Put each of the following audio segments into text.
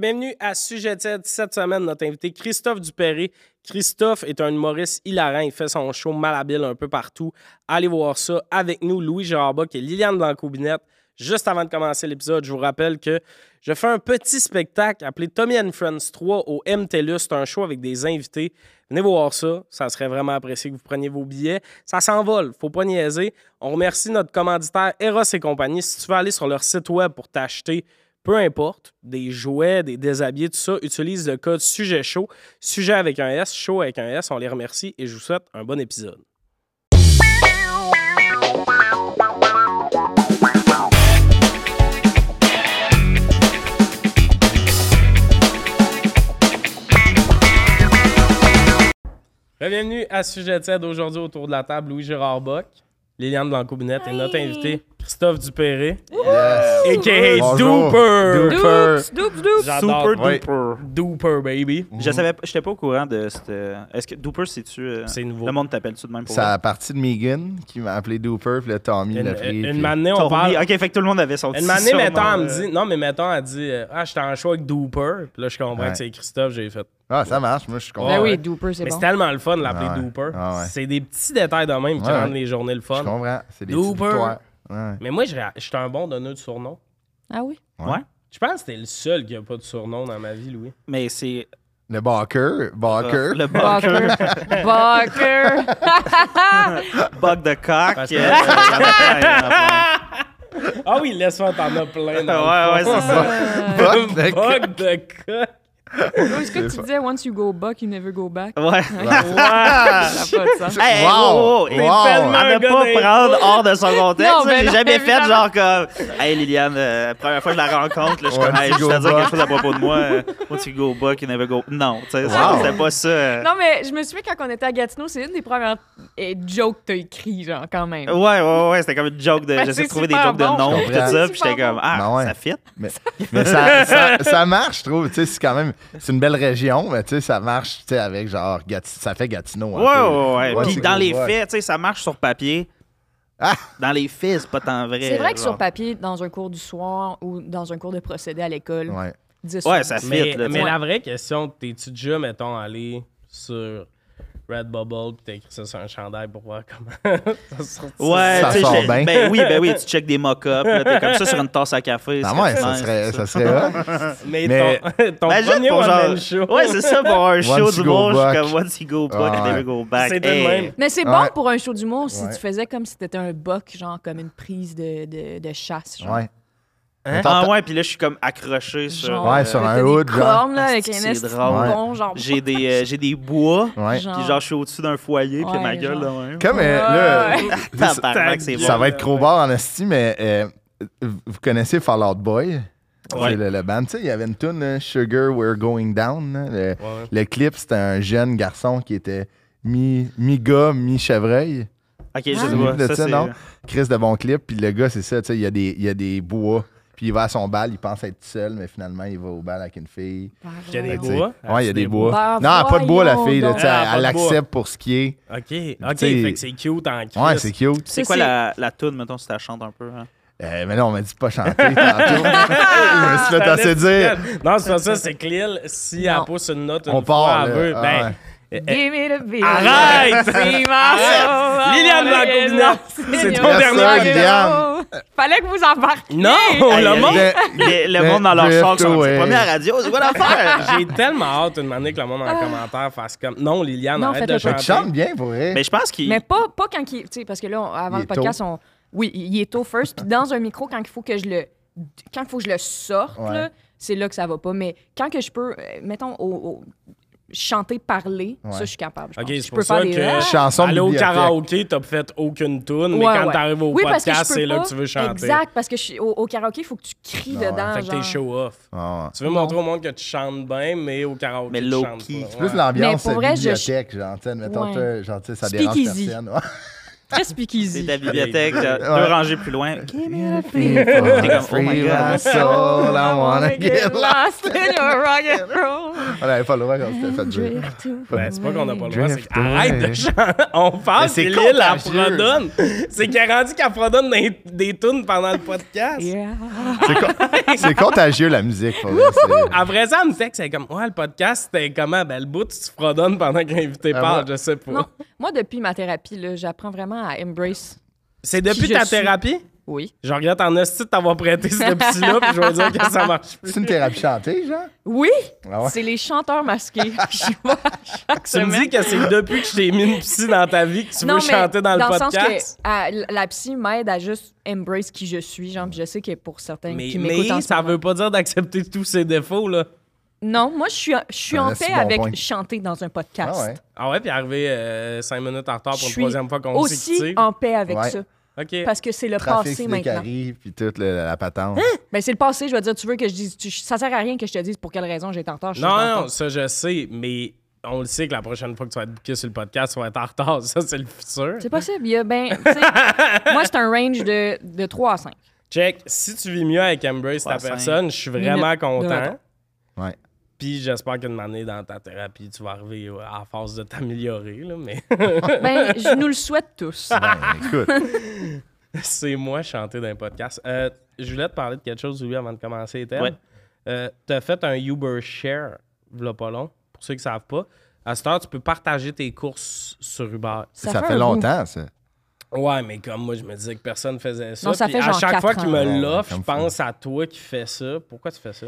Bienvenue à Sujet 7. Cette semaine, notre invité Christophe Dupéré. Christophe est un humoriste hilarant. Il fait son show malhabile un peu partout. Allez voir ça avec nous, Louis Jarbac et Liliane Blancoubinette. Juste avant de commencer l'épisode, je vous rappelle que je fais un petit spectacle appelé Tommy and Friends 3 au MTLU. C'est un show avec des invités. Venez voir ça. Ça serait vraiment apprécié que vous preniez vos billets. Ça s'envole. Faut pas niaiser. On remercie notre commanditaire Eros et compagnie. Si tu veux aller sur leur site web pour t'acheter peu importe, des jouets, des déshabillés, tout ça, utilise le code sujet chaud, sujet avec un S, chaud avec un S. On les remercie et je vous souhaite un bon épisode. Bienvenue à Sujet de Cède. Aujourd'hui, autour de la table, Louis-Gérard Bock, Liliane Blanco-Binette et notre invité, Christophe Dupéré, Yes. a.k.a. Bonjour. Dooper. Dooper. Doups, doups, doups. J'adore Mhm. Super Dooper. duper. Dooper, baby. Je savais, j'étais pas au courant de cette. euh, Est-ce que Dooper, c'est-tu. euh, C'est nouveau. Le monde t'appelle-tu de même pour Ça a parti de Megan qui m'a appelé Dooper, puis le Tommy Une, l'a pris. une puis- manée, vrai? on Tommy. parle. Ok, fait que tout le monde avait son Une manée, mettons, sûrement, elle me euh, dit. Non, mais mettons, elle dit euh, Ah, j'étais en choix avec Dooper. Puis là, je comprends Ouais. que c'est Christophe, j'ai fait. Ah, ça marche, moi je suis content. Ouais, Ben ouais. oui, Dooper, c'est Mais bon. c'est tellement le fun de l'appeler Ah ouais. Dooper. Ah ouais. C'est des petits détails de même qui Ouais, rendent ouais. les journées le Je fun. comprends, c'est des petites Dooper. victoires. Ouais. Mais moi, je je suis un bon donneur de surnom. Ah oui? Ouais. Je pense que t'es le seul qui a pas de surnom dans ma vie, Louis. Mais c'est. Le Barker, Barker. euh, Le Barker. Bucker. Barker! Bug de coq. Parce que- euh, il y en a plein, il y en a Ah oui, laisse-moi, t'en as plein. Dans plein. ouais, ouais, c'est ça. Buck, le- Bug de coq. Est-ce que tu disais « Once you go back, you never go back Ouais. ». Ah. Ça n'a pas de sens. Hey, oh, wow! Ah, wow, wow. tellement- À ne gars pas d'impro. prendre hors de son contexte. Non, là. ben J'ai non, jamais fait évidemment. genre comme. Hey Liliane, euh, la première fois que je la rencontre, là, je suis Ouais, comme. tu Hey, juste go à dire back. quelque chose à propos de moi. euh, Once you go back, you never go. Non, tu sais, Wow. c'était pas ça. euh. Non, mais je me souviens quand on était à Gatineau, c'est une des premières eh, jokes que t'as écrit, genre, quand même. Ouais, ouais, ouais, c'était comme une joke de. Ben, J'essaie c'est de trouver des super jokes de bon. noms, Je pis tout ça, comprends. pis j'étais Super comme, ah, bon. Ben ouais. ça fit. Mais, mais ça, ça, ça marche, je trouve. Tu sais, c'est quand même. C'est une belle région, mais tu sais, ça marche tu sais, avec genre. Gati- ça fait Gatineau. un Ouais, peu. ouais, ouais. Ouais, Pis c'est dans cool, les ouais. faits, tu sais, ça marche sur papier. Ah! Dans les faits, c'est pas tant vrai. C'est vrai que genre. sur papier, dans un cours du soir ou dans un cours de procédé à l'école, Ouais. 10 Ouais, sur ça 10. Mais, fit, là. tu mais sais. la vraie question, t'es-tu déjà, mettons, allé sur Redbubble pis t'as écrit ça sur un chandail pour voir comment ça sortit? Ouais, Ça tu sais, sort j'ai- bien. ben oui, ben oui, tu check des mock-ups, là, t'es comme ça sur une tasse à café. Ah c'est ouais, ça nice, serait. c'est Ça serait hot. Mais, Mais- ton, ton Imagine premier pour one-man genre. show. Ouais, c'est ça, pour un show you du go monde, je suis back. comme once you go back, Ah ouais. never go back. C'est tout de Hey. même. Mais c'est Ouais. bon pour un show d'humour si Ouais. tu faisais comme si t'étais un boc, genre comme une prise de, de, de chasse. Genre. Hein? Ouais. Ah ouais, puis là, je suis comme accroché sur. Genre, Ouais, euh, sur t'as un des hood, genre. cornes, là, avec un Asti, c'est esti de drôle. bon, genre. J'ai des, euh, j'ai des bois, Ouais. puis genre, je suis au-dessus d'un foyer, puis Ouais, ma gueule, genre. là, ouais. Comme euh, là, Ouais. ça- Tabarnak, c'est bon. ça va être gros bord en esti, mais euh, vous connaissez Fall Out Boy? Ouais. C'est le, le band. Tu sais, il y avait une tune là, Sugar We're Going Down. là. Le, Ouais. le clip, c'était un jeune garçon qui était mi- mi-gars, mi-chevreuil. Ok, je Ouais. sais Souvenez-vous pas. de ça, Ça, c'est- euh, non? Chris de bon clip, puis le gars, c'est ça, tu sais, il y, a des- il y a des bois, puis il va à son bal, il pense être seul, mais finalement, il va au bal avec une fille. Il y a des Tu sais. bois? Ouais, il y a des bois. bois? Ben, non, pas de bois, la voyons fille, là, donc. tu sais, Ah, elle pas de bois. l'accepte pour ce qui est. Ok, ok, T'sais- fait que c'est cute en crise. Ouais, c'est cute. C'est Ça, quoi c'est- la, la toune, mettons, si tu la chantes un peu? hein? Euh, mais là, on m'a dit pas chanter tantôt. je me suis fait assez dire. Non, c'est pas ça, c'est que Lil, si elle Non. pousse une note, une On fois, part, elle là. veut, Ah ben, ouais. Give me the beer. Arrête! C'est Arrête! Liliane Blanco-Binette, c'est ton Yes, sir, dernier Liliane. Fallait que vous embarquiez. Non, Hey, le elle- monde... Mais- Le, le Mais- monde dans leur Drift char, sont away. c'est pas mis à la radio, c'est quoi l'affaire? J'ai tellement hâte une manière que le monde en commentaire fasse comme... Non, Liliane, Ah. Non, arrête faites de le Fait que chanter. tu chantes bien pour vrai. Mais je pense qu'il. Mais pas, pas quand il. Tu sais, parce que là, on- avant Il le est podcast, on. Oui, il est tôt first. Puis dans un micro, quand il faut que je le. Quand il faut que je le sorte, Ouais. là, c'est là que ça va pas. Mais quand que je peux, euh, mettons, au- au- chanter, parler, Ouais. ça, je suis capable. je Ok, pense. c'est Je pour peux ça faire des. que- Ah! Chanson Aller de au bibliothèque. karaoké, t'as peut-être aucune tune, mais Ouais, quand ouais. t'arrives au Oui, parce que je podcast, peux c'est là pas- que tu veux chanter. Exact, parce que je suis- au, au karaoké, il faut que tu cries Ah ouais. dedans. Fait que t'es genre. show-off. Ah ouais. Tu veux montrer au monde que tu chantes bien, mais au karaoké, Mais tu low chantes key. pas. Plus Ouais. l'ambiance Mais pour de vrai, je- bibliothèque, genre, tu sais, admettons, Ouais. t'as- genre, tu sais, ça dérange Speakeasy. personne. Ouais. Très C'est Speakeasy. ta bibliothèque, t'as Ouais. deux rangées plus loin. Free oh my my God. soul, Ah, I Oh wanna get lost. lost in your rock and roll. On avait pas le droit quand c'était fait jouer. Ben, c'est pas qu'on n'a pas le droit, c'est Drift qu'arrête away. de chanter. On pense que c'est Lille, elle contagieux. fredonne. C'est qu'elle a rendu qu'elle fredonne des, des tunes pendant le podcast. Yeah. C'est con- C'est contagieux la musique. Pour vrai, c'est- Après ça, elle me texte, c'est comme, ouais, le podcast, c'était comment? Ben, le bout, tu te fredonnes pendant que l'invité Ah, parle, moi- je sais pas. Non, moi, depuis ma thérapie, là, j'apprends vraiment à embrace. C'est depuis Qui je ta suis. thérapie? Oui. Je regrette en hostie de t'avoir prêté ce petit-là, puis je vais dire que ça marche plus. C'est une thérapie chantée, genre? Oui, Ah ouais? c'est les chanteurs masqués. Je vois chaque Tu me semaine. dis que c'est depuis que je t'ai mis une psy dans ta vie que tu veux chanter dans le podcast? sens que euh, la psy m'aide à juste embrace qui je suis, genre, puis je sais que pour certains Mais, qui m'écoutent en mais ce ça moment- veut pas dire d'accepter tous ses défauts, là. Non, moi, je suis, je suis Ah, en c'est paix bon avec point. chanter dans un podcast. Ah ouais. Ah ouais, puis arriver euh, cinq minutes en retard Je pour une suis troisième fois aussi consécutive. en paix avec Ouais. ça, OK. parce que c'est le Trafic, passé c'est des maintenant. caries, puis toute la, la patente. Ben, c'est le passé, je veux dire, tu veux que je dise, tu- ça sert à rien que je te dise pour quelle raison j'étais en retard. je suis en Non, non, retard. ça, je sais, mais on le sait que la prochaine fois que tu vas être booké sur le podcast, tu vas être en retard. Ça, c'est le futur. C'est possible, il y a, ben, tu sais, moi, c'est un range de, de 3 à 5. Check, si tu vis mieux avec Embrace ta Trois, cinq. personne, je suis vraiment Minutes de content. retard. Ouais. Puis j'espère qu'une année dans ta thérapie, tu vas arriver à force de t'améliorer, là, mais Ben, je nous le souhaite tous. Ben, écoute, c'est moi chanter dans un podcast. Euh, je voulais te parler de quelque chose, Louis, avant de commencer, Ethel. Ouais. Euh, T'as fait un Uber Share, v'là pas long, pour ceux qui savent pas. À cette heure, tu peux partager tes courses sur Uber. ça, un fait bout. longtemps, ça. Ouais, mais comme moi, je me disais que personne faisait ça. Non, ça Puis fait à genre chaque quatre fois qu'il me ans. Ouais, l'offre, comme je pense à toi qui fais ça. Pourquoi tu fais ça?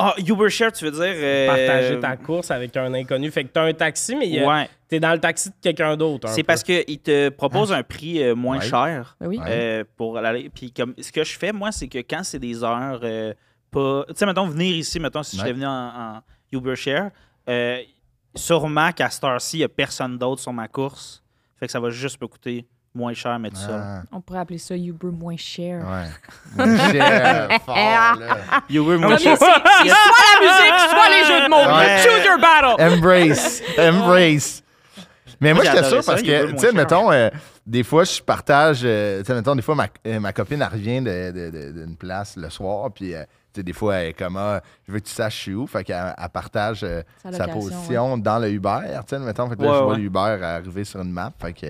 Ah, Ubershare, tu veux dire. euh, Partager ta course avec un inconnu. Fait que t'as un taxi, mais euh, il y a- Ouais. t'es dans le taxi de quelqu'un d'autre. un C'est peu. parce qu'ils te proposent un prix euh, moins Hein? Ouais. cher. Ben oui. Ouais. euh, pour aller. Puis comme ce que je fais, moi, c'est que quand c'est des heures euh, pas. Tu sais, mettons, venir ici, mettons, si Ouais. j'étais venu en, en Ubershare, euh, sûrement qu'à cette heure-ci, il n'y a personne d'autre sur ma course. Fait que ça va juste me coûter moins cher, mais tout ça. Ah, On pourrait appeler ça Uber moins cher. ouais. Mon cher, fort, là. Uber Ah, moins mais cher. C'est Ah, soit la musique, soit les jeux de mots. Ouais. Choose your Euh, battle. Embrace, embrace. Mais moi, Moi, j'étais j'adorais sûr ça, parce il y a que, deux tu sais, moins chers. mettons, euh, des fois, je partage, euh, tu sais, mettons, des fois, ma, euh, ma copine, elle revient de- de- de- d'une place le soir, puis, euh, tu sais, des fois, elle est comme, ah, je veux que tu saches je suis où, fait qu'elle elle partage euh, Sa sa, location, position dans le Uber, tu sais, mettons, fait que là, Ouais, je vois ouais. le Uber arriver sur une map, fait que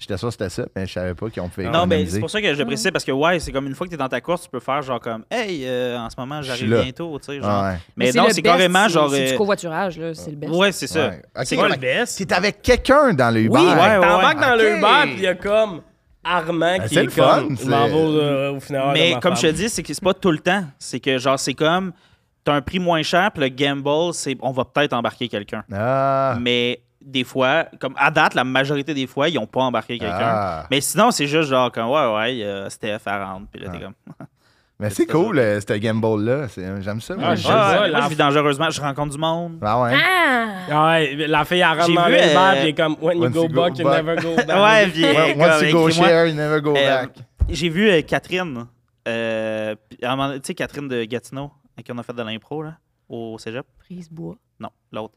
j'étais sûr que c'était ça, mais je savais pas qu'on pouvait Non, mais économiser. c'est pour ça que je précise parce que, ouais, c'est comme une fois que tu es dans ta course, tu peux faire genre comme, hey, euh, en ce moment, suis j'arrive là. bientôt, tu sais. Genre. Ah, ouais. Mais, non, le c'est best, carrément c'est- genre. C'est du euh, covoiturage, là, c'est le best. ouais, c'est ça. Ouais. Ok, C'est pas fait le best. que t'es avec quelqu'un dans le Uber. Oui, ouais, ouais, t'embarques ouais. dans le Ok. Uber, puis il y a comme Armand qui Ben, c'est est le fun, comme. Je c'est- m'en vais au, euh, au funérail de Mais ma comme je femme. te dis, c'est que c'est pas tout le temps. C'est que genre, c'est comme, t'as un prix moins cher, puis le gamble, c'est on va peut-être embarquer quelqu'un. Ah, Mais des fois, comme à date, la majorité des fois, ils ont pas embarqué quelqu'un. Ah. Mais sinon, c'est juste genre, comme, ouais, ouais, euh, Steph, elle rentre, puis là, t'es comme. mais c'est cool, euh, ce gamble-là. c'est- euh, J'aime ça. moi. Ah, Ouais, je vois, ouais, moi, la- je vis dangereusement, je rencontre du monde. Ah ouais. Ah! Ouais, la fille, elle rentre J'ai dans vu, le Uber, euh, puis elle est comme, When you Once go you go back, you back. never go back. Ouais, puis Ouais, comme, Once you go écris-moi. share, you never go Euh, back. J'ai vu euh, Catherine, euh, puis à un moment- tu sais, Catherine de Gatineau, avec qui on a fait de l'impro, là, au cégep. Prise bois. Non, l'autre.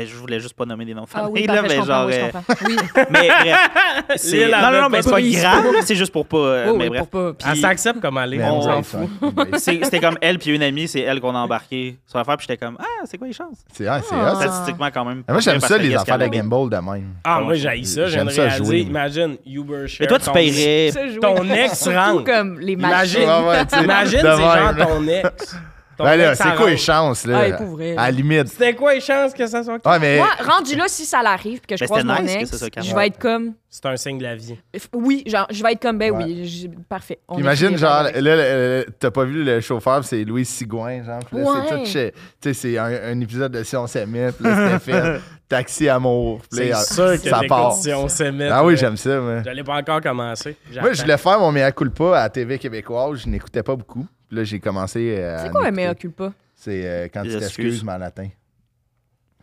Mais je voulais juste pas nommer des noms de Ah oui, famille, parfait, là, mais je comprends, genre. oui, je euh, comprends. Oui, mais bref, c'est- Lille non, non, non, avait mais c'est pas pas de grave, là, c'est juste pour pas. euh, oui, mais oui, bref. pour pas. Puis Elle Puis- s'accepte comme elle est, Mais on s'en ouais, fout. c'est- ben, C'est- C'était comme elle puis une amie, c'est elle qu'on a embarqué sur l'affaire, puis j'étais comme Ah, c'est quoi les chances? C'est ah, c'est hot, ça. Statistiquement, quand même. Moi, j'aime parce ça, que les qu'est-ce affaires de qu'elle a- Game Ball de même. Ah, moi, j'ai ça, j'ai J'aime une ça jouer. Imagine, Uber Share. Mais toi, tu ton- paierais. ça jouer. Ton ex Surtout rentre. comme les matchs. Imagine, Ouais, ouais, tu sais, imagine, c'est de genre même. ton ex. Ton Ben là, ex, c'est elle quoi les rentre. chances, là? Ah, pour vrai, À la là. limite. C'était quoi les chances que ça soit Ouais, mais. Moi, rendu là, si ça l'arrive, puis que je Ben, croise c'était mon nice que ex, ça soit je capable. vais être comme... C'est un signe de la vie. Oui, genre, je vais être comme, ben Ouais. oui, j'ai- parfait. On puis Imagine, est- genre, là, le- le- t'as pas vu le chauffeur, puis c'est Louis Sigouin, genre. puis là, c'est Ouais. tout chez- Tu sais, c'est un, un épisode de Si on s'aimait, puis là, c'était fait Taxi Amour. puis C'est là, sûr que ça des part. conditions s'émettent. Ah oui, j'aime ça, moi. J'allais pas encore commencer. Moi, je voulais faire mon mea culpa à la TV québécoise. Je n'écoutais pas beaucoup. Puis là, j'ai commencé euh, à. C'est quoi un m'écouter. mea culpa? C'est euh, quand Des tu t'excuses, excuses. mais en latin.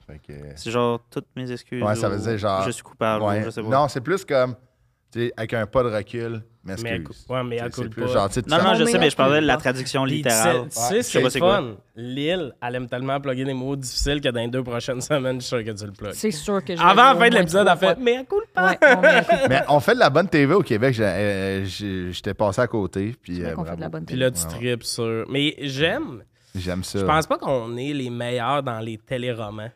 Fait que. C'est genre toutes mes excuses. Ouais, ça ou veut dire genre- Ah, Je suis coupable, Ouais. ou je sais pas. Non, c'est plus comme. tu Tu sais, avec un pas de recul, m'excuse. Mais elle cou- ouais, mais Tu sais, elle c'est coule plus pas. genre, tu sais, tu Non, sens- non, je Non, sais, mais- mais je parlais de la traduction Puis tu littérale. sais- Tu sais, Ouais. c'est Je le sais pas fun. Lille, elle aime tellement plugger des mots difficiles que dans les deux prochaines semaines, je suis sûr que tu le plugues. C'est sûr que je. vais Avant la dire fin au de moins l'épisode, elle trois fait fois. Mais elle coule pas. Ouais, on met- Mais on fait de la bonne TV au Québec. j'ai- euh, j'ai- J'étais passé à côté. Puis, C'est vrai euh, qu'on fait de la bravo. bonne Puis télé. là, tu tripes sur. Mais j'aime. J'aime ça. Je pense pas qu'on est les meilleurs dans les téléromans.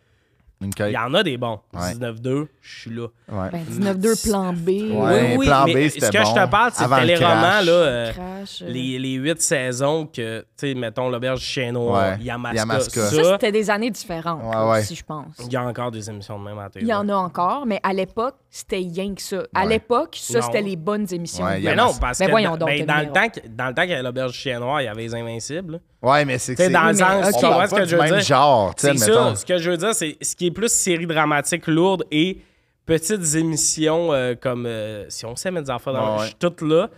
Ok. Il y en a des bons. Ouais. 19-2, je suis là. Ouais. euh, Ben, 19-2 plan B, Ouais, Plan B, mais c'était Ce que je bon. te parle, c'est Avant le le téléroman, crash. là. euh, crash. euh. les, les huit saisons que, tu sais, mettons, l'auberge du chien noir, Ouais. Yamaska, Yamaska. ça, Ça, c'était des années différentes Ouais, là, ouais. aussi, je pense. il y a encore des émissions de même à la télé. Il y en a encore, mais à l'époque, c'était rien que ça. À Ouais. l'époque, ça, Non. c'était les bonnes émissions. Ouais, il y Mais non, Yamas- parce Ben que voyons dans, donc, ben, dans le Émilie. temps que- dans le temps qu'il y avait l'auberge du chien noir, il y avait les invincibles. Ouais, mais c'est que Tu sais, c'est. dans le mais- sens, tu ok. on comprends parle ce que pas je du veux même dire? genre. tu sais, C'est ça. mettons. Ce que je veux dire, c'est ce qui est plus série dramatique lourde et petites émissions euh, comme euh, Si on sait mettre des enfants dans Ouais, le- je suis tout là.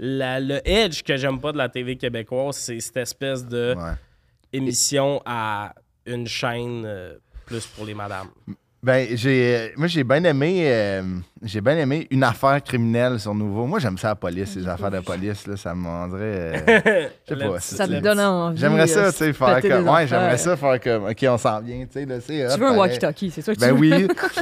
La- le edge que j'aime pas de la TV québécoise, c'est cette espèce de Ouais. émission à une chaîne euh, plus pour les madames. Ben, j'ai, euh, moi, j'ai bien aimé, euh, j'ai bien aimé une affaire criminelle sur Nouveau. Moi, j'aime ça la police, les affaires de police, là, ça me rendrait. euh, je sais pas. Ça c'est- te donne envie. J'aimerais ça, euh, tu sais, de faire péter comme. des Ouais, j'aimerais affaires. ça faire comme. Ok, on s'en vient, tu sais, là, c'est. hop, Tu veux un pareil. walkie-talkie, c'est ça que tu Ben veux? oui.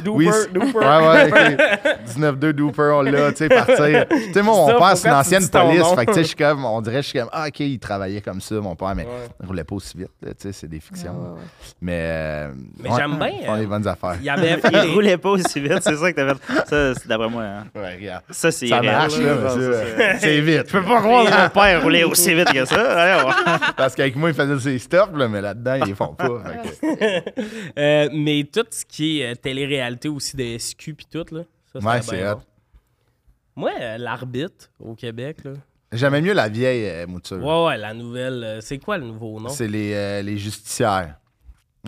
oui. c'est- Dooper. Ouais, ouais, ok. 19-2 Dooper, on l'a, tu sais, partir. Tu sais, moi, C'est mon ça, père, c'est une pourquoi tu ancienne dis ton police. nom? Fait que, tu sais, je suis comme, on dirait, je suis comme, ah, ok, il travaillait comme ça, mon père, mais Ouais. il roulait pas aussi vite, là, tu sais, c'est des fictions. Ouais, ouais, ouais. Mais. euh, Mais ouais, j'aime bien, Ils font euh, les bonnes affaires. Il y avait fait Il des- roulait pas aussi vite, c'est ça que t'as fait. Ça, c'est d'après moi. hein. Ouais, regarde. Ça, c'est Ça irréel, marche, là, genre, monsieur. ça, c'est- C'est vite. Je peux Pas croire que mon père roulait aussi vite que ça. Voyons. Parce qu'avec moi, ils faisaient ses stops, là, mais là-dedans, ils les font pas. fait que- Euh, mais tout ce qui est euh, télé-réalité aussi de SQ puis tout, là. Ça, Ouais, c'était bien c'est bon. hot. Moi, euh, l'arbitre au Québec, là. J'aimais mieux la vieille euh, mouture. Ouais, ouais, la nouvelle. euh, c'est quoi le nouveau nom? C'est les, euh, les justicières.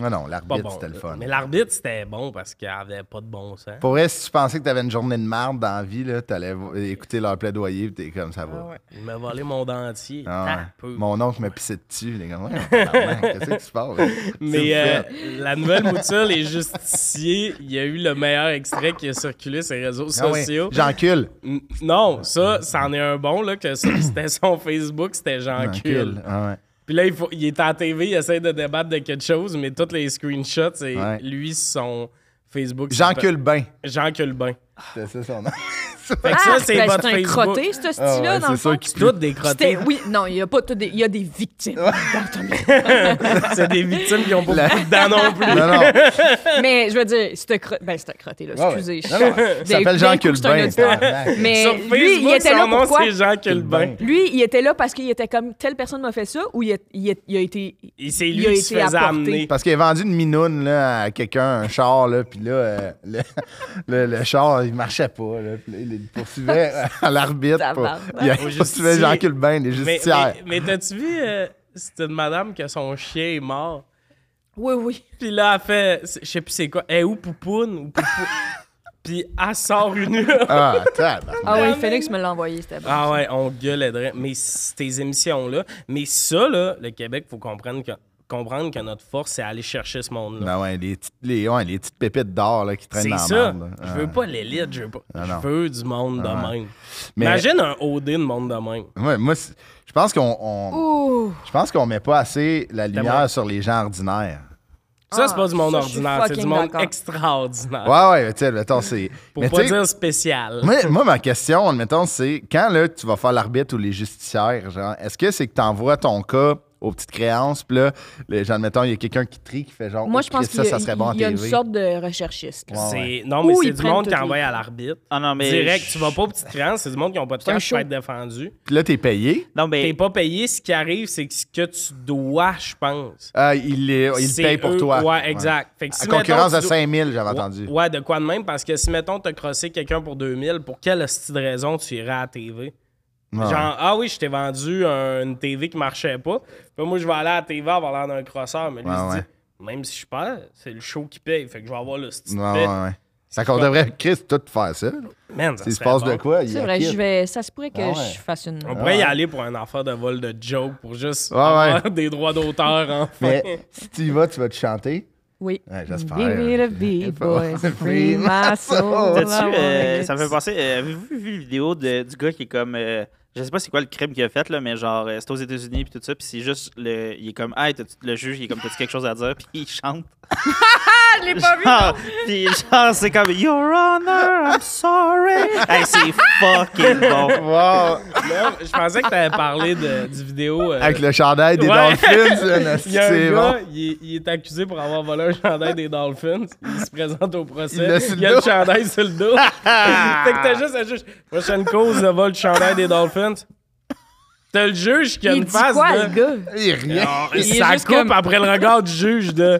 Ah Non, non, Pas l'arbitre, bon, c'était le là. fun. Mais l'arbitre, c'était bon parce qu'elle avait pas de bon sens. Pour vrai, si tu pensais que t'avais une journée de marde dans la vie, là, t'allais vo- écouter leur plaidoyer, pis t'es comme ça va. Il m'a volé mon dentier. Ah ouais. Tant Ah peu. Mon oncle me pissait dessus. Il est comme, ouais, tabarnak, qu'est-ce que tu parles? là? Mais euh, C'est la nouvelle mouture, les justiciers, il y a eu le meilleur extrait qui a circulé sur les réseaux Ah ouais, sociaux. J'encule. N- Non, ça, c'en est un bon, là, que ça, c'était son Facebook, c'était Jean-Cul. J'encule. Ah ouais. Puis là, il, faut, il est à la TV, il essaie de débattre de quelque chose, mais tous les screenshots, c'est Ouais. lui, son Facebook. c'est- J'encule bien. Jean-Cul Bain. C'était ça son nom. Fait que Ah, ça, c'est ben, votre un Facebook. crotté, ce style-là, Ah ouais, dans le c'est fond. sûr qu'il C'est toutes des crottés. C'était- Oui, non, il y a pas tout des... Il y a des victimes. C'est des victimes qui ont pas La- beaucoup de dents non plus. Non, non. mais je veux dire, c'est un crotté... Ben, c'est un crotté, là. Ah Ouais, ouais. Excusez. Non, non, D'un- Il s'appelle d'un Jean coup, c'est un Culbin. auditeur. tabarnak. Mais Sur lui, il Facebook, était là son nom, pourquoi? c'est Jean-Cul Bain. Lui, il était là parce qu'il était comme telle personne m'a fait ça ou il a, il a- il a été. Et c'est lui Il a qui été se faisait apporté. amener. Parce qu'il a vendu une minoune là, à quelqu'un, un char, là, puis là, euh, le, le- le char, il marchait pas. Là, puis là, il le poursuivait à l'arbitre. pour- Tabarnak. il a Au poursuivait justicier. Jean-Claude Bain, les Mais, justicières. mais, mais t'as-tu vu, euh, c'était une madame que son chien est mort. Oui, oui. Puis là, elle fait, c'est- je sais plus c'est quoi, elle est où Poupoune ou Poupou? Puis elle sort une urne. Ah, tabarnak. Ah oui, mais- Félix me l'a envoyé, c'était bon. Ah ouais, on gueulerait. Mais c- ces émissions-là, mais ça, là, le Québec, faut comprendre que, comprendre que notre force, c'est aller chercher ce monde-là. Ben ouais, les, petites- les, ouais, les petites pépites d'or là, qui traînent C'est dans ça. la merde. là. Je veux Ah. pas l'élite, je veux pas. Non, non. Je veux du monde Ah de ouais. même. Mais- Imagine un OD de monde de même. Ouais, moi, c'est- je pense qu'on on- Ouh! je pense qu'on met pas assez la Tellement. lumière sur les gens ordinaires. Ça, Ah, c'est pas du monde ça, je suis ordinaire, c'est du fucking monde d'accord. extraordinaire. Ouais, ouais, tu sais, mettons, c'est. Ah. Pour mais pas tu sais, dire spécial. Moi, moi, ma question, admettons, c'est quand là, tu vas faire l'arbitre ou les justicières, genre, est-ce que c'est que tu envoies ton cas aux petites créances, puis là, les, genre, admettons, il y a quelqu'un qui trie, qui fait genre, Moi, oh, je pense Christ, qu'il y a, ça, ça serait bon en il y a une TV. sorte de recherchiste. là. Ouais, ouais. C'est- Non, mais Ou c'est ils du prennent monde qui toutes les- envoie à l'arbitre. Ah non, mais. Direct, je- tu vas pas aux petites créances, c'est du monde qui ont pas de un cash show. pour être défendu. Puis là, t'es payé. Non, mais. T'es pas payé, ce qui arrive, c'est que ce que tu dois, je pense. Euh, il est- il c'est paye pour eux- toi. Ouais, exact. Fait que À si, concurrence mettons, de tu dois- 5000, j'avais Ouais, entendu. Ouais, de quoi de même, parce que si, mettons, t'as crossé quelqu'un pour 2000, pour quelle hostie de raison tu irais à la TV? Ouais. Genre, ah oui, je t'ai vendu un- une TV qui marchait pas. Puis moi, je vais aller à la TV avoir l'air d'un crosseur. Mais lui, Ouais, il se ouais. dit, même si je perds, c'est le show qui paye. Fait que je vais avoir le style. Ouais, ouais, ouais. Fait qu'on devrait, Chris, tout faire ça. Man, ça S'il se serait passe bon. de quoi, il y C'est a vrai, Chris. je vais. Ça se pourrait que Ah ouais. je fasse une. On pourrait y aller pour un affaire de vol de joke pour juste Ouais, avoir des droits d'auteur, enfin. Mais si tu y vas, tu vas te chanter. Oui. Ouais, j'espère. Give me the Free beat, boys. my Free my soul. Ah soul. T'as-tu, euh, ça me pas. fait penser. euh, Avez-vous vu la vidéo de- du gars qui est comme. euh, je sais pas c'est quoi le crime qu'il a fait, là, mais genre, euh, c'est aux États-Unis, puis tout ça, puis c'est juste. Le, il est comme. Hey, t'as-tu- le juge, il est comme. T'as-tu quelque chose à dire, puis il chante. Je l'ai pas vu. Genre, puis genre, c'est comme. Your Honor, I'm sorry. hey, c'est fucking bon. Wow! Non, je pensais que tu avais parlé de, du vidéo. euh, Avec le chandail des Ouais. Dolphins, c'est un Il y a un gars, esti, bon. il, est- il est accusé pour avoir volé un chandail des Dolphins. Il se présente au Il procès. l'a sur Il, le a le dos. chandail sur le dos. fait que t'as juste à juge. Prochaine cause de vol de chandail des Dolphins. T'as le juge qui a Il une dit face quoi, de... le gars? Il rien. Et Il est ça juste coupe comme- après le regard du juge de...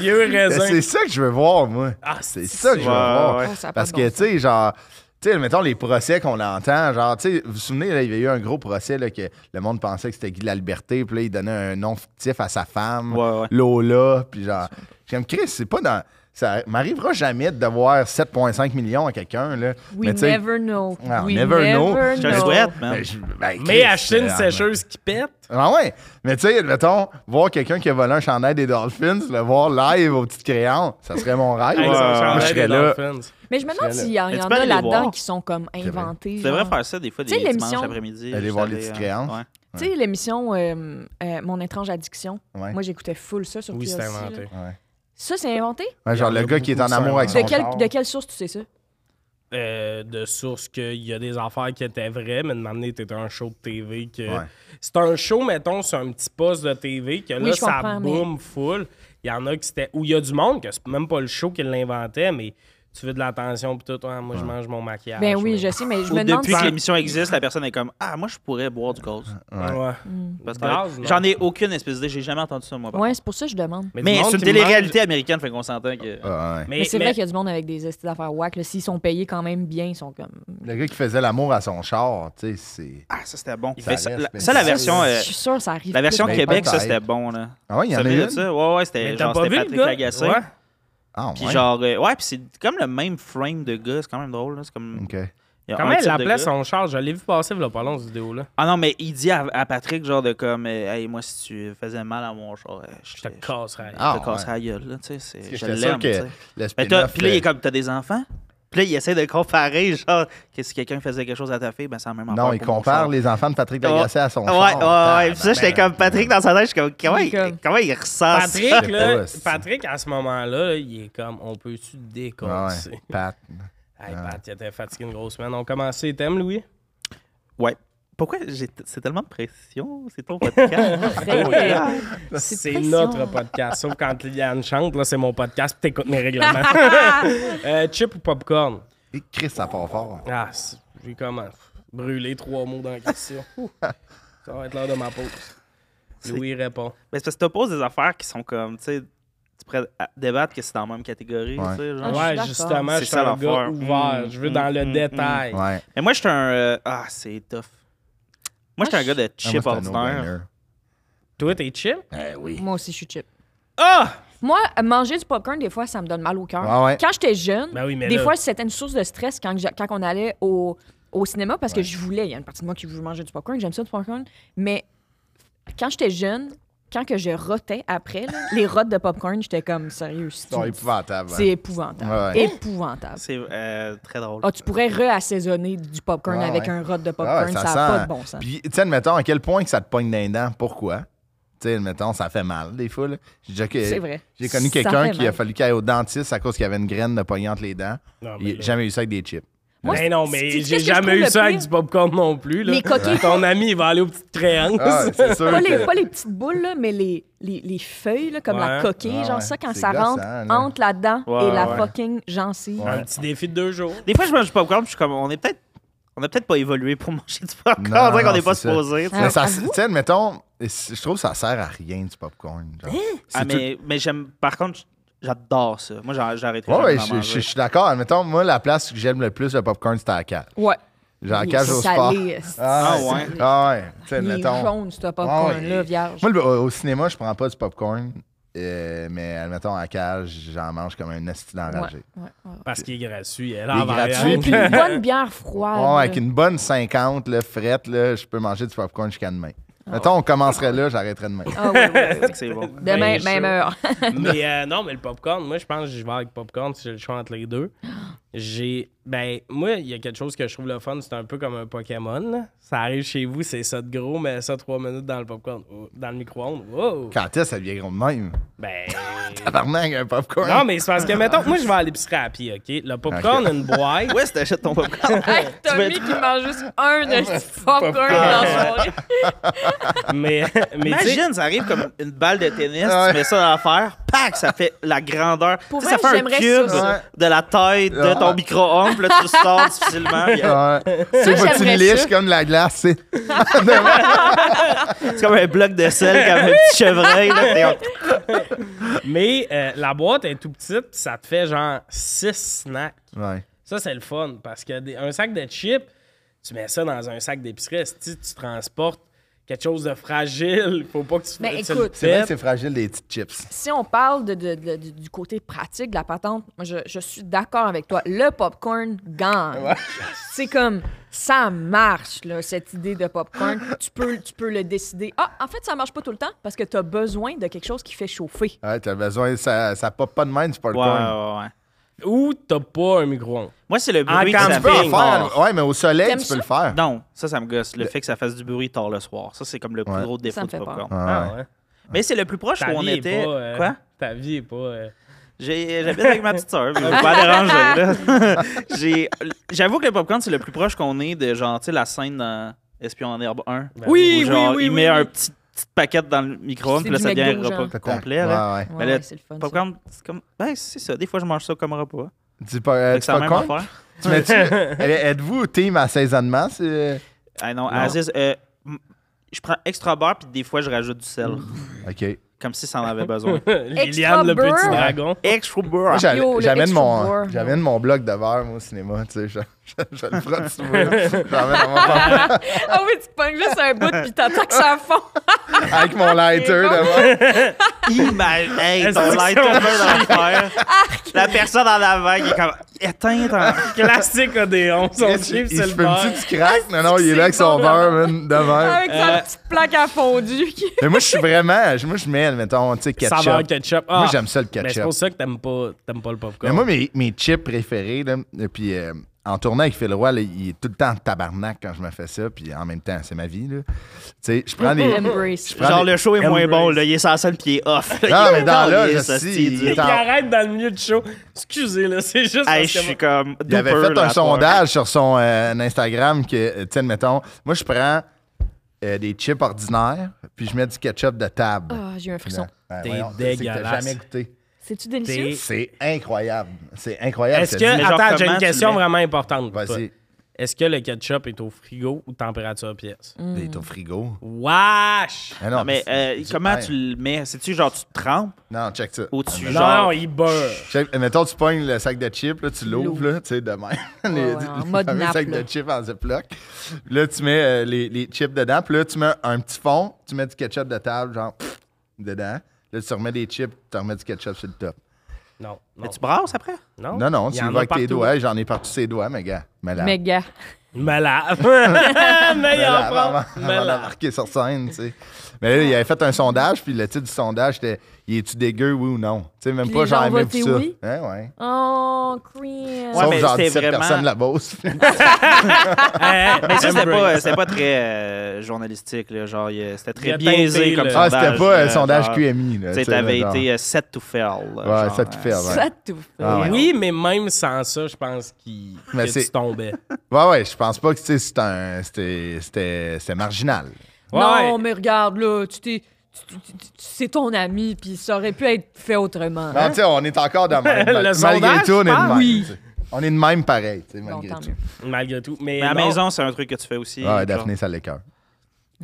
Vieux Mais raisin. Ben, C'est ça que je veux voir, moi. Ah, C'est ça que je veux Ouais, voir. ouais. Oh, ça a pas Parce de que, bon tu sais, genre, tu sais, mettons les procès qu'on entend, genre, tu sais, vous vous souvenez, là, il y avait eu un gros procès là, que le monde pensait que c'était Guy Liberté, puis là, il donnait un nom fictif à sa femme, Ouais, ouais. Lola, puis genre, j'aime Chris, c'est pas dans. Ça m'arrivera jamais de devoir 7,5 millions à quelqu'un, là. We Mais tu sais, never know. Ah, We never know. never Je te le know. souhaite, man. ben, je- ben, Mais Chris, acheter une euh, sécheuse qui pète. Ah ouais, mais tu sais, mettons, voir quelqu'un qui a volé un chandail des Dolphins, le voir live aux petites crayons, ça serait mon rêve. Avec son ouais, Moi, je chandail serais des là. Dolphins. Mais je me demande s'il y, en- Mais y tu en peux a aller les là-dedans voir. qui sont comme vrai. inventés. Tu devrais genre. faire ça des fois, des Tu sais, l'émission- dimanches après-midi. Aller juste voir les aller, petites euh, créances. ouais. Tu sais, l'émission euh, euh, Mon étrange addiction, Ouais. moi j'écoutais full ça sur Oui, c'est TLC, inventé. là. Ouais. Ça, c'est inventé? Ouais, genre Il y en le a gars qui est en beaucoup, ça, amour avec hein. son De, quel- char. de quelle source tu sais ça? Euh, de source qu'il y a des affaires qui étaient vraies, mais de m'amener, c'était un show de TV. que Ouais. C'est un show, mettons, sur un petit poste de TV, que là, je ça comprends, mais- boom full. Il y en a qui c'était. Où il y a du monde, que c'est même pas le show qui l'inventait, mais tu veux de l'attention, pis tout. Ah, moi, je mange mon maquillage. ben oui, mais- je sais, mais je Ou me demande depuis si... que l'émission existe, la personne est comme Ah, moi, je pourrais boire du gaz. Ouais. Mm. Parce que Gaz, non. j'en ai aucune espèce d'idée, j'ai jamais entendu ça, moi. par Ouais, c'est pour ça que je demande. du Mais monde c'est une qui me demande- télé-réalité américaine, fait qu'on s'entend que. Ah, ouais. Mais, Mais, c'est mais- vrai qu'il y a du monde avec des estis d'affaires whack. là. S'ils sont payés quand même bien, ils sont comme... Le gars qui faisait l'amour à son char, tu sais, c'est. Ah, ça c'était bon. Ça Mais ça, reste, la, mais ça, la ça, version, Ça, euh, Je suis sûre, ça arrive la version plus, ben, Québec, ça peut-être. c'était bon là. Ah ouais, il y Ça en a venait de une. ça? Ouais, ouais, mais c'était t'as genre pas c'était vu Patrick le gars? Lagacé. Ouais. Ah ouais. Puis genre euh, ouais, puis c'est comme le même frame de gars, c'est quand même drôle là, c'est comme Ok. il y a un Comment elle type de l'appelait gars. son charge? Je l'ai vu passer, là, pas long, cette vidéo-là. Ah non, mais il dit à, à Patrick genre de comme euh, hey, moi si tu faisais mal à mon genre euh, je Je te te je casserais. Ah, te casserais ouais. la gueule là, tu sais, c'est- Parce que je j'étais sûr l'aime. tu que sais. le Mais t'as- spin-off. puis là il est euh, comme t'as des enfants Puis là, il essaie de comparer, genre, que si quelqu'un faisait quelque chose à ta fille, ben, c'est la même affaire Non, il pour mon compare char. Ah les enfants de Patrick Lagacé à son Ouais, ah char. ouais, ouais. Puis ça, j'étais Tabarnak. comme Patrick dans sa tête, je suis comme, comment Il est il, comme- comment il ressent ça? Patrick, c'est là, pas, c'est- Patrick, à ce moment-là, là, il est comme, on peut-tu Ah décasser? ouais. Pat. Hey, Pat, il était fatigué une grosse semaine. On a commencé les thèmes, Louis? Ouais. Pourquoi j'ai t- c'est tellement de pression? C'est ton Ben, podcast. Arrête. C'est pression. notre podcast, sauf quand Liliane chante, là, c'est mon podcast, puis t'écoutes mes règlements. Euh, chip ou popcorn? Et Chris, ça part fort. Ah, c'est- j'ai comment brûlé trois mots dans la question. Ouh. Ça va être l'heure de ma pause. Louis répond. Mais c'est parce que tu poses des affaires qui sont comme, tu sais, tu pourrais à- débattre que c'est dans la même catégorie, Ouais. tu sais, genre. Ah, je suis Ouais, d'accord. justement, je C'est suis ça un gars l'affaire. ouvert. Mm, je veux mm, dans le mm, détail. Ouais. Mais moi, je suis un. euh, ah, c'est tough. Moi, je suis un gars de Ah, moi, chip c'est un ordinaire. no-brainer. Toi, t'es chip? Eh oui. Moi aussi, je suis chip. Ah! Moi, manger du popcorn, des fois, ça me donne mal au cœur. Ah ouais. Quand j'étais jeune, Ben oui, mais des là- fois, c'était une source de stress quand, je- quand on allait au, au cinéma parce que je voulais. Il y a une partie de moi qui voulait manger du popcorn, j'aime ça du popcorn. Mais quand j'étais jeune, quand que je rotais après, là, les rotes de popcorn, j'étais comme sérieux. C'est C'est épouvantable. c'est épouvantable. Ouais, ouais. Épouvantable. C'est euh, très drôle. Ah, tu pourrais réassaisonner du popcorn Ouais, avec ouais. un rot de Ah popcorn, ouais, ça n'a sent- pas de bon sens. Puis, tu sais, admettons, à quel point que ça te pogne dans les dents, pourquoi? Tu sais, admettons, ça fait mal, des fois. là. J'ai déjà que- C'est vrai. J'ai connu Ça quelqu'un fait qui a mal. fallu qu'il aille au dentiste à cause qu'il y avait une graine de pognante entre les dents. Non, mais Il là- a jamais eu ça avec des chips. Moi, Ben non, c'est- mais qu'est-ce j'ai que je jamais trouve eu le ça avec pire? du popcorn non plus. Là. Les coquilles. Ton ami, il va aller aux petites créances. Ah, c'est sûr. Pas les, que- pas les petites boules, là, mais les, les, les feuilles, là, comme Ouais. la coquille, Ouais, genre Ah ouais. ça, quand C'est ça gossant, rentre là. entre là-dedans Ouais, et la ouais. fucking gencive. Un petit défi de deux jours. Des fois, je mange du popcorn, puis je suis comme, on est peut-être. On a peut-être pas évolué pour manger du popcorn. Non, Ah, on dirait qu'on non, n'est pas c'est ça. supposé. tu sais. Mais ça, Avoue. tu sais, admettons, je trouve que ça sert à rien du popcorn. genre. Hein? C'est Ah, tout- mais, mais j'aime. Par contre, j'adore ça. Moi, j'en- j'arrêterai Ouais, ouais, jamais d'en je- je manger. je suis d'accord. Admettons, moi, la place que j'aime le plus le popcorn, c'était à la cage. Ouais. Genre, à Il est cage au sport. salé, esti. Ah, c'est- ouais. Ah, ouais. Tu sais, Il est admettons. jaune, ce popcorn-là, Ah Ouais. vierge. Moi, le- au, au cinéma, je prends pas du popcorn. euh, mais admettons, à la cage, j'en mange comme un esti Ouais, d'enragé. ouais, ouais. Parce qu'il est gratuit. Elle Il est en variante. gratuit, Puis une bonne bière froide. Ouais, Ah, là. avec une bonne 50, là, frette, là, je peux manger du popcorn jusqu'à demain. Mettons, on commencerait là, j'arrêterais demain. Ah oui, oui, oui. C'est bon. Demain, Ben, même heure. mais euh, non, mais le popcorn, moi, je pense que je vais avec popcorn si j'ai le choix entre les deux. J'ai. Ben, moi, il y a quelque chose que je trouve le fun, c'est un peu comme un Pokémon. là. Ça arrive chez vous, c'est ça de gros, mais ça, trois minutes dans le popcorn, Oh, dans le micro-ondes. Wow! Quand est-ce que ça devient gros de même? Ben. Tabarnak, un popcorn. non, mais c'est parce que, mettons, moi, je vais à l'épicerie à pied, OK? Le popcorn, une boîte. Où est-ce que t'achètes ton popcorn? Hey, Tommy Tu qui mange juste un de ce popcorn dans la soirée. mais. mais tu sais- Imagine, ça arrive comme une balle de tennis, Ouais. tu mets ça dans l'affaire, pac, ça fait la grandeur. Pour Tu sais, vrai, ça fait un j'aimerais cube ça, ça. de la taille de ton Ouais. micro-ondes, puis là, tu le sors difficilement. puis, euh, Ouais. C'est faut que tu j'aimerais liches ça. comme de la glace. c'est- C'est comme un bloc de sel, comme un petit chevreuil. Là, t'es- Mais euh, la boîte est tout petite, pis ça te fait genre 6 snacks. Ouais. Ça, c'est le fun parce que des- un sac de chips, tu mets ça dans un sac d'épicerie, si tu transportes quelque chose de fragile, faut pas que tu, Mais tu le écoute, C'est vrai que pètes. c'est fragile, les petites chips. Si on parle de, de- de- du- du côté pratique de la patente, moi, je, je suis d'accord avec toi. Le popcorn gagne. C'est comme ça marche, là, cette idée de popcorn. Tu peux, tu peux le décider. Ah, en fait, ça marche pas tout le temps parce que tu as besoin de quelque chose qui fait chauffer. Ouais, t'as besoin, ça, ça pop pas de main du Ouais, ouais, popcorn. ouais, ouais. Ou t'as pas un micro-ondes. Moi, c'est le bruit que quand ça tu peux fait. en fort. Faire- ouais, mais au soleil, tu T'aimes peux ça? le faire. Non, ça, ça me gosse. Le fait que ça fasse du bruit tard le soir. Ça, c'est comme le plus Ouais. gros défaut Ça me de fait peur. popcorn. Ah ouais. ouais. Mais c'est le plus proche où Ta on vie était. est pas. euh, Quoi? Ta vie est pas. euh, J'ai- J'habite avec ma petite soeur, mais je vais pas déranger. là. J'ai- J'avoue que le popcorn, c'est le plus proche qu'on est de genre, tu sais, la scène dans Espion en herbe 1. Ben oui, où, genre, oui, oui, il oui, met oui. un petit, petit paquet dans le micro-ondes, C'est puis là, du ça devient un McDo, repas genre. complet. Ouais, là. ouais. Ouais, Mais le ouais, c'est le fun. ça. Popcorn, c'est comme. Ben, c'est ça. Des fois, je mange ça comme repas. Du, po- euh, Fait que du c'est la même popcorn. affaire. Tu mets-tu- Eh, Êtes-vous team assaisonnement? c'est- euh, Ah non, Aziz, euh, m- je prends extra beurre, puis des fois, je rajoute du sel. Mm. OK. comme si ça en avait besoin. Liliane, le beurre. petit dragon. extra beurre. Moi, j'a- Yo, le J'amène extra mon, beurre. j'amène mon bloc de verre, moi, au cinéma. Tu sais, je, je, je le frotte souvent. J'amène à mon papa Ah oui, tu pognes juste un bout puis t'attends que ça fond. avec mon lighter bon. devant. Imagine, Ah, hey, ton Est-ce que lighter c'est plein d'affaires. La personne en avant qui est comme éteinte en. Classique Odéon. Son Il chip, il c'est se le fait un beurre. petit crack. Non, non, il est là avec C'est son bon, Ah, verre, man, de même. Avec sa petite plaque à fondu. qui- Mais moi, je suis vraiment. je- Moi, je mets, mettons, tu sais, ketchup. Saveur ketchup. Ah, Moi, j'aime ça, le ben, c'est ketchup. pour ça que t'aimes pas, t'aimes pas le popcorn. Mais moi, mes, mes chips préférés, là, et puis euh, en tournant avec Phil Roy, là, il est tout le temps en tabarnak quand je me fais ça, puis en même temps, c'est ma vie. Là. Tu sais, je prends des. Embrace. Je prends Genre, des- le show est moins Embrace. bon, là. Il est sans scène, puis il est off. Non, mais dans là, là, il est je ça, sais, c'est il dur. Il est en- arrête dans le milieu du show. Excusez, là, c'est juste. Hey, parce je que suis comme. Il avait Dooper, fait un là, sondage sur son euh, Instagram que, euh, tu sais, mettons, moi, je prends euh, des chips ordinaires, puis je mets du ketchup de table. Ah, j'ai eu un frisson. Ouais, T'es voyons, c'est que t'as dégueulasse. jamais goûté. C'est-tu délicieux? C'est incroyable. C'est incroyable. Est-ce cette que. vie. genre, Attends, j'ai comment une tu le question mets? vraiment importante. pour toi. Vas-y, Est-ce que le ketchup est au frigo ou température pièce? Mm. t'es au frigo. Wesh! Ah Non, mais euh, c'est- comment ouais. tu le mets C'est-tu genre, tu te trempes Non, check ça. ou tu Non, genre. il beurre. Check, mettons, tu pognes le sac de chips, là, tu l'ouvres, là, tu sais, de même. ouais, en mode fameux nappe, sac là. de chips en ziploc. Là, tu mets euh, les, les chips dedans, puis là, tu mets un petit fond, tu mets du ketchup de table, genre, pff, dedans. Là, tu remets des chips, tu remets du ketchup sur le top. Non. Non, Mais tu brasses après non, Non, non, Il y tu en le a vois avec tes partout. doigts. J'en ai partout ses doigts, mes gars. Mais là, Méga. Me lave. Meilleur avant, point. avant Me d'avoir lave. marqué sur scène, tu sais. Mais là, il avait fait un sondage, puis le titre du sondage, c'était « Es-tu dégueu, oui ou non? » Tu sais, même Puis pas les genre « gens ont Aimez-vous voté ça? oui? Hein, ouais. Oh, cream. Ouais, Sauf mais genre c'était 17 vraiment- personnes de la Beauce. Hey, Mais ça, c'était embrace. pas, c'était pas très euh, journalistique, là. Genre, il- euh, c'était Il très a biaisé teinté comme le- ah, sondage. c'était pas un là, sondage genre, QMI. Là, Tu sais, tu sais, t'avais genre. été euh, set to fail. là, Ouais, genre, ça te euh, fait, ouais. Ça tout fait. Ah ouais. Oui, mais même sans ça, je pense qu'il Mais que c'est- tu tombais. Ouais, ouais, je pense pas que tu sais, c'est un- c'était c'était- c'était marginal. Non, Ouais. mais regarde, là, tu t'es. tu- tu- tu- tu- C'est ton ami, puis ça aurait pu être fait autrement. Non, tu sais, on est encore dans même. Le malgré sondage, tout, on est de ah même. oui. tu sais. On est de même pareil, tu sais, Bon, malgré tant tout. mieux. Malgré tout. Mais, Mais à la non, maison, c'est un truc que tu fais aussi. genre. Ouais, Daphné, ça l'écoeure.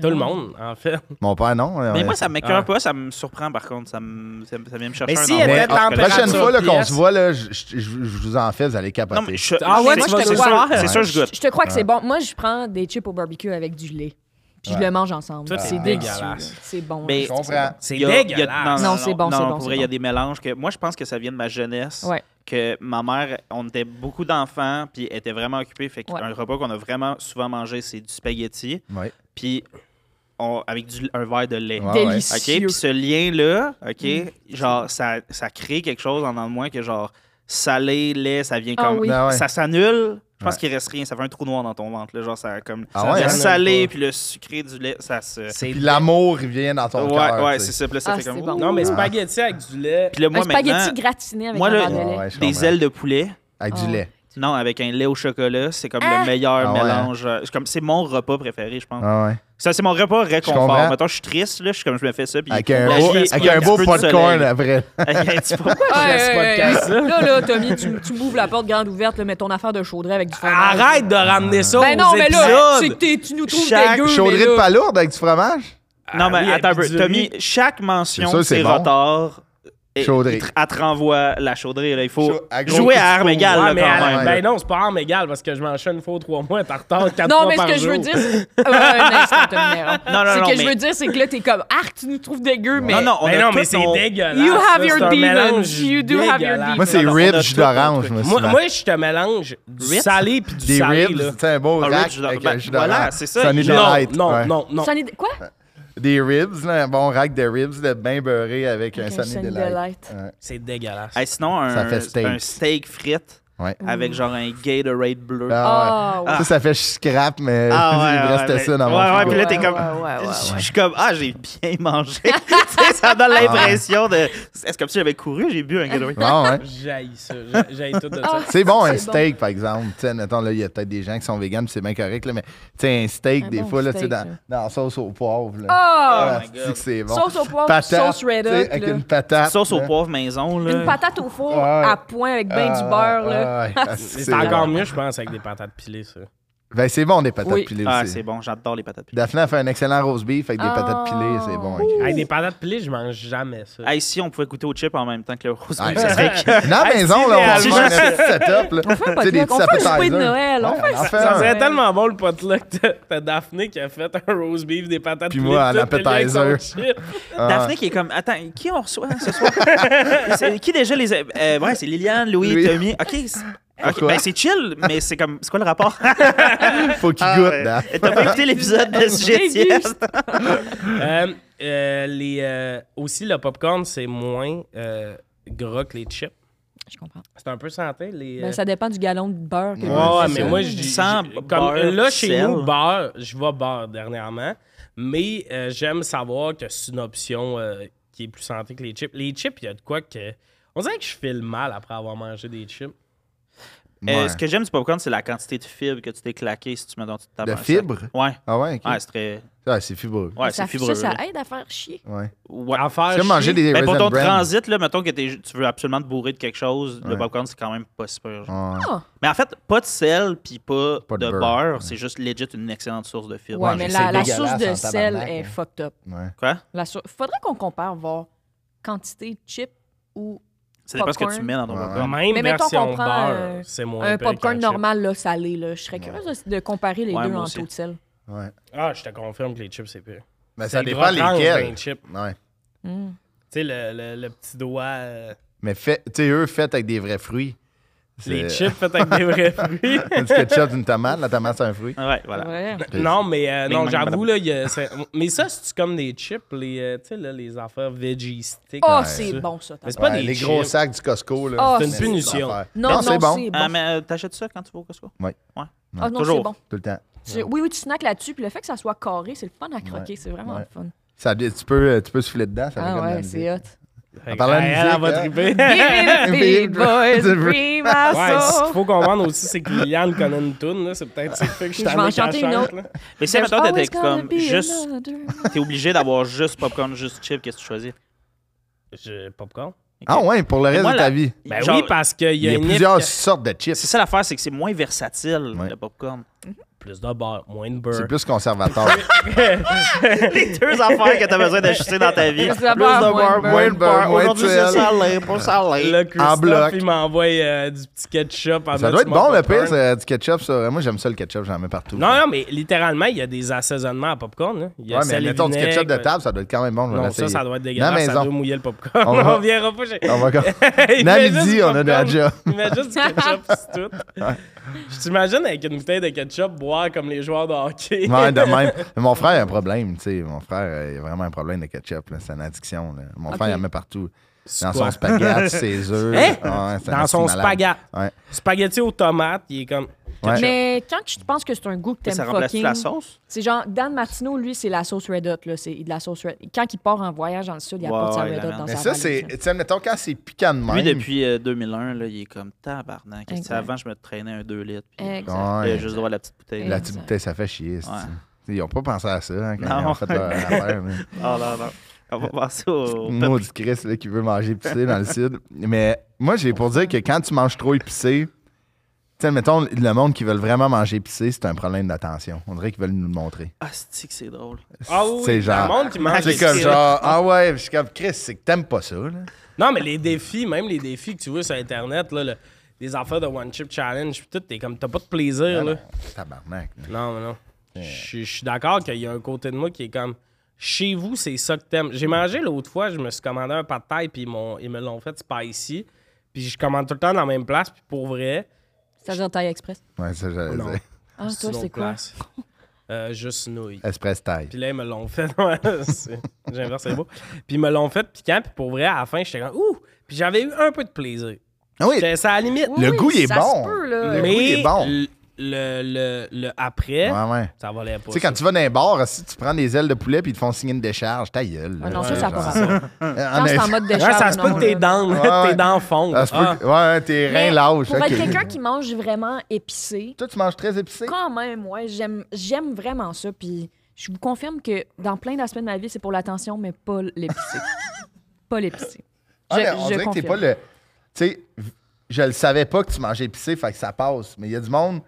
Tout le monde, en fait. Mon père, non. Mais ouais. moi, ça m'écœure Ah. pas, ça me surprend par contre. Ça, me, ça, me- ça vient me chercher Mais un si envoi. elle Mais fait de la Ah, prochaine température fois là, qu'on pièce. se voit, là, je, je- je- je vous en fais, vous allez capoter. Non, mais je, Ah ouais, je- tu c'est vas sûr- le voir. C'est sûr, je goûte. Je te crois que c'est bon. Moi, je prends des chips au barbecue avec du lait, puis je Ouais. le mange ensemble. Toi, t'es C'est délicieux. là. dégueulasse. C'est bon. Mais- je comprends. C'est Il y a- il y a- dégueulasse. Non, c'est bon, c'est bon, Pour c'est vrai, il y a bon. des mélanges que. Moi, je pense que ça vient de ma jeunesse. Ouais. Que ma mère, on était beaucoup d'enfants, puis elle était vraiment occupée. Fait qu'un Ouais. repas qu'on a vraiment souvent mangé, c'est du spaghetti. Ouais. Puis on- avec du- un verre de lait. Ouais. Ah Délicieux. Mm. OK? Puis ce lien-là, OK? Genre, ça, ça crée quelque chose en dedans de moi que, genre, salé, lait, ça vient Ah comme. oui. Ah ouais. Ça s'annule. Je pense Ouais. qu'il reste rien. Ça fait un trou noir dans ton ventre. Là. Genre, ça comme. Ah ça- ouais, le hein? salé, puis le sucré du lait, ça se. C'est Puis l'amour, il vient dans ton Ouais, cœur. ouais, tu sais. c'est ça. Puis là, ça Ah, fait comme. c'est bon. Non, mais Ah. spaghetti avec du lait. Puis là, moi, un spaghetti maintenant, gratiné avec moi, un le- verre de Ah lait. ouais, je des comprends. ailes de poulet Avec Ah. du lait. non, avec un lait au chocolat, c'est comme Ah! le meilleur Ah ouais. mélange. euh, c'est comme c'est mon repas préféré, je pense. Ah ouais. Ça c'est mon repas réconfort. comprends. Mettons, je suis triste là, je suis comme je me fais ça puis Avec un la beau, vie, c'est avec pas un petit beau peu de popcorn soleil. après. Avec un petit peu- Hey, hey, hey, hey. Là, là, Tommy, tu, tu m'ouvres la porte grande ouverte, là, mais ton affaire de chaudret avec du Ah. fromage. Arrête de ramener ça Ben aux non, mais là, c'est épisodes. que t'es- tu nous trouves Chaque dégueu, mais Chaudrée de là- palourde avec du fromage? Non mais Ah oui, attends un puis peu, du Tommy, riz. chaque mention C'est sûr, de c'est ses bon. retards et- Chaudrée. il te- elle te renvoie la chaudrée là, il faut Chaud- à gros jouer coup de à armes poing. égales Ouais, là, mais quand à- même. ben non, c'est pas arme égale parce que je m'enchaîne une fois aux trois mois, t'es en retard quatre Non, fois mais ce par que je veux jour. dire, c'est. Euh, un instant, Tommy Néron. Non, non, Ce non, que je mais- veux dire, c'est que là, t'es comme, arc, tu nous trouves dégueu, mais. non non, on Ben a non, tout mais c'est nos- dégueulasse. You ça, have your c'est un demons. mélange You do have your dégueulasse. Moi, c'est on a rib, tout jus notre d'orange. truc. moi, Moi, souvent. moi, je te mélange du Ritz? salé puis du Des salé. ribs, là. c'est un beau Un rib, rack jus d'or- avec ben, un jus voilà, d'orange. c'est ça. Sunny Non, Delight, non, ouais. non, non. J'en ai- Quoi? Des ribs, là, un bon rack de ribs de bain beurré avec un Avec un Sunny Sunny Delight. Delight. Ouais. C'est dégueulasse. Hey, sinon un, Ça fait steak. un steak frite Ouais. avec genre un Gatorade bleu. Ah, ouais. Ah, ouais. Ça, ça fait scrap, mais il me restait mais- ça dans Ah, ouais, mon ouais, frigo. puis là, t'es Ouais, comme. ouais, ouais, ouais, ouais. Je suis comme, ah, j'ai bien mangé. tu sais, ça me donne Ah. l'impression de. C'est comme si j'avais couru, j'ai bu un Gatorade. Bon, hein. J'aille ça. J'ai- J'aille tout Ah. de ça. C'est bon, un C'est bon. steak, par exemple. Tu sais, mettons, là, il y a peut-être des gens qui sont véganes, puis c'est bien correct, là, mais tu sais, un steak, Un des bon fois, là, tu sais, steak, dans, là. dans la sauce au poivre. Là. Ah! Ah, Oh my c'est-tu God. que c'est bon. Sauce au poivre, Patate, sauce red tu sais, hot, Avec là. une patate. Sauce au là. poivre maison, là. Une patate au four Ouais. à point avec ben du Ah, beurre, là. ah, ouais. Ah, C'est encore bon. mieux, je pense, avec des patates pilées, ça. Ben, c'est bon, des patates Oui. pilées Ah, aussi. c'est bon, j'adore les patates. pilées. Daphné a fait un excellent roast beef avec des Ah. patates pilées, c'est bon. hein, Chris. Avec des patates pilées, je mange jamais ça. Hey, si on pouvait goûter au chip en même temps que le rose. Ah, ça ça serait que- Non, Hey, maison, si, là, on va mais faire un petit setup. Là. On fait un Tu sais, des potluck, on petits fait un souper de appetizers. Noël, on Ouais, fait on en fait Ça un. serait tellement bon le potluck de, de Daphné qui a fait un roast beef, des patates Puis pilées. moi, à tout le lien avec son l'appetizer. chip. Ah. Daphné qui est comme, attends, qui on reçoit ce soir? C'est- qui déjà les. a- euh, ouais, c'est Liliane, Louis, Louis. Tommy. OK. c'est- ok, Pourquoi? ben c'est chill, mais c'est comme, c'est quoi le rapport? Faut qu'il Ah, goûte, hein. ouais. Daph. T'as pas écouté l'épisode de Suggestion? Déguste. Euh, euh, les, euh, aussi, le popcorn, c'est moins euh, gras que les chips. Je comprends. C'est un peu santé. Les, Ben, euh, ça dépend du gallon de beurre. que- Ouais, Ouais, ouais, c'est mais ça. moi, je dis. Sans je- comme beurre, là, chez sel. nous, beurre, je vais beurre dernièrement. Mais euh, j'aime savoir que c'est une option euh, qui est plus santé que les chips. Les chips, il y a de quoi que. On dirait que je file mal après avoir mangé des chips. Euh, Ouais. ce que j'aime du popcorn, c'est la quantité de fibres que tu t'es claqué si tu mets dans toute ta De fibres? Ouais. Ah ouais, ok. Ouais, c'est très. Ah, c'est fibreux. Ouais, ça, c'est fibreux. ça, ça là. aide à faire chier. Ouais. Ouais. À faire Tu sais, chier. manger des Ah, Ben, pour raisin ton bran. transit, là, mettons que t'es- tu veux absolument te bourrer de quelque chose, le popcorn, c'est quand même pas super. genre. Ouais. Ah! Mais en fait, pas de sel puis pas, Pas de de, beurre. beurre, c'est juste legit une excellente source de Ouais, fibres. Ouais, mais mais la, c'est la dégueulasse source de en sel tabarnak, est hein. fucked up. Ouais. Quoi? La sour- Faudrait qu'on compare, voir quantité de chips ou C'est pas ce que tu Popcorn. mets dans ton Ouais. Même popcorn. Mais mettons version qu'on prend, beurre, euh, c'est moins un épais qu'un popcorn chip. normal là, salé. Là. Je serais curieuse de, de comparer les Ouais, deux moi en aussi. taux de sel. Ouais. Ah, je te confirme que les chips, c'est pire. Mais C'est ça le dépend gras tranche lesquels. d'un chip. Tu Ouais. Mm. sais, le, le- le petit doigt. euh, Mais fait, tu sais, eux, faites avec des vrais fruits. les C'est- chips faits avec des vrais fruits. Un petit ketchup d'une tomate, la tomate, c'est un fruit. Ouais, voilà. Ouais. Non, mais euh, Bing, non, bang, j'avoue, bang. là, il y a- c'est- mais ça, c'est comme des chips, les, euh, tu sais, là, les affaires veggie sticks. Oh, ben, Ouais. c'est bon ça. Mais c'est tabarnak. pas des Ouais, Euh, les chips. gros sacs du Costco. là. Ah, Mais c'est une punition. l'enfer. Non, non, c'est bon. Ah, mais euh, t'achètes ça quand tu vas au Costco? Ah non, c'est Toujours. bon. Tout le temps. Tu- Oui, oui, tu snacks là-dessus. Puis le fait que ça soit carré, c'est le fun à croquer. C'est vraiment Ouais. le fun. Ça, tu, peux, tu peux souffler dedans. Ça fait Ah comme de la ouais, musique. c'est hot. Fait que, En parlant de elle, elle, elle va musique, hein. triper. Give me the big Big boys, brother. bring my Ouais, ce soul. qu'il faut comprendre aussi, c'est que Liliane connaît une toune, là. C'est peut-être ça qui fait que je suis Je vais tanné en chanter qu'elle une chante, autre. là. Mais si, mettons, There's t'étais always gonna comme be juste. another. T'es obligé d'avoir juste popcorn, juste chip, qu'est-ce que tu choisis? Je- Popcorn. Ah ouais, pour le reste moi, de ta la- vie. Ben Genre, oui, parce qu'il Il y y a, a une plusieurs efficace- sortes de C'est chips. ça l'affaire, c'est que c'est moins versatile, Ouais. le popcorn. Plus de beurre, moins de beurre. C'est plus conservateur. Les deux affaires que t'as besoin d'ajuster dans ta vie. Plus de beurre, moins de beurre. moins de beurre, moins de Aujourd'hui, c'est sel. salé, pas salé. Là, Christophe, bloc. il m'envoie euh, du petit ketchup. en Ça mode doit être small bon, le popcorn. pire, c'est du ketchup. Ça. Moi, j'aime ça, le ketchup. J'en mets partout. Non, non, mais littéralement, il y a des assaisonnements à popcorn. là. Il y a Ouais, mais sel et mettons du vinaigre, ketchup de table, ça doit être quand même bon. je vais Non, ça, l'essayer. ça doit être Non, dégueulasse. Ça maison. doit mouiller le popcorn. On On, va- viendra pas chez. On va- Il met Dans juste midi, du on a de la popcorn. job. Il met juste du ketchup, c'est tout. Je t'imagine avec une bouteille de ketchup boire comme les joueurs de hockey. Ouais, de même. Mon frère a un problème, tu sais. Mon frère, euh, il a vraiment un problème de ketchup. là. C'est une addiction. là. Mon frère, il en met partout. Dans son quoi? spaghetti, ses œufs. Hein? Ouais, c'est un Dans esti son malade. spaghetti. Ouais. Spaghetti aux tomates, il est comme. Ouais. Mais quand je pense que c'est un goût que t'aimes Ça remplace fucking, la sauce? c'est genre Dan Martino, lui, c'est la sauce Red Hot, là, c'est de la sauce Red. Quand il part en voyage dans le sud, il Ouais, apporte sa ouais, Red la Hot dans merde. Mais sa ça, valise, c'est. là. Tu sais, mettons, quand c'est piquant de même. Lui, depuis euh, 2001, là, il est comme tabarnak. Qu'est-ce que c'est? Exact. Avant, je me traînais un 2 litres. Puis, Exact. Ouais. il a juste droit à la petite bouteille. La Exact. petite bouteille, ça fait chier. c'est- Ouais. Ils n'ont pas pensé à ça hein, quand Non. ils ont fait leur affaire. mais- Ah, non, non. On va passer au. au peuple. Maudit Chris là, qui veut manger épicé dans le sud. Mais moi, j'ai pour dire que quand tu manges trop épicé, tu sais, mettons, le monde qui veulent vraiment manger épicé, c'est un problème d'attention. On dirait qu'ils veulent nous le montrer. Ah, c'est que c'est drôle. Ah oui, C'est oui, genre- le monde qui mange C'est des comme chips. genre, ah ouais, je suis comme Chris, c'est que t'aimes pas ça. Là. Non, mais les défis, même les défis que tu vois sur Internet, là, le- les affaires de One Chip Challenge, pis tout, t'es comme, t'as pas de plaisir, là. Tabarnak. là. Non, mais non. Je je suis d'accord qu'il y a un côté de moi qui est comme. Chez vous, c'est ça que t'aimes. J'ai mangé l'autre fois, je me suis commandé un pad thai, puis ils, m'ont- ils me l'ont fait spicy. Puis je commande tout le temps dans la même place, puis pour vrai. C'est-à-dire taille express. Ouais, ça, j'allais Oh Non. dire. Ah, toi, une autre c'est quoi? place. Euh, juste nouilles. Espresso taille. Puis là, ils me l'ont fait. Ouais, c'est- J'inverse les mots. Puis ils me l'ont fait piquant. Puis pour vrai, à la fin, j'étais comme Ouh! Puis j'avais eu un peu de plaisir. Ah oui, J'étais ça à la limite. Oui, le oui, goût, il est ça se bon. peut, là. Le mais goût, il est bon. le, le, le- le après, Ouais, ouais. ça valait pas. Tu sais, quand tu vas dans un bar, si tu prends des ailes de poulet puis ils te font signer une décharge, ta gueule. Ah là. non, ça, Ouais, ça n'a pas genre. Ah, rapport. Quand c'est en mode de Ouais, ça se peut que tes dents, Ouais, ouais. tes dents fondent. Ça se peut Ah. que- Ouais, tes reins lâchent. Pour ok. être quelqu'un qui mange vraiment épicé, Toi, tu manges très épicé. quand même, ouais, j'aime, j'aime vraiment ça. Puis je vous confirme que dans plein d'aspects de ma vie, c'est pour l'attention, mais pas l'épicé. pas l'épicé. Ah, Je- mais je on dirait que t'es confirme. pas le. Tu sais, v- je le savais pas que tu mangeais épicé, fait que ça passe. Mais il y a du monde,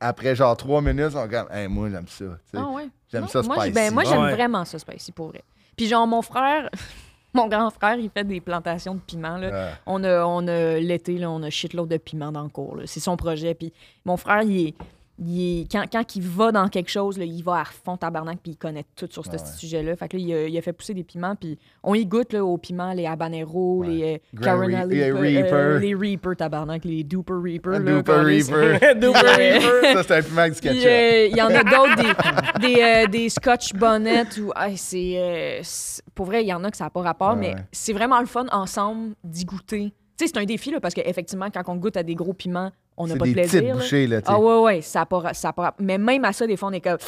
après genre trois minutes, on regarde, hey, moi, j'aime ça. tu sais. Ah ouais. J'aime Non, ça, moi, j'ai- spicy. Ah, ben, moi, j'aime Ouais. vraiment ça, spicy, pour vrai. Puis genre, mon frère, mon grand frère, il fait des plantations de piments. Là. Ah. On a, on a l'été, là, on a shitload de piments dans le cours. là. C'est son projet. Puis mon frère, il est... il est- quand, quand il va dans quelque chose, là, il va à fond tabarnak, puis il connaît tout sur ce petit sujet-là. Fait que là, il a, il a fait pousser des piments, puis on y goûte là, aux piments, les habaneros, Ouais. les euh, Grand Carolina Re- Reaper, les euh, Reaper. les Reaper, tabarnak, les Duper Reaper. là, Dooper quand les- Reaper. Double Euh, reverse. ça, c'est un piment du puis, ketchup. euh, il y en a d'autres, des, des, euh, des Scotch bonnets ou. ah, c'est, euh, c'est- pour vrai, il y en a que ça n'a pas rapport, Ouais, mais ouais. c'est vraiment le fun ensemble d'y goûter. Tu sais, c'est un défi, là, parce qu'effectivement, quand on goûte à des gros piments, on n'a C'est pas de des plaisir. petites là. bouchées, là, tu sais. Ah, ouais, ouais, ça n'a pas, ra- ça a pas rapport. Mais même à ça, des fois, on est comme.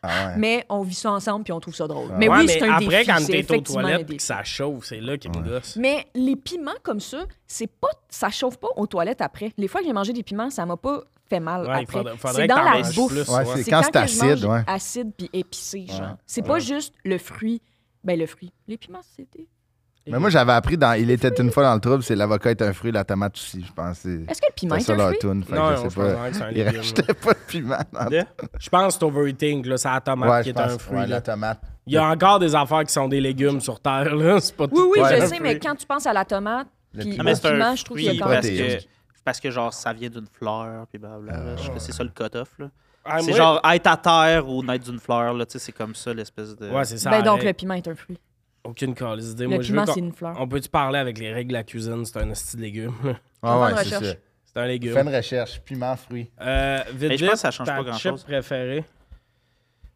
Ah ouais. Mais on vit ça ensemble, puis on trouve ça drôle. Mais Ouais, oui, c'est un après, défi. quand c'est t'es aux effectivement un toilettes et que défi. ça chauffe, c'est là qu'il me gosse. Mais les piments comme ça, c'est pas, ça chauffe pas aux toilettes après. Les fois que j'ai mangé des piments, ça m'a pas fait mal Ouais, il après. faudrait- faudrait c'est que dans t'en la manges bouffe. plus, Ouais, ouais. c'est quand c'est que je mange acide, ouais. Acide puis épicé, genre. C'est ouais. pas juste le fruit. Ben, le fruit. Les piments, c'était. Mais moi, j'avais appris dans Il était une fois dans le trouble, c'est l'avocat est un fruit, la tomate aussi, je pense. C'est Est-ce que le piment c'est est ça un leur fruit? tune. Fait que Non, je non, sais je pas. pense que c'est un Ils légume. rajetaient pas de piment. dans- Yeah. Je pense que c'est overeating, là, c'est la tomate Ouais, qui je est un pense. fruit. Ouais, là. la tomate. Il y a encore des affaires qui sont des légumes sur Terre, là. C'est pas Oui, oui, Ouais, je le sais, mais quand tu penses à la tomate, puis piment. Ah, au mais c'est piment, un je trouve qu'il y fruit a quand même. parce que, protéine. parce que genre ça vient d'une fleur puis Ah. blablabla. Je sais que c'est ça le cut-off là. Ah, c'est moi- genre être à terre ou naître d'une fleur là, tu sais c'est comme ça l'espèce de Ouais, c'est ça. Ben, donc, arrête. le piment est un fruit. Aucune calice d'idée. Le Moi, je veux piment, qu'on- c'est une fleur. On peut-tu parler avec les règles de la cuisine? C'est un style de légume. là. Ah ouais, faire une c'est ça. recherche. C'est un Fais légume. une recherche. Piment, fruit. Euh, vite, Mais je vite, pense que ça change ta pas grand-chose. chip préférée.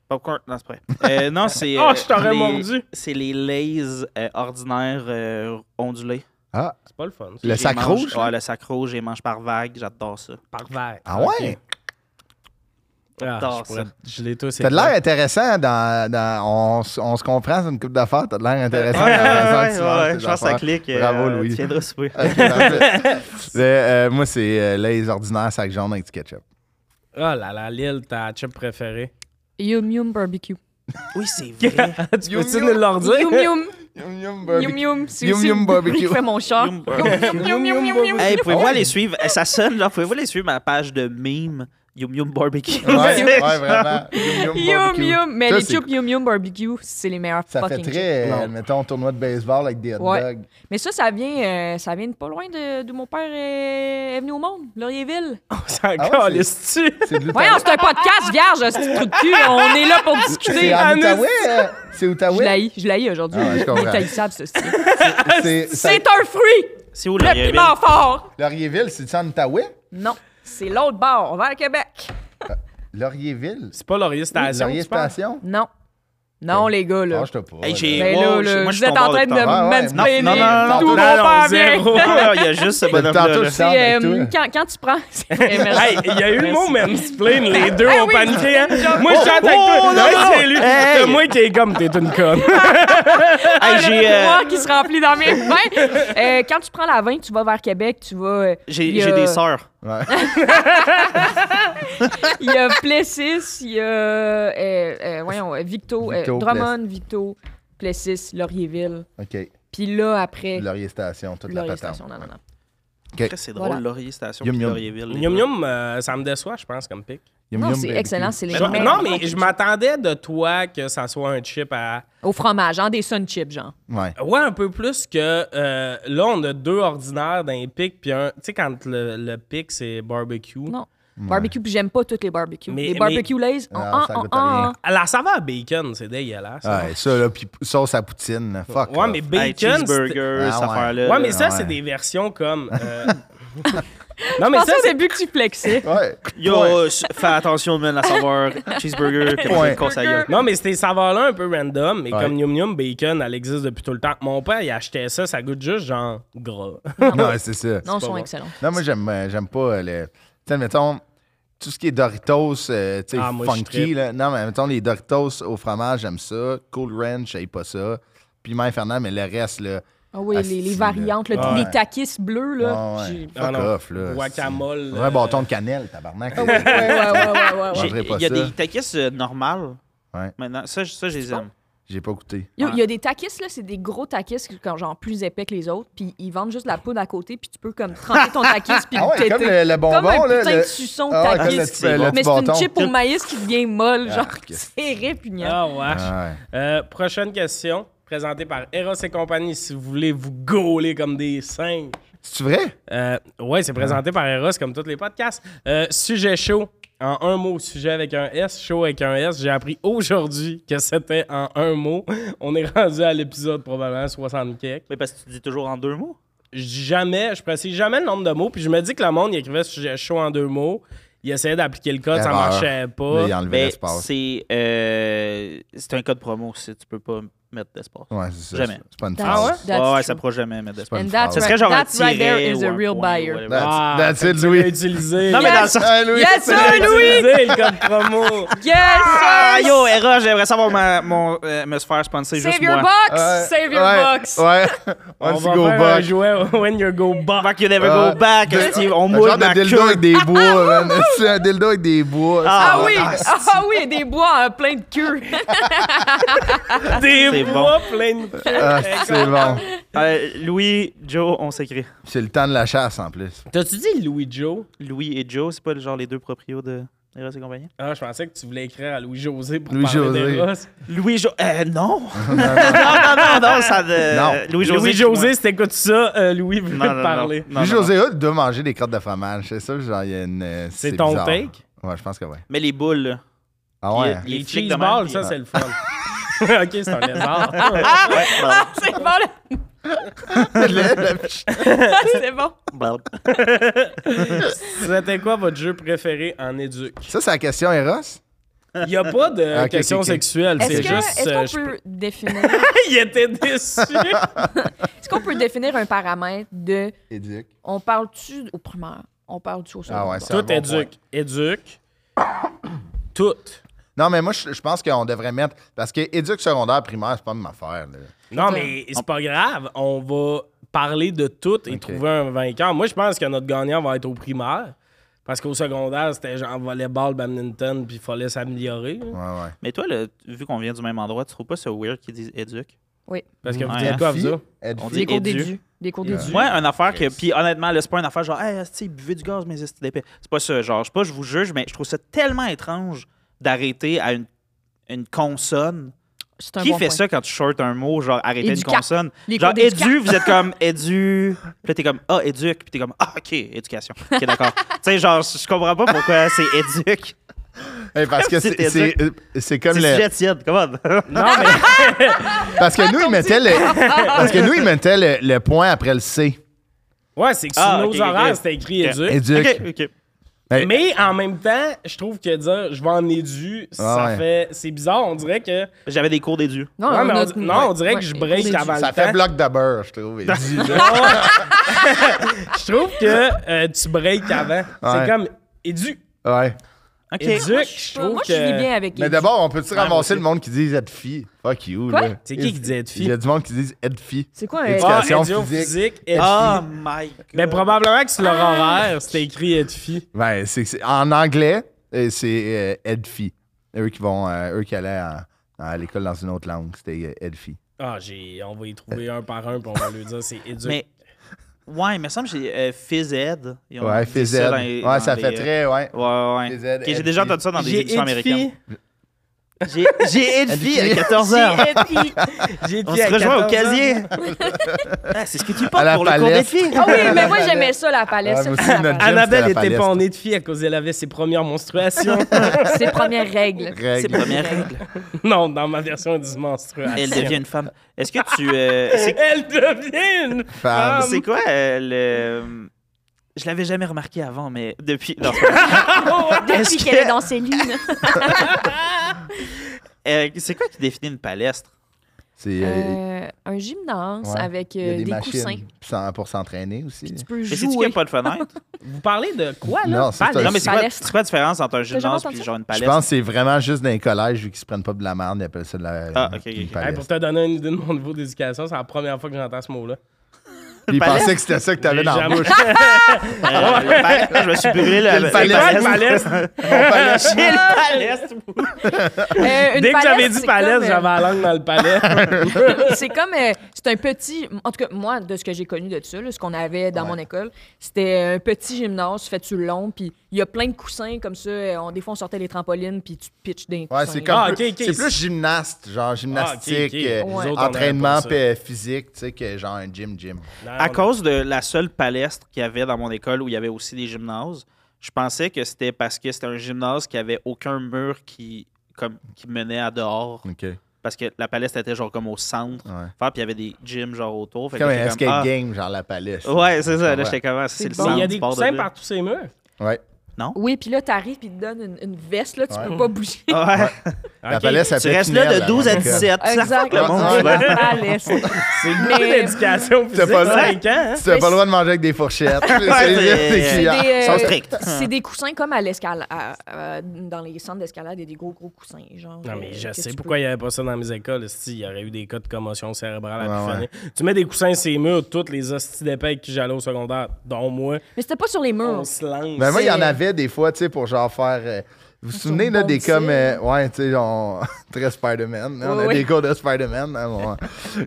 popcorn, non c'est pas vrai. Euh, non, c'est Ah, euh, je t'aurais les- mordu. C'est les lays euh, ordinaires euh, ondulés. Ah, C'est pas le fun. ça. Le J'y sac mange- rouge, là? Ouais, le sac rouge, je les mange par vague, j'adore ça. Par verre. ah Ok. ouais? Ah, je, J'adore pourrais- ça. je l'ai tous. T'as de écrit. l'air intéressant dans. dans- on, s- on se comprend, c'est une coupe d'affaires. T'as de l'air intéressant. dans Ouais, la façon que ouais, tu manges ouais, tes je pense que ça affaires. clique. euh, Bravo, tu Louis. viendras souper. Ok, parfait. Mais, euh, moi, c'est euh, les ordinaires sac jaune avec du ketchup. Oh là là, Lille, ta chip préférée. Yum yum barbecue. Oui, c'est vrai. tu Yum, peux-tu yum. nous leur dire? Yum yum. Yum yum Yum yum. C'est Yum aussi yum le barbecue. bruit que fait mon chat. Yum Yum barbecue. yum yum yum yum. Hey, pouvez-vous Ouais. aller suivre, eh, ça sonne, genre, pouvez-vous aller suivre ma page de meme Yum Yum Barbecue? Ouais, ouais, vraiment. Yum yum. Yum barbecue. yum. Mais Ça, les c'est- Chup Yum Yum Barbecue, c'est les meilleurs Ça fait fucking chips. très, euh, mettons, tournoi de baseball avec des hot Ouais. dogs. Mais ça, ça vient, euh, ça vient de pas loin de- d'où mon père est, est venu au monde, Laurierville. On s'en Ah ouais, calisse-tu? C'est de l'Outaouais. Voyons, c'est un podcast vierge, c'est trou de cul. On est là pour discuter. C'est en Anus. Outaouais. hein? C'est Je Outaouais. l'ai, je l'ai aujourd'hui. Ah ouais, je comprends. Détaillissable, ce style. C'est- ça- C'est un fruit, C'est où le le piment fort. Laurierville, c'est-tu en Outaouais? Non, C'est l'autre bord. On va à Québec. Laurierville? C'est pas Laurier Station. Laurier tu parles? Station? Ah, Non. Non, les gars, là. Lâche-toi pas. Hey, là. j'ai- Ben Wow, là, je- là, moi, je vous suis êtes ton en bord train de de temps. me Ouais, ouais. mansplainer Non, non, non, non, tout non, mon non, père bien. zéro. Ah, Il y a juste ce Depuis bonhomme-là. tantôt, je là. sors C'est, avec euh, toi. quand, quand tu prends. c'est vrai, merci. Hey, il y a eu le mot mansplain, les deux Ah ont oui, paniqué. Hein? Moi, je chante avec oh, toi. non, non. c'est lui. Hey. C'est moi qui est comme, t'es une conne. Hey, Le j'ai, euh, pouvoir qui se remplit dans mes mains. Euh, quand tu prends la 20, tu vas vers Québec, tu vas. euh, il J'ai y a- j'ai des sœurs. Ouais. Il y a Plessis, il y a. euh, euh, voyons, euh, Victo, euh, Victo, Drummond, Victo, Plessis, Laurierville. OK. Puis là, après. Laurier Station, toute la Laurier patente. Station, non, non, non. Après, C'est drôle, Voilà. Laurier Station, Yum, puis yum. Laurierville. les Yum deux. yum, euh, ça me déçoit, je pense, comme pic. Yum, Non, yum, c'est baby. excellent, c'est les Je- non, meilleurs. mais je m'attendais de toi que ça soit un chip à. Au fromage, en des sun chips, genre. Ouais. Ouais, un peu plus que. euh, là, on a deux ordinaires d'un pic, puis un. Tu sais, quand le, le pic, c'est barbecue. Non. Barbecue, puis j'aime pas tous les barbecues. Mais- les barbecues lays, Non, ah, ça ah, goûte à ah, rien. ah. La saveur bacon, c'est dégueulasse. Ouais, ça, là, puis sauce à poutine, là. fuck. ouais, off. mais Hey, bacon. c'est- cheeseburger, Ah, cette ouais. affaire-là. ouais, mais là. ça, Ah, c'est ouais. des versions comme. euh, non, Je mais ça, pensais au c'est. début que tu flexais. Ouais. Yo, Point. euh, s- fais attention, man, la saveur cheeseburger, que Point. je conseille. Non, mais c'est des saveurs-là un peu random, mais Ouais. comme Yum Yum Bacon, elle existe depuis tout le temps. Mon père, il achetait ça, ça goûte juste genre gras. Non, c'est ça. Non, ils sont bon. excellents. Non, moi, j'aime, euh, j'aime pas euh, le. Tu sais, mettons, tout ce qui est Doritos, euh, tu sais, Ah, moi, je funky. trippe. Là. Non, mais mettons, les Doritos au fromage, j'aime ça. Cool Ranch, j'aime pas ça. Piment Fernand, mais le reste, là. Ah oui, les, les Asti, variantes, là, là. les takis bleus, là. ouais, j'ai- ouais. Ah, Fuck non. off, là. Guacamole, c'est- euh, Un bâton de cannelle, tabarnak. Ah ouais, ouais, ouais, ouais, ouais, ouais, ouais. J'ai- Il mangerai pas y a ça. des taquets euh, normales. Ouais. Maintenant, ça, je- ça, je les aime. J'ai pas goûté. Il y a- il y a des takis, là, c'est des gros takis, qui sont genre plus épais que les autres, puis ils vendent juste la poudre à côté, puis tu peux comme tremper ton takis, puis Ah le ouais, péter. comme le, le bonbon, Comme un là. putain le- de suçon de Ah ouais, takis. comme le petit- le petit mais c'est une bâton. Ah chip au maïs qui devient molle, Ah, genre, que- c'est répugnant. Ah, ouais. Ah ouais. Euh, prochaine question, présentée par Eros et compagnie. Si vous voulez vous gauler comme des singes. C'est-tu vrai? Euh, ouais, c'est présenté par Eros comme tous les podcasts. Euh, sujet chaud. En un mot, sujet avec un S, chaud avec un S. J'ai appris aujourd'hui que c'était en un mot. On est rendu à l'épisode probablement 60 quelques. Mais parce que tu dis toujours en deux mots. Je dis Jamais, je précise jamais le nombre de mots. Puis je me dis que le monde, il écrivait sujet chaud en deux mots. Il essayait d'appliquer le code, ça Erreur. marchait Là, pas. il a enlevé Mais l'espace. Ben, c'est euh, c'est un code promo si tu peux pas mettre d'espace. Ouais, c'est ça. Jamais. C'est pas une That's- phrase. That's ouais, true. ça pourra jamais mettre d'espace. pas And une that's phrase. Ce right, serait genre un that's right there tiret is ou a un real point ou buyer. whatever. That's, Ah, that's fait it, que Louis. Tu l'as utilisé. Non, mais dans le Yes. Euh, sens. Ah, Louis, Yes, Tu c'est- l'as sir, Louis! utilisé, le code promo. Yes, Ah, sir! yo, Hera, j'aimerais savoir ma- mon, euh, me se faire sponsor juste Save your moi. box! Ouais, Save your ouais, box! Ouais. On Let's va go faire un back. jouet When You Go Back. Fuck you never Ah, go back. de- Steve, on Un mouille genre ma de dildo queue. avec des bois, man. C'est un dildo avec des bois. Ah, Ah oui! Ah, Ah oui, des bois hein, plein de queue! Des C'est bois plein de queue. Ah, c'est bon. Euh, Louis, Joe, on s'écrit. C'est le temps de la chasse en plus. T'as-tu dit Louis Joe? Louis et Joe, c'est pas genre les deux proprios de Eros et compagnie? Ah, je pensais que tu voulais écrire à Louis-José pour Louis parler José. d'Eros. Louis Jo... Euh, non! non, non, non, non, ça... de- Non. Louis-José. Louis-José, si t'écoutes ça, euh, Louis veut Non, non, te non, parler. non, non, non. José Hood doit manger des crottes de fromage. C'est ça, genre, il y a une. euh, C'est ton bizarre. take? Ouais, je pense que ouais. Mais les boules, là. Ah ouais. Il- il- Les Les flics cheese de même, balls, puis- ça, c'est le fun. OK, c'est un lézard. Ah! Ouais, bah, C'est bon, là. Le- le- C'est bon. bah. C'était quoi votre jeu préféré en éduc? ça, c'est la question hein, Eros? Il n'y a pas de Ok, ok, question ok. sexuelle, Est-ce c'est que- juste... est-ce qu'on euh, je peut définir... peux- Il était déçu. Est-ce qu'on peut définir un paramètre de... Éduc. On parle-tu au primaire? On parle-tu au secondaire? Ah ouais, c'est un Tout bon éduc. Éduc. Tout. Non, mais moi, je je pense qu'on devrait mettre. Parce que éduc secondaire, primaire, c'est pas même affaire. Là. Non, mais c'est pas grave. On va parler de tout et trouver un vainqueur. Moi, je pense que notre gagnant va être au primaire. Parce qu'au secondaire, c'était genre volleyball, badminton, puis il fallait s'améliorer. là. Ouais, ouais. Mais toi, là, vu qu'on vient du même endroit, tu trouves pas ce weird qui dit éduque? Oui. Parce que vous Ouais. dites quoi, vous Fille? autres? Ed- On Des dit cours édu. d'édu. Des cours d'édu. Ouais, une affaire que. Puis honnêtement, là, c'est pas une affaire genre, hey, tu buvez du gaz, mais c'est d'épais. C'est pas ça. Genre, je sais pas, je vous juge, mais je trouve ça tellement étrange d'arrêter à une, une consonne. C'est un Qui bon fait point. ça quand tu shortes un mot, genre arrêter Éducat. une consonne? Les Genre cours d'éducat. édu, vous êtes comme édu. Puis là, t'es comme ah, éduque. Puis t'es comme ah, ok, éducation. Ok, d'accord. tu sais, genre, je comprends pas pourquoi c'est éduque. Eh, parce que C'est c'est- c'est euh, c'est comme C'est le. sujet tiède, comment? Non, mais Parce que nous, ils mettaient le. Parce que nous, ils mettaient le, le point après le C. ouais, c'est que sur Ah, nos ok, ok, horaires, ok. c'était écrit éduc. Éduc. ok. Ben, Mais en même temps, je trouve que dire je vais en édu, ça Ah ouais. fait. C'est bizarre, on dirait que. J'avais des cours déduits. Non, Ouais, mais on a- di- non, on dirait que ouais, je ouais. break C'est- avant ça le temps. fait bloc de beurre, je trouve. il dit, là. Je trouve que euh, tu breaks avant. Ouais. C'est comme édu. ouais. OK. Éduque, Moi, je je, trouve moi, que. je vis bien avec Mais les- d'abord, on peut-tu moi ramasser aussi. le monde qui dit Edfi? Fuck you, Quoi? là. C'est qui qui dit Edfi? Il y a du monde qui dit Edfi. C'est quoi euh, Ah, Éducation éduo physique. physique. Edfi. Oh my God. Ben, Mais probablement que sur leur horaire, c'était écrit Edfi. Ben, c'est, c'est- en anglais, euh, c'est euh, Edfi. Eux qui vont, euh, eux qui allaient à, à l'école dans une autre langue, c'était euh, Edfi. Ah, j'ai. On va y trouver un par un, puis on va lui dire c'est éduque. Mais. Ouais, il me semble que j'ai euh, Phys Ed. Ils ont Ouais, dit FZ. ça dans les- Ouais, dans ça les, fait euh, très, ouais. Ouais, ouais. Phys Ed, Ok, j'ai Ed déjà Phi. entendu ça dans des J'ai émissions américaines. Edfi. J'ai j'ai Edfi à Edfi. 14 h Ah J'ai Edfi. On se à 14 ans. rejoint au casier. Ah, c'est ce que tu À portes la pour le cours palette. d'Edfi. Ah oui, mais moi, j'aimais ça, la palette. Ah, ça, moi c'est aussi, la notre palette. Annabelle C'était la était pas palestre. en nez de fille à cause elle avait ses premières menstruations. Ses premières règles. C'est Règle. première règle. non, dans ma version, elle dit menstruation. Elle devient une femme. Est-ce que tu. euh, c'est- Elle devient une Femme. femme. c'est quoi euh, le. Je l'avais jamais remarqué avant, mais depuis. non, c'est pas vrai. Ah, Depuis Est-ce qu'elle que- est dans ses lignes. Euh, c'est quoi qui définit une palestre? C'est, euh, Euh, un gymnase ouais. avec il y a euh, des, machines coussins. pour s'en- pour s'entraîner aussi. Puis tu peux Mais c'est-tu qu'il jouer. n'y a pas de fenêtre? Vous parlez de quoi, là? Non, c'est Palais. un- non, mais c'est quoi, Palestre. c'est quoi la différence entre un jamais gymnase entendu et genre une Je palestre? pense que c'est vraiment juste dans les collèges, vu qu'ils se prennent pas de la merde, ils appellent ça de la Ah, ok, ok, une ok. Hey, palestre. pour te donner une idée de mon niveau d'éducation, c'est la première fois que j'entends ce mot-là. Puis Ils palestre. pensaient que c'était ça que t'avais J'ai dans la jamais- bouche. Euh, le palais- je me suis brûlé la Ah Le la C'est palais. quoi une palestre. palestre? J'ai Ah le palestre. Euh, une Dès que j'avais palette, dit c'est palestre, comme, euh, j'avais la langue dans le palais. c'est comme euh, c'est un petit en tout cas moi de ce que j'ai connu de ça là, ce qu'on avait dans Ouais. mon école c'était euh, un petit gymnase fait sur le long puis il y a plein de coussins comme ça euh, on des fois on sortait les trampolines puis tu pitches d'un Ouais, c'est comme. Ah, ok, plus- ok. C'est plus gymnaste, genre Ah, gymnastique, ok, ok. euh, Nous Ouais. autres, on entraînement avait pas ça. euh, physique, tu sais, que genre un gym-gym. Non, À non. cause de la seule palestre qu'il y avait dans mon école où il y avait aussi des gymnases, je pensais que c'était parce que c'était un gymnase qui avait aucun mur qui, comme, qui menait à dehors. OK. Parce que la palestre était genre comme au centre. Ouais. Enfin, Puis il y avait des gyms genre autour. Fait que Comme un j'étais escape ah. game, genre la palette. Ouais, c'est ça. Là, Ouais. j'étais comment? C'est le bon. Mais centre Il y a du des bord de coussins là. partout ces murs. Ouais. oui puis là t'arrives puis ils te donnent une, une veste là tu Ouais. peux pas bouger Ah Ouais. La Ok. palette, ça Tu fait restes tunnel, là de 12 à mon gars. 17. exact le là, monde, tu tu vas vois. à l'est. C'est beaucoup d'éducation physique, pas ça? 5 ans. hein? Tu n'as pas le droit de manger avec des fourchettes. C'est- c'est- c'est- c'est- C'est des, Ils euh, sont stricts. c'est des coussins comme à l'escalade dans les centres d'escalade il y a des gros gros coussins genre Non, mais euh, je que sais tu pourquoi il n'y avait pas ça dans mes écoles. Si, il y aurait eu des cas de commotion cérébrale à Ouais, plus ouais. finir. Tu mets des coussins sur les murs, toutes les hosties d'épais avec qui j'allais au secondaire, dont moi, peux- mais c'était pas sur les murs on se lance. Ben moi, il y en C'est- avait des fois, tu sais, pour genre faire. euh, vous vous souvenez, là, bon des tir. comme. euh, ouais, tu sais, genre. très Spider-Man. là, on Oui, a oui. des cours de Spider-Man. hein, bon, hein.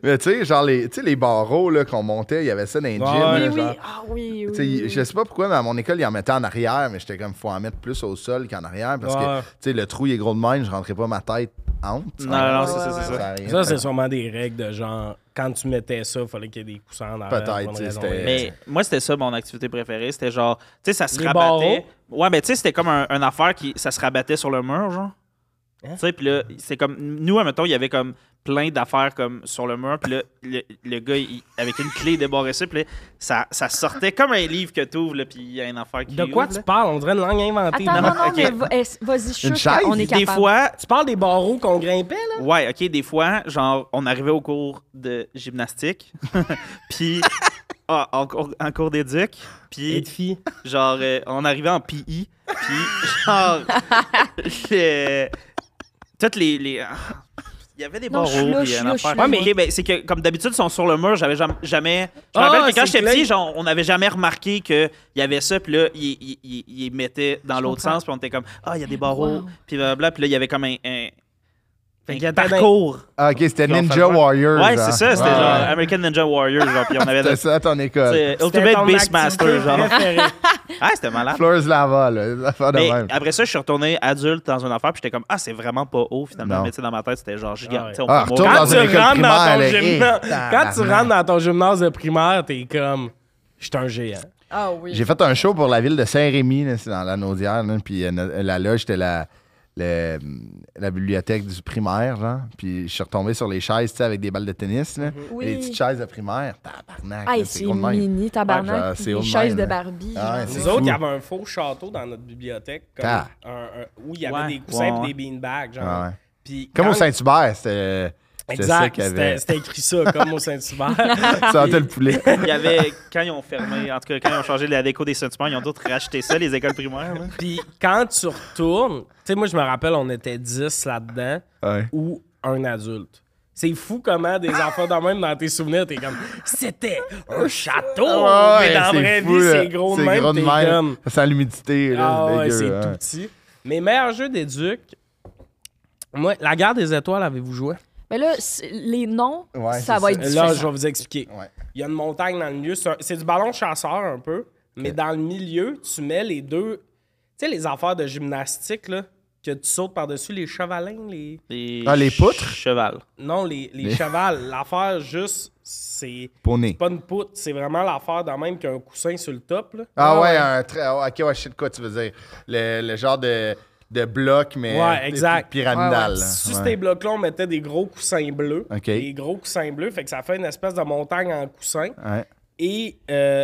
Mais tu sais, genre, les, tu sais, les barreaux, là, qu'on montait, il y avait ça dans les gyms. Ouais, là, oui oui genre. ah oui oui, Tu sais, oui Je sais pas pourquoi, mais à mon école, ils en mettaient en arrière, mais j'étais comme, faut en mettre plus au sol qu'en arrière parce Ouais. que, tu sais, le trou, il est gros de même, je rentrais pas ma tête honte. Non, non, non, Ouais, c'est ça, ouais, c'est ouais. Ça, ça. c'est sûrement des règles de genre, quand tu mettais ça, il fallait qu'il y ait des coussins en arrière. Peut-être, pour une tu sais, raison. c'était- Mais moi, c'était ça mon activité préférée. C'était genre, tu sais, ça se Les rabattait. Ouais, mais tu sais, c'était comme un, une affaire qui, ça se rabattait sur le mur, genre. Hein? Tu sais, puis là, c'est comme, nous, admettons, il y avait comme plein d'affaires comme sur le mur, puis là, le, le gars, il- avec une clé, il débarrait ça, puis là, ça, ça sortait comme un livre que tu ouvres, là, puis il y a une affaire qui De quoi ouvre, tu là. parles? On dirait une langue inventée. Attends, Non. Ah, non, non, ok. mais va- est-ce- vas-y, je Une suis sûre qu'on chaise? est Des capable. fois, Tu parles des barreaux qu'on grimpait, là? ouais, OK, des fois, genre, on arrivait au cours de gymnastique, puis ah, en, cours- en cours d'éduc, puis... Et de filles. Genre, euh, on arrivait en PI, puis genre, le- toutes les... les- ah, il y avait des Non, je suis barreaux, là, puis je suis un là, affaire. je suis là, Ouais, mais moi. ok, ben, c'est que, comme d'habitude, ils sont sur le mur, j'avais jam- jamais... Je me Ah, rappelle que quand c'est j'étais clair. petit, genre, on n'avait jamais remarqué qu'il y avait ça, puis là, ils ils- ils- ils mettaient dans Je l'autre comprends. Eh, sens, puis on était comme, ah, il y a des barreaux, Wow. puis blablabla, puis là, il y avait comme un... un- Fait un qu'il y a parcours. Ah, ok, c'était Genre, Ninja faire quoi? Warrior. Ouais, c'est ça, c'était Ouais, genre euh, ouais. American Ninja Warrior, genre, puis on avait... C'était ça à ton école. t'sais, C'était Ultimate ton Beast activité Master, genre. préférée. Ah, c'était malade. Fleurs Lava, là, des affaires de Mais même. après ça, je suis retourné adulte dans une affaire, puis j'étais comme, ah, c'est vraiment pas haut, finalement. Non. Mais tu sais, dans ma tête, c'était genre, Ah ouais. gigante. tu sais, on Ah, peut retourne mourir. quand dans tu une école rentres primaire, dans ton là, hey, gymnase, quand tu tabarnak. rentres dans ton gymnase de primaire, t'es comme, je suis un géant. Ah oui. J'ai fait un show pour la ville de Saint-Rémy, là, c'est dans la Naudière, là, puis euh, no- la loge, c'était la, le- la bibliothèque du primaire, genre. Puis je suis retombé sur les chaises, tu sais, avec des balles de tennis, là. Mhm. Oui. Les petites chaises de primaire, tabarnak. Ah, là, c'est gros de même. mini, Ouais, genre, tabarnak. c'est des haut de chaises même, de là. Barbie. Ah, genre. c'est Nous fou. autres, il y avait un faux château dans notre bibliothèque comme Ah. un- un- où il y avait Ouais. des coussins Ouais, et des beanbags. Genre. Ouais, ouais. Puis Comme quand- au Saint-Hubert, c'était. c'était ça Exact, qu'il y c'était avait. c'était écrit ça, comme au Saint-Hubert. Tu sentais le poulet. Il y avait, quand ils ont fermé, en tout cas, quand ils ont changé la déco des sentiments, ils ont d'autres racheté ça, les écoles primaires. là. Puis quand tu retournes, tu sais, moi, je me rappelle, on était 10 là-dedans Ouais. ou un adulte. C'est fou comment des enfants de même dans tes souvenirs, t'es comme c'était un château! Ouais, Oh, mais dans la c'est vraie fou, vie, là. c'est gros de même, gros de t'es même. comme. Ça sent l'humidité, là, Ah ouais, dégueu, c'est hein. tout petit. Mes meilleurs jeux d'éduc. Moi, la guerre des étoiles, avez-vous joué? Mais là, c'est- les noms, Ouais, ça va c'est ça. être Là, je différent. vais vous expliquer. Ouais. Il y a une montagne dans le milieu. C'est un- C'est du ballon chasseur un peu. Mais dans le milieu, tu mets les deux. Tu sais, les affaires de gymnastique, là, que tu sautes par-dessus les chevalins, les. Les Ah, les poutres? Cheval. Non, les, les Les- chevals. L'affaire juste, c'est Poney. pas une poutre. C'est vraiment l'affaire dans même qu'un coussin sur le top, là. Ah ouais, un très. ah, ok, ouais, je sais de quoi tu veux dire. Le, le genre de, de bloc, mais Ouais, exact. py- pyramidal. Ouais, ouais. là. Sur Ouais. ces blocs-là, on mettait des gros coussins bleus. OK. Des gros coussins bleus, fait que ça fait une espèce de montagne en coussin. Ouais. Et euh,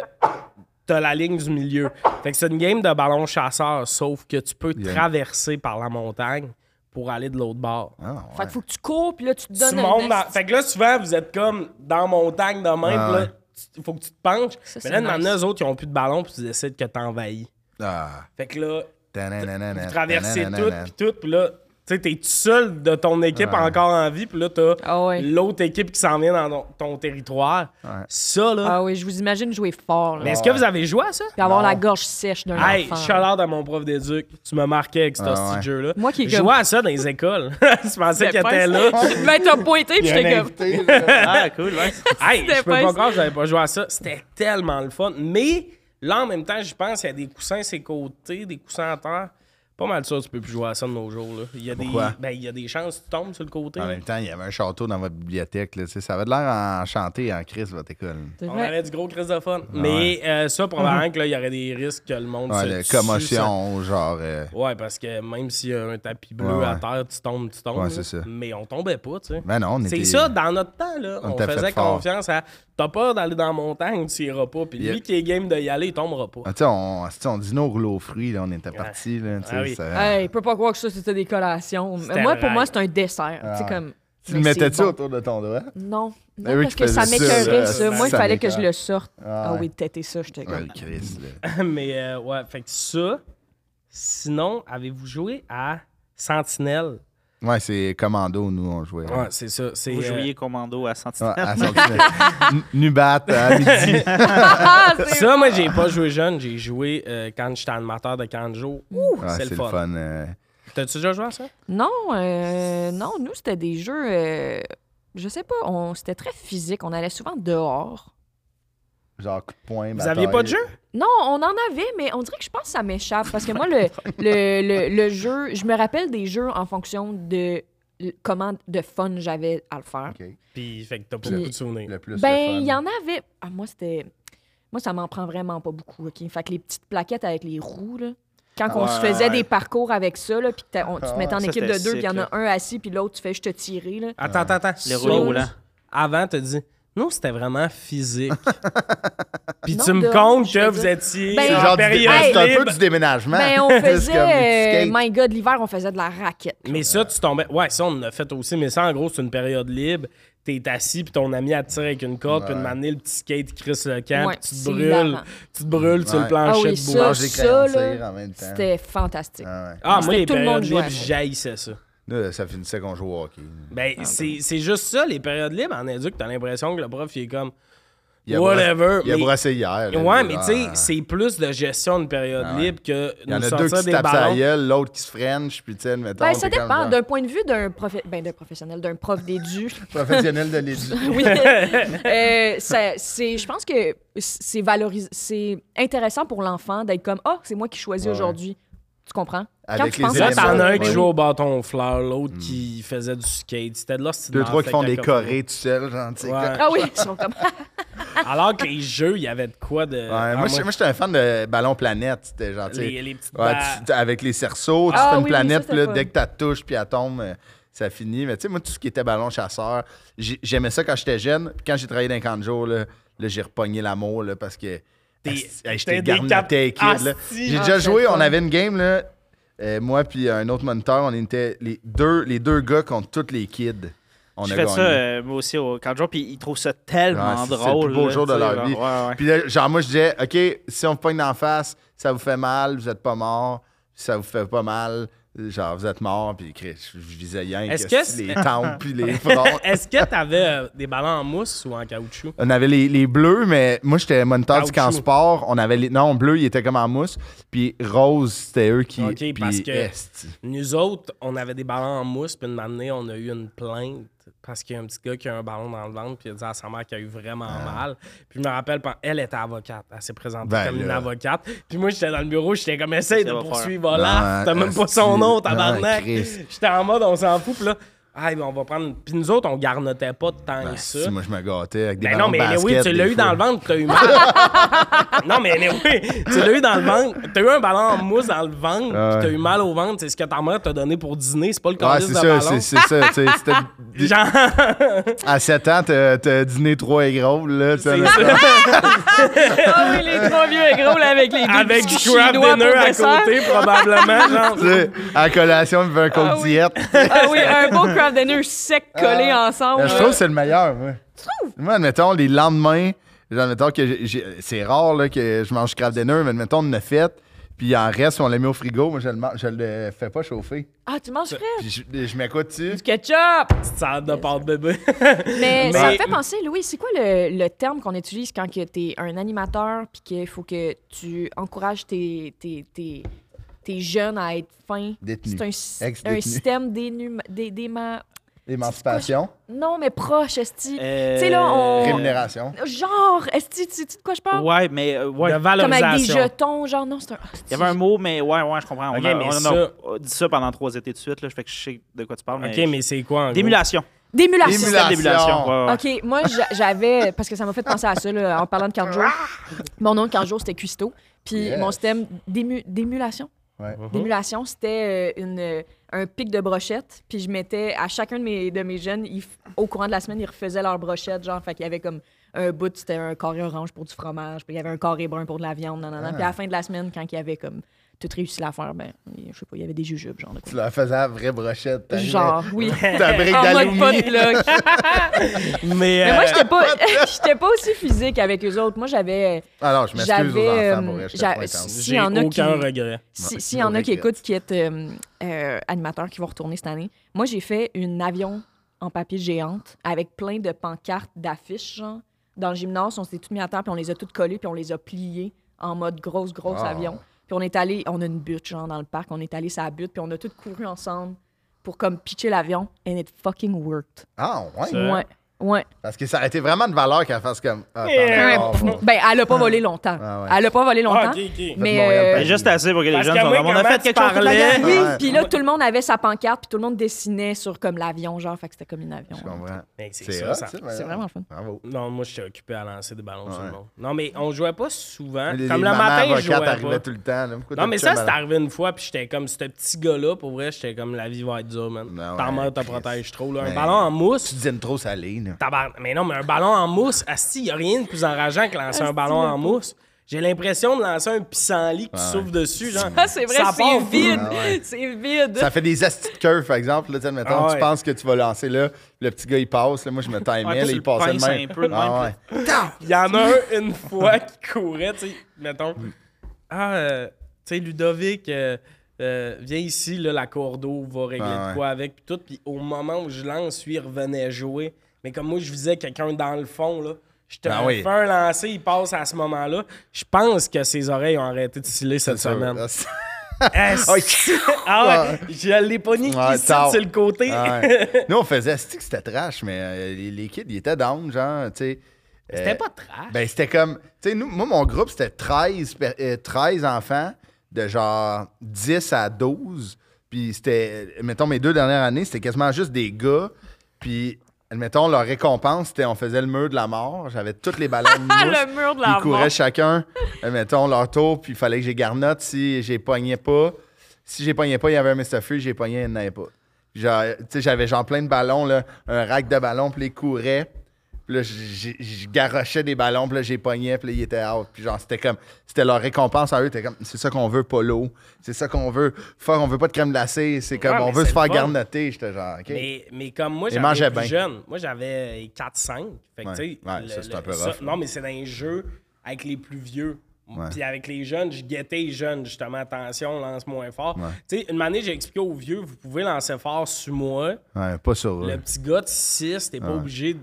t'as la ligne du milieu. Fait que c'est une game de ballon chasseur, sauf que tu peux Yeah. traverser par la montagne pour aller de l'autre bord. Ah, ouais. Fait qu'il faut que tu cours, puis là, tu te Tu donnes un montes dans- esti- Fait que là, souvent, vous êtes comme dans montagne de même, Ah puis là, ouais. tu- faut que tu te penches. Ça, Mais c'est là, maintenant, nice. eux autres, ils ont plus de ballon, puis tu décides que t'envahis. Ah. Fait que là, Tananana, vous traversez tout, tananana. puis tout, puis là, tu sais, t'es tout seul de ton équipe Ah encore en vie, puis là, t'as Ah ouais. l'autre équipe qui s'en vient dans ton, ton territoire. Ça, là. Ah oui, je vous imagine jouer fort, là. Mais Ah est-ce que vous avez joué à ça? Puis avoir Non. la gorge sèche d'un Hey, enfant. là. shout-out à mon prof d'éduc. Tu me marquais avec ce Ah petit ouais. jeu-là. Moi qui est Je comme- jouais à ça dans les écoles. je pensais qu'il C'était était pas- là. Ben, t'as pointé, puis j'étais comme... Ah, cool, ouais. Hey, je C'était peux pas pas- croire que j'avais pas joué à ça. C'était tellement le fun. Mais là, en même temps, je pense qu'il y a des coussins à ses côtés, des coussins à terre. Pas mal ça, tu peux plus jouer à ça de nos jours. Là. Il, y a des, Pourquoi? Ah, ben, il y a des chances que tu tombes sur le côté. En là. même temps, il y avait un château dans votre bibliothèque. Là, tu sais, ça avait de l'air enchanté en crise, votre école. C'est On vrai. avait du gros chrysophone. Mais euh, ça, Mhm. probablement que là, il y aurait des risques que le monde Ah, Ouais, se de tue, ça- commotion, genre. euh, Ouais, parce que même s'il y a un tapis bleu Ouais, à ouais. terre, tu tombes, tu tombes. Ouais, là. c'est ça. Mais on tombait pas, tu sais. Ben non, on C'est était- ça, dans notre temps, là, on on, t'a fait faisait fort. confiance à t'as peur d'aller dans la montagne, tu iras pas. Puis Yeah. lui qui est game de y aller, il tombera pas. Ah, tu sais, on, tu sais, on dit nos rouleaux aux fruits, là, on était partis. Là, tu sais, Ah oui. ça- Hey, peut pas croire que ça, c'était des collations. Mais C'était moi, un pour moi, rêve. c'est un dessert. Tu sais, comme... Ah. Tu mais le mettais-tu c'est bon. autour de ton doigt? Non. Ah Non, oui, parce tu que ça faisais ça, m'écœurait, ça, ça. Moi, il ça fallait que je m'écœure. le sorte. Ah Ah ouais. oui, têter ça, j'étais Ouais, comme... Chris, là. Mais euh, ouais, fait que ça. Sinon, avez-vous joué à Sentinelle? Ouais, c'est commando, nous, on jouait. Ouais, c'est ça. C'est, Vous euh, jouiez commando à Sentinelle. Ouais, à Sentinelle. N- Nubat, à midi. Ah, c'est- Ça, moi, j'ai pas joué jeune. J'ai joué euh, quand j'étais animateur de Kanjo. Ouh, Ouais, c'est le fun. euh. T'as-tu déjà joué à ça? Non, euh, non, nous, c'était des jeux... euh, Je sais pas, on- c'était très physique. On allait souvent dehors. Genre coup de poing. Vous aviez pas de jeu? Non, on en avait, mais on dirait que je pense que ça m'échappe. Parce que moi, le, le, le, le jeu, je me rappelle des jeux en fonction de l- comment de fun j'avais à le faire. OK. Puis, fait que t'as pas Puis- beaucoup de souvenirs. Le plus ben, le fun. il y en avait. Ah, moi, c'était. Moi, ça m'en prend vraiment pas beaucoup. OK? Fait que les petites plaquettes avec les roues, là. Quand Ah on ouais, se faisait ouais. des parcours avec ça, là, puis que t'as- on- tu Ah te mettais en ouais, ça, équipe de c'était deux, puis il y en sick, a un assis, puis l'autre, tu fais je te tirer. Là. Attends, attends, attends. Les Ça, rouleaux roulants. Avant, t'as dit, nous, c'était vraiment physique. Puis Non, tu me dehors, comptes je que veux vous dire. étiez Ben, C'est en genre du- période c'est un peu libre. du déménagement. Ben, on C'est comme du faisait. euh, skate. my God, l'hiver, on faisait de la raquette. Mais ça, tu tombais. Ouais, ça, on en a fait aussi. Mais ça, en gros, c'est une période libre. T'es assis, puis ton ami attire avec une corde, puis une manille, le petit skate, Chris le camp, Ouais, puis tu te c'est brûles. hilarant. Tu te brûles sur le Ouais. plancher Ah oui, de ça, bois. Mange des crayons ça, là, tir en même temps. C'était fantastique. Ah ouais. Ah, moi, c'était les tout le monde périodes jouait à libres, ça. j'haïssais ça. Là, ça finissait qu'on jouait au hockey. Ben, Ah, c'est c'est juste ça, les périodes libres. En éduc, t'as l'impression que le prof, il est comme. Il a Whatever, brossé- Il a mais- brossé hier. là, Ouais, le- mais ah. tu sais, c'est plus de gestion de période libre que Il y en nous a deux sortir qui se des tapent sa ballons. gueule, l'autre qui se french, puis tu sais, mettons. Ben, ça t'es comme dépend. genre D'un point de vue d'un profe- ben, d'un professionnel, d'un prof d'édu. Professionnel de l'éducation. oui. Euh, ça- c'est, je pense que c'est valoris- c'est intéressant pour l'enfant d'être comme, ah, c'est moi qui choisis Ouais. aujourd'hui. Tu comprends? Quand Avec tu les penses à ben, Là, éléments, t'en as un qui ouais. joue au bâton aux fleurs, l'autre qui faisait du skate. C'était de là, c'était Mm. Deux, dans trois qui la font des cacophonie. corées tout seul, genre, tu sais, Ouais. comme- Ah oui, ils sont comme. Alors que les jeux, il y avait de quoi de. Ouais, Ah, moi, je- moi, j'étais un fan de Ballon Planète. C'était genre, tu sais, les, les petites. ouais, ba- tu- tu- avec les cerceaux, tu Ah fais une oui, oui, planète, ça, puis là, c'était dès fun. que tu la touches, puis elle tombe, euh, ça finit. Mais tu sais, moi, tout ce qui était ballon chasseur, j'ai- j'aimais ça quand j'étais jeune. Puis Quand j'ai travaillé dans les camps de jour, là, là, j'ai repogné l'amour, là, parce que T'es- Asti, hey, t'es j'étais des cap- garnoté, kid. là. Asti. J'ai Ah, déjà c'est joué, le on fun. avait une game, là, euh, moi, puis un autre moniteur, on était les deux, les deux gars contre tous les kids. On J'ai a fait gagné. ça, euh, moi aussi, au camp de jour, puis ils trouvent ça tellement Ouais, c'est- drôle. c'est le plus beau là, jour de tu sais, leur genre, vie. ouais, ouais. Puis là, genre, moi, je disais, OK, si on vous pogne d'en face, ça vous fait mal, vous êtes pas mort, ça vous fait pas mal, genre, vous êtes mort, puis Chris, je je visais rien. Est-ce que que si c'est- les tempes, puis les fronts. Est-ce que t'avais euh, des ballons en mousse ou en caoutchouc? On avait les, les bleus, mais moi, j'étais moniteur du Caoutchouc. camp sport. On avait les. Non, bleu, il était comme en mousse. Puis rose, c'était eux qui. OK, puis parce que- est. Nous autres, on avait des ballons en mousse, puis une année, on a eu une plainte parce qu'il y a un petit gars qui a un ballon dans le ventre, puis il a dit à sa mère qu'il a eu vraiment mal. Puis je me rappelle, pen- elle était avocate. Elle s'est présentée Ah. Ben comme une là. avocate. Puis moi, j'étais dans le bureau, j'étais comme, essaye Ça de va faire. poursuivre là. Ouais, T'as même pas esti. son nom, Ouais, tabarnak. Christ. j'étais en mode, on s'en fout, puis là, ah, ben, on va prendre. Puis nous autres, on garnotait pas tant que Ben, ça. Ben, Ah, Si, moi, je me gâtais avec des Ben ballons non, mais de basket, anyway, tu des l'as eu fois. dans le ventre, t'as eu mal. non, mais anyway, tu l'as eu dans le ventre, t'as eu un ballon en mousse dans le ventre, Ah ouais. puis t'as eu mal au ventre, c'est ce que ta mère t'a donné pour dîner, c'est pas le Ouais, calice c'est de ça, ballon. c'est c'est ça. tu sais, c'était- Genre, à 7 ans, t'as t'as dîné trois et gros, là. tu sais, c'est là. ça. Ah oui, les trois vieux et gros, là, avec les deux Avec du petits crab chinois dinner pour à dessert. côté, probablement. Genre, Tu sais, à la collation, il me fait un coke Ah oui. diète. Ah oui, un beau crab dinner sec collé ensemble. Ben, je là. trouve que c'est le meilleur, moi. Tu trouves? Moi, admettons, les lendemains, genre, admettons que j'ai- j'ai- c'est rare là, que je mange du crabe dinner, mais admettons, on en a fait, puis il en reste, on l'a mis au frigo, moi, je le, mange- je le fais pas chauffer. Ah, tu manges frais? Puis je, je mets quoi dessus? Du ketchup! petite salade de pâte bébé. Mais, Mais- ça me fait penser, Louis, c'est quoi le, le terme qu'on utilise quand tu es un animateur puis qu'il faut que tu encourages tes, tes, tes, tes jeunes à être fins? Détenus. C'est un, sy- Ex-détenus. un système d'énuma- d'é- d'éma... Émancipation, Non, mais proche, esti. Euh, Tu sais, là, on... rémunération. Genre, esti, tu tu sais de quoi je parle? Ouais, mais euh, ouais. De Comme avec des valorisation. jetons, genre, non, c'est un... oh, Il y avait un mot, mais ouais, ouais, je comprends. On Ok, a, mais on a ça- dit ça pendant trois étés de suite, là, fait que je sais de quoi tu parles. OK, mais c'est quoi, en gros? D'émulation. D'émulation. D'émulation. D'émulation. ouais, ouais. OK, moi, j'a- j'avais... Parce que ça m'a fait penser à ça, là, en parlant de Carjo. Mon nom de Carjo, c'était Cuisto. Puis Yes. mon système d'ému- d'émulation, Ouais. Mhm. L'émulation, c'était euh, une, euh, un pic de brochette. Puis je mettais à chacun de mes, de mes jeunes, ils f- au courant de la semaine, ils refaisaient leur brochette. Genre, fait qu'il y avait comme un bout, c'était un carré orange pour du fromage. Puis il y avait un carré brun pour de la viande. Nan, nan, nan. Puis à la fin de la semaine, quand il y avait comme tout réussi l'affaire, ben, je sais pas, il y avait des jujubes, genre de quoi. Tu leur faisais la vraie brochette. t'arrivais- Genre, oui. Ta brique En mode d'aluminium. potluck. Mais, Mais moi, euh, j'étais pas, j'étais pas aussi physique avec eux autres. Moi, j'avais. euh, Alors, Ah je m'excuse aux J'avais, enfants, pour euh, vrai, je j'a- pas intense. j'ai s'il y en a qui- aucun regret. Si- Ouais, S'il y en a qui regrette. écoutent, qui est euh, euh, animateur, qui vont retourner cette année, moi, j'ai fait une avion en papier géante avec plein de pancartes d'affiches. genre. Dans le gymnase, on s'est tous mis à terre, puis on les a toutes collées, puis on les a pliées en mode grosse, grosse Ah. avion. Puis on est allé, on a une butte, genre, dans le parc, on est allé sur la butte, puis on a toutes couru ensemble pour comme pitcher l'avion, and it fucking worked. Ah, ouais. Euh. Ouais. Ouais. Parce que ça aurait été vraiment de valeur qu'elle fasse comme. Ah, attendez, Yeah. on va- Ben, elle a pas volé longtemps. Ah ouais. Elle a pas volé longtemps. Ah, ok, ok. Mais, Montréal, euh, Mais juste assez pour que les Parce jeunes que sont moi, comme, on a comment fait tu quelque chose toute la parlais? gang. Oui, Ouais. puis là, tout le monde avait sa pancarte, puis tout le monde dessinait sur comme l'avion, genre, fait que c'était comme une avion. Je comprends. Mais c'est C'est ça, hot, ça- ça, C'est madame. vraiment le fun. Bravo. Non, moi, j'étais occupé à lancer des ballons sur Ouais. le monde. Non, mais on jouait pas souvent. Les- Comme les le mamans matin, je avocates jouais arrivaient pas. tout le temps. là. Pourquoi Non, t'as mais touché ça, un c'est ballon? arrivé une fois, puis j'étais comme, ce petit gars-là, pour vrai, j'étais comme, la vie va être dure, man. Ben Ta ouais, mère te Chris. protège trop, là. Un Ben- ballon en Tu mousse, dînes trop salé, là. tabarn- Mais non, mais un ballon en mousse, asti, y a rien de plus enrageant que lancer un Asti, ballon en même mousse. J'ai l'impression de lancer un pissenlit qui souffle dessus, genre. Ah, c'est vrai, Ça c'est part- vide. Ah ouais. C'est vide. Ça fait des astis de curve, par exemple. Là, tu sais, admettons, Ah ouais. Ah, tu penses que tu vas lancer là, le petit gars, il passe. Là, moi, je me timais, Ouais, là, tu il le passait pinces de même. un peu de Ah même, ouais. Il y en a un, une fois, qui courait, tu sais, mettons. Ah, euh, tu sais, Ludovic, euh, euh, viens ici, là, la cour d'eau va régler Ah ouais. de quoi avec, puis tout. Puis au moment où je lance, lui, il revenait jouer. Mais comme moi, je visais quelqu'un dans le fond, là. Je te Ah oui. fais un lancer, il passe à ce moment-là. Je pense que ses oreilles ont arrêté de sciller cette Ça, semaine. là, c'est- Ah, Ouais. ah ouais, je l'ai pogné Ouais, ici, tard. sur le côté. Ah ouais. Nous, on faisait astis que c'était trash, mais euh, les, les kids, ils étaient down, genre, tu sais. Euh, C'était pas trash. Ben, c'était comme. Tu sais, nous, moi, mon groupe, c'était 13, per- euh, 13 enfants. de genre 10 à 12. Puis c'était, mettons, mes deux dernières années, c'était quasiment juste des gars. Puis, mettons, leur récompense, c'était on faisait le mur de la mort. J'avais toutes les ballons de mousse. Ah, le mur de Puis la Ils couraient mort. chacun, euh, mettons, leur tour, puis il fallait que j'ai garnotte. Si j'ai pognais pas, si j'ai pognais pas, il y avait un Mr. Free, j'ai pogné, il n'y en avait pas. Genre, tu sais, j'avais genre plein de ballons, là, un rack de ballons, puis ils couraient. Puis là, j- j- je garochais des ballons, puis là, j'ai pogné, puis là, ils étaient out. Puis genre, c'était comme, c'était leur récompense à eux. C'était comme, c'est ça qu'on veut, Polo. C'est ça qu'on veut. Fuck, on veut pas de crème glacée. C'est comme, Ouais, on mais veut c'est se le faire fun. garnoter. J'étais genre, OK. Mais, mais comme moi, Ils mangeaient j'avais plus bien. jeune. Moi, j'avais 4-5. Fait que, Ouais. tu sais, Ouais, le- ça, c'est le- un peu rough, Non, mais c'est dans les jeux avec les plus vieux. Ouais. Puis avec les jeunes, je guettais les jeunes, justement. Attention, lance moins fort. Ouais. Tu sais, une année, j'ai expliqué aux vieux, vous pouvez lancer fort sur moi. Ouais, pas sur eux. Le petit gars de 6, t'es pas obligé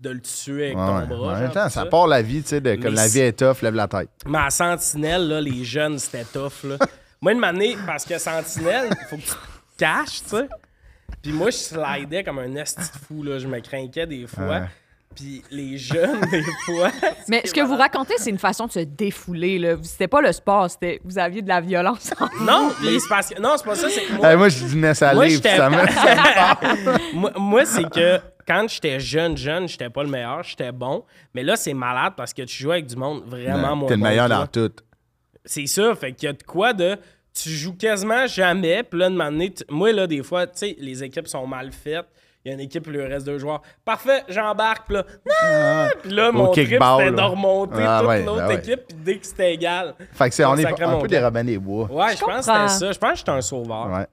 de le tuer avec Ouais, ton ouais. bras. en genre, même temps, tout ça ça. part la vie, tu sais, de Mais comme la si- vie est tough, lève la tête. Mais à Sentinelle, là, les jeunes, c'était tough. Là. moi, une année, parce que Sentinelle, il faut que tu te caches, tu sais. Puis moi, je slidais comme un esti de fou. Là. Je me crainquais des fois. Ouais. Puis les jeunes, des fois... Mais ce que vous racontez, c'est une façon de se défouler. Là. C'était pas le sport, c'était vous aviez de la violence. Non, mais c'est parce que... Non, c'est pas ça. C'est que moi, Hey, Eh, moi, je dis Ness Moi, Alley, puis j'étais- ça me. moi, moi, c'est que quand j'étais jeune, jeune, j'étais pas le meilleur, j'étais bon. Mais là, c'est malade parce que tu joues avec du monde vraiment moins T'es le bon meilleur que toi. dans tout. C'est ça, fait qu'il y a de quoi de. Tu joues quasiment jamais, puis là, de moment donné, tu- moi, là, des fois, tu sais, les équipes sont mal faites. Il y a une équipe, il lui reste deux joueurs. Parfait, j'embarque, puis là, non! Puis là, mon trip, Ah, kickball, c'était de là. remonter Ah, toute ouais, l'autre ben ouais. équipe, puis dès que c'était égal. Fait que c'est, on est Sacré un mon peu gars. des Robins des Bois. Ouais, je, Je pense que c'était comprends. ça. Je pense que j'étais un sauveur. Ouais.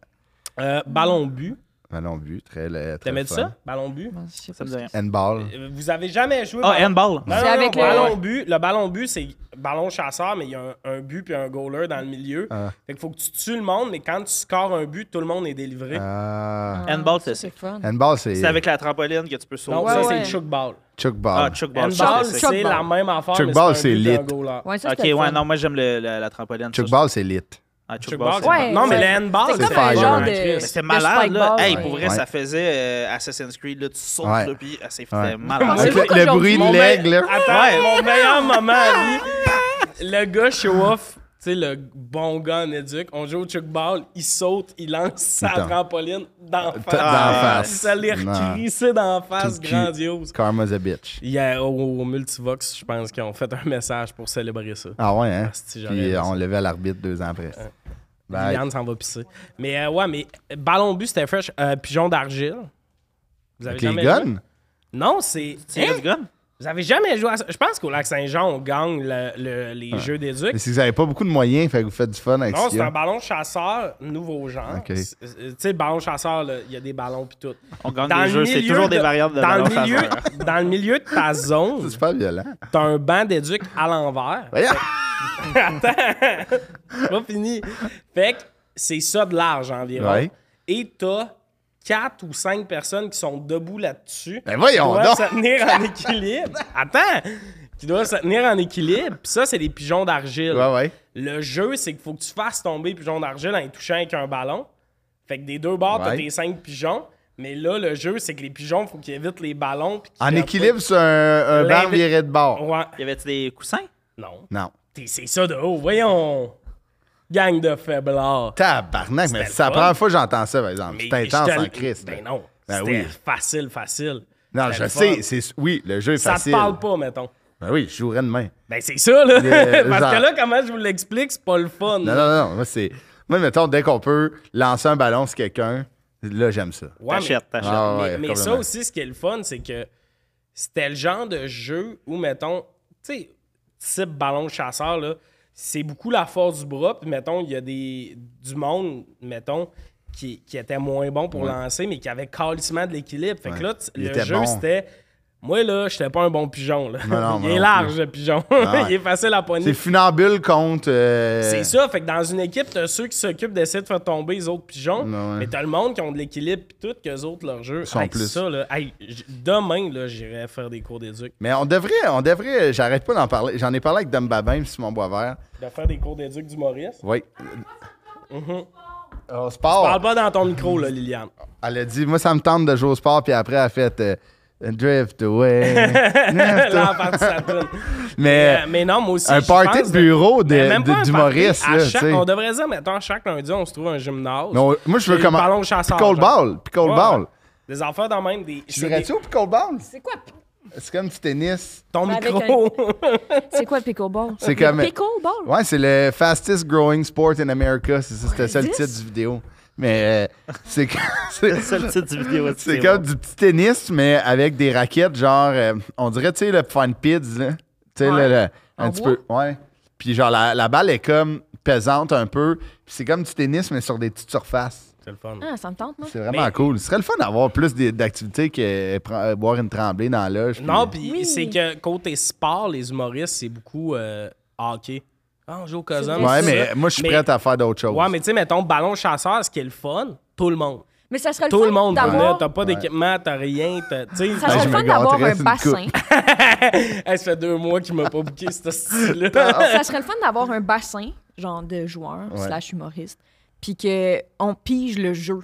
Euh, ballon but. Ballon but, très. le- très T'aimais fun. ça? Ballon but? Ça me dit rien. Handball. Euh, Vous avez jamais joué. Ah, ballon- handball. Non, non, C'est non, avec le- ballon but. Le ballon but, c'est ballon chasseur, mais il y a un, un but puis un goaler dans le milieu. Ah. Fait qu'il faut que tu tues le monde, mais quand tu scores un but, tout le monde est délivré. Ah. Handball, c'est ça. C'est fun. Handball, c'est. C'est avec la trampoline que tu peux sauter. Donc, Ouais, ça, c'est ouais. le chuck ball. Chuck Ah, Ball. chuck ball. Handball, ça, c'est ball. la même affaire. Chuck mais ball, c'est un but c'est d'un lit. goaler. Ouais, ça, Ok, c'était le ouais, fun. non, moi j'aime le- la, la trampoline. Chuck ça, ball, c'est lit. c'est- Ah, Chuck chuck ball, ball, c'est Ouais, bon. Non, mais c'est- le handball, c'est comme un genre bon, de- Chris. C'était Le malade, là. spikeball. Hey, Ouais. pour vrai, Ouais. ça faisait euh, Assassin's Creed, là, tu sautes, Ouais. là, puis ah, c'est- c'était Ouais. malade. Avec c'est le, pas le qu'aujourd'hui, bruit de Mon l'aigle, me- là. Attends, Ouais. mon meilleur moment à vie, le gars show off, tu sais, le bon gars en éduc, on joue au chuck ball, il saute, il lance sa Attends. trampoline d'en face. d'en face. Il se l'est Non. recrissé d'en face, Tout cul. grandiose. Karma's a bitch. Il y a- euh, au, au Multivox, je pense qu'ils ont fait un message pour célébrer ça. Ah ouais, hein? Ah, si, j'aurais Puis aimé euh, ça. on levait à l'arbitre deux ans après. Ben, Bye. Liliane s'en va pisser. Mais euh, ouais, mais ballon but, c'était fresh. Euh, pigeon d'argile. Vous avez Avec les jamais joué? guns? Non, c'est. Tu tirais Hein? du gun? Vous avez jamais joué à ça? Je pense qu'au Lac-Saint-Jean, on gagne le- le- les jeux d'éduc. Mais si vous avez pas beaucoup de moyens, fait que vous faites du fun avec Non, ça. c'est un ballon chasseur, nouveau genre. Ok. C'est- euh, Tu sais, ballon chasseur, là, il y a des ballons puis tout. On gagne Dans des le jeux, c'est milieu toujours de- des variantes de dans ballon le milieu, chasseur. dans le milieu de ta zone, C'est super violent. t'as un banc d'éduc à l'envers. Voyons! C'est pas fini. Fait que c'est ça de large environ. Ouais. Et t'as quatre ou cinq personnes qui sont debout là-dessus. Ben voyons Qui doivent donc. se tenir en équilibre. Attends! Qui doivent se tenir en équilibre. Puis ça, c'est des pigeons d'argile. Ouais, ouais. Le jeu, c'est qu'il faut que tu fasses tomber le pigeon d'argile en les touchant avec un ballon. Fait que des deux bords, t'as Ouais. tes cinq pigeons. Mais là, le jeu, c'est que les pigeons, faut qu'ils évitent les ballons. puis qu'ils En frappent équilibre sur un, un L'invi- bar viré de pas. bord. Ouais. Y avait-tu des coussins? Non. Non. T'es- C'est ça de haut. Voyons. Gang de faiblards. Tabarnak, mais C'était c'est la le fun. première fois que j'entends ça, par exemple. C'est je intense te- en Christ. Ben là. non. Ben C'était oui. facile, facile. Non, C'était je le sais, fun. c'est oui, le jeu est Ça facile. te parle pas, mettons. Ben oui, je jouerais demain. Ben c'est ça, là. Euh, Parce que genre- là, comment je vous l'explique, c'est pas le fun. Non, là. non, non, moi c'est moi mettons dès qu'on peut lancer un ballon sur quelqu'un, là j'aime ça. Ouais, mais- T'achètes, t'achètes. Ah mais, ouais, mais ça complètement. aussi, ce qui est le fun, c'est que c'était le genre de jeu où, mettons, tu sais, type ballon chasseur, là, c'est beaucoup la force du bras. Puis, mettons, il y a des, du monde, mettons, qui, qui était moins bon pour lancer, mais qui avait calissement de l'équilibre. Fait que Ouais. là, tu- Il le était jeu, bon. c'était. Moi, là, j'étais pas un bon pigeon. Là. Non, non, il moi est non large, plus. le pigeon. Ah ouais. il est facile à pogner. C'est funambule contre euh, C'est ça, fait que dans une équipe, t'as ceux qui s'occupent d'essayer de faire tomber les autres pigeons, Ouais, Ben ouais. mais t'as le monde qui ont de l'équilibre pis tout, qu'eux autres, leur jeu. Sont Hey, plus. Ça, là, hey, j- demain, là, j'irai faire des cours d'éduc. Mais on devrait on devrait j'arrête pas d'en parler. J'en ai parlé avec Dom Babin et Simon Boisvert. De faire des cours d'éduc du Maurice. Oui. Au Parle sport. Mm-hmm. Oh. pas dans ton micro, là, Liliane. Elle a dit moi ça me tente de jouer au sport puis après elle a fait euh, Drift away. Là, en Drift away. partie de la toune. Mais Euh, mais non, moi aussi. un je party pense de bureau mais même pas un de- party. de- d'humoriste, À là, tu chaque- sais. On devrait dire, mettons, chaque lundi, on se trouve un gymnase. Mais on- Moi, je veux Des comment. ballons chasseurs, Pickleball. genre. Pickleball. Ouais. Des affaires dans même des. Tu c'est dirais-tu au pickleball? C'est quoi? C'est comme du tennis. des- Ton Avec micro. C'est quoi le pickleball? C'est comme- Le pickleball? Ouais, c'est le fastest growing sport in America. C'est ça, c'était ça le dix? titre du vidéo. Mais euh, c'est que- C'est le c'est- titre du vidéo. c'est comme du petit tennis, mais avec des raquettes, genre, euh, on dirait, tu sais, le fine pids, là. Tu sais, Ouais. le- le- un En petit bois? peu. Ouais. Puis genre, la, la balle est comme pesante un peu. Puis c'est comme du tennis, mais sur des petites surfaces. C'est le fun. Ah, ça me tente, moi. C'est vraiment cool. Ce serait le fun d'avoir plus d- d'activités que euh, pre- euh, boire une tremblée dans la loge. puis- Non, puis Oui. c'est que côté sport, les humoristes, c'est beaucoup euh, hockey. Ah, on joue au Cosum. Ouais, c'est mais ça. moi, je suis prête à faire d'autres choses. Ouais, mais tu sais, mettons, ballon chasseur, ce qui est le fun, tout le monde. Mais ça serait le Tout fun le monde venait. d'avoir... T'as pas d'équipement, t'as rien. t'as- Tu sais, Ça serait Ah, je le me fun d'avoir gâterais un d'une bassin. Hey, ça fait deux mois qu'il m'a pas bouqué ce Ah, style-là. ça serait le fun d'avoir un bassin, genre de joueurs Ouais. slash humoristes, puis qu'on pige le jeu.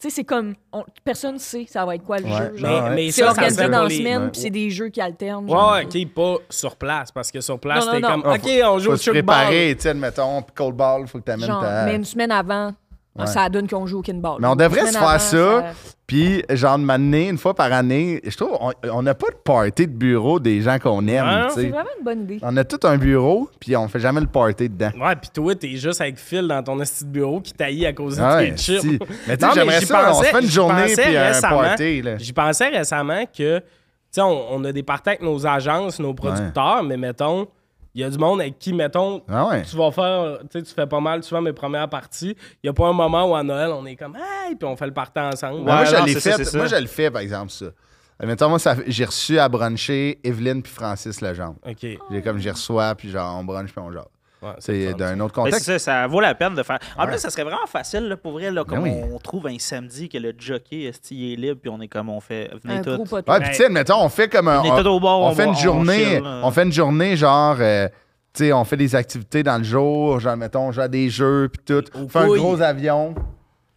Tu sais, c'est comme... on- personne sait ça va être quoi le Ouais. jeu. Mais, genre. Ah ouais. mais C'est ça, ça organisé serait dans pour la les- semaine, Ouais. puis c'est des jeux qui alternent. genre. Ouais, ok, pas sur place, parce que sur place, Non, t'es non, comme, non. ok, on joue Ah, Faut au se chuck-ball. préparer, tu sais, admettons, puis cold ball, faut que t'amènes Genre, ta... mais une semaine avant, ça donne qu'on joue au kinball. Mais on Une devrait se semaine faire avant, ça, puis genre de m'amener une fois par année. Je trouve, on- on n'a pas de party de bureau des gens qu'on Ouais, aime, tu C'est sais. vraiment une bonne idée. On a tout un bureau, puis on fait jamais le party dedans. Ouais, pis toi, t'es juste avec Phil dans ton esti de bureau qui taillit à cause de Ah ouais, tes chips. si. Mais tu Non, sais, j'aimerais j'y ça, on se pensais- fait une j'y journée, pensais puis un récemment- party, là. J'y pensais récemment que, tu sais, on, on a des parties avec nos agences, nos producteurs, mais mettons, il y a du monde avec qui, mettons, Ah ouais. tu vas faire, tu sais, tu fais pas mal souvent mes premières parties. Il y a pas un moment où à Noël, on est comme, hey, puis on fait le party ensemble. Ben, moi, Ouais, je non, l'ai c'est ça, fait- c'est ça. moi, je le fais, par exemple, ça. Admettons, moi, ça- j'ai reçu à bruncher Evelyne puis Francis Legendre. Ok. J'ai comme, j'y reçois, puis genre, on brunch, puis on jase. Ouais, c'est C'est le fun. d'un autre Mais contexte. c'est ça, ça vaut la peine de faire. En Ouais. plus, ça serait vraiment facile là, pour vrai, là, comme Ben oui. on trouve un samedi que le jockey est, il est libre, puis on est comme on fait venez Un tout. gros poteau. Ouais, puis tu sais, admettons, on fait comme un. On est tout au bord, on on fait va- une on journée. chill, hein. On, là. fait une journée, genre. euh, tu sais, on fait des activités dans le jour, genre, mettons, genre des jeux, puis tout. Aux On fait un couilles. gros avion.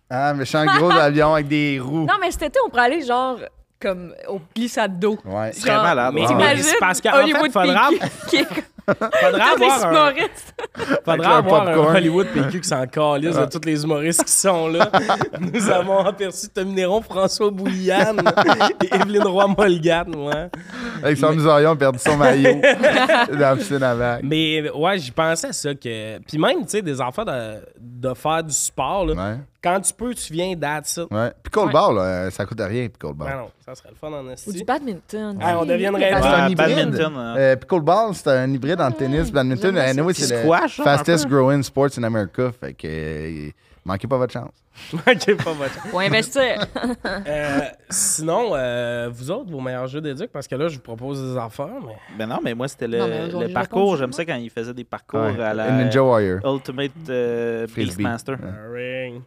Ah, méchant gros avion avec des roues. Non, mais cet été, on pourrait aller genre comme au glissade d'eau. Ouais. serait malade. Mais Ouais. mais c'est parce qu'en fait, Hollywood faudra, Peak, qui est comme faudra tous les avoir un, humoristes. Avec faudra leur avoir un popcorn. Hollywood PQ qui s'en calisse de tous les humoristes qui sont là. Nous avons aperçu Tom Néron, François Bouliane et Evelyne Roy-Molgan, ouais. Avec son aurions perdu son maillot dans la piscine à vagues. Mais ouais, j'y pensais ça que. Puis même, tu sais, des enfants de, de faire du sport, là, Ouais. quand tu peux, tu viens d'être ça. Ouais. Puis cold Ouais. ball, là, euh, ça coûte rien, puis cold ball. Ah non, ça serait le fun en Ou du esti. badminton. Ah, on deviendrait Ah, c'est Ouais, un hybride. badminton, hein. Euh, puis Pickleball, c'est un hybride entre tennis, badminton. j'aime ça. Anyway, Puis c'est le squash, hein, fastest un growing sports in America. Fait que euh, manquez pas votre chance. Ok, pas votre- Faut investir. Euh, sinon, euh, vous autres, vos meilleurs jeux d'éduc, parce que là, je vous propose des affaires, mais. Ben non, mais moi, c'était Non, mais le, aujourd'hui, le je parcours. pense- J'aime ça quand il faisait des parcours Ouais. à la Ninja Warrior. Ultimate euh, Frisbee. Beastmaster. Un ring.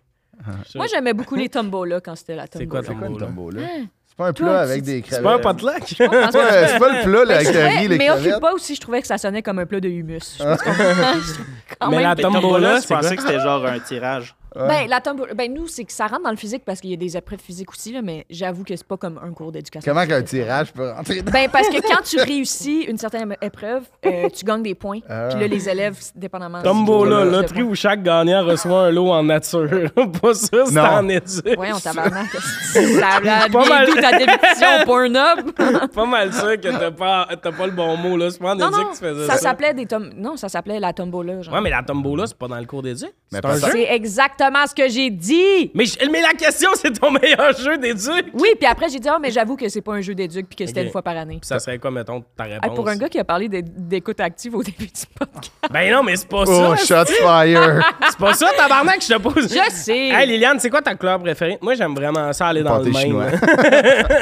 Moi, j'aimais beaucoup les tombolas quand c'était la tombola. C'est quoi, C'est quoi une Tombola. tombola? C'est pas un plat Hein? Toi, tu- Ben, avec des C'est pas un crevettes. potluck? tombola? Ouais, c'est pas le plat là, avec le riz, les mais occupe crevettes. pas aussi, je trouvais que ça sonnait comme un plat de humus. Je pense qu'on- Quand Mais Ah, même. la Mais tombola, Tombola, je c'est quoi? pensais que c'était genre un tirage. Ben, la tombola, ben, nous, c'est que ça rentre dans le physique parce qu'il y a des apprêts physiques aussi, là, mais j'avoue que c'est pas comme un cours d'éducation. Comment qu'un tirage peut rentrer dans... Ben, parce que quand tu réussis une certaine épreuve, euh, tu gagnes des points. Ah. Puis là, les élèves, dépendamment. Tombola, de- loterie où chaque gagnant reçoit un lot en nature. pas ça, c'est Non. en études. Ouais, on tabarnak. Ça a Pas mal. bien d'où ta définition pour un homme. pas mal sûr que t'as pas, t'as pas le bon mot, là. C'est pas en Non, éduc non, que tu faisais ça ça. s'appelait des tom... Non, ça s'appelait la tombola. Genre. Ouais, mais la tombola, c'est pas dans le cours d'éduc. Mais C'est un peut-être. jeu. C'est exactement ce que j'ai dit. Mais, je- mais la question, c'est ton meilleur jeu d'éduc. Oui, puis après, j'ai dit, ah, mais j'avoue que c'est pas un jeu d'éduc puis que c'était Ok. une fois par année. Ça serait quoi, mettons, ta réponse? Hey, pour un gars qui a parlé d'é- d'écoute active au début du podcast. Ben non, mais c'est pas Oh, ça. shots fire! C'est pas ça, tabarnak, je te pose. Je sais. Hey, Liliane, c'est quoi ta couleur préférée? Moi, j'aime vraiment ça aller dans Pâté le chinois. même.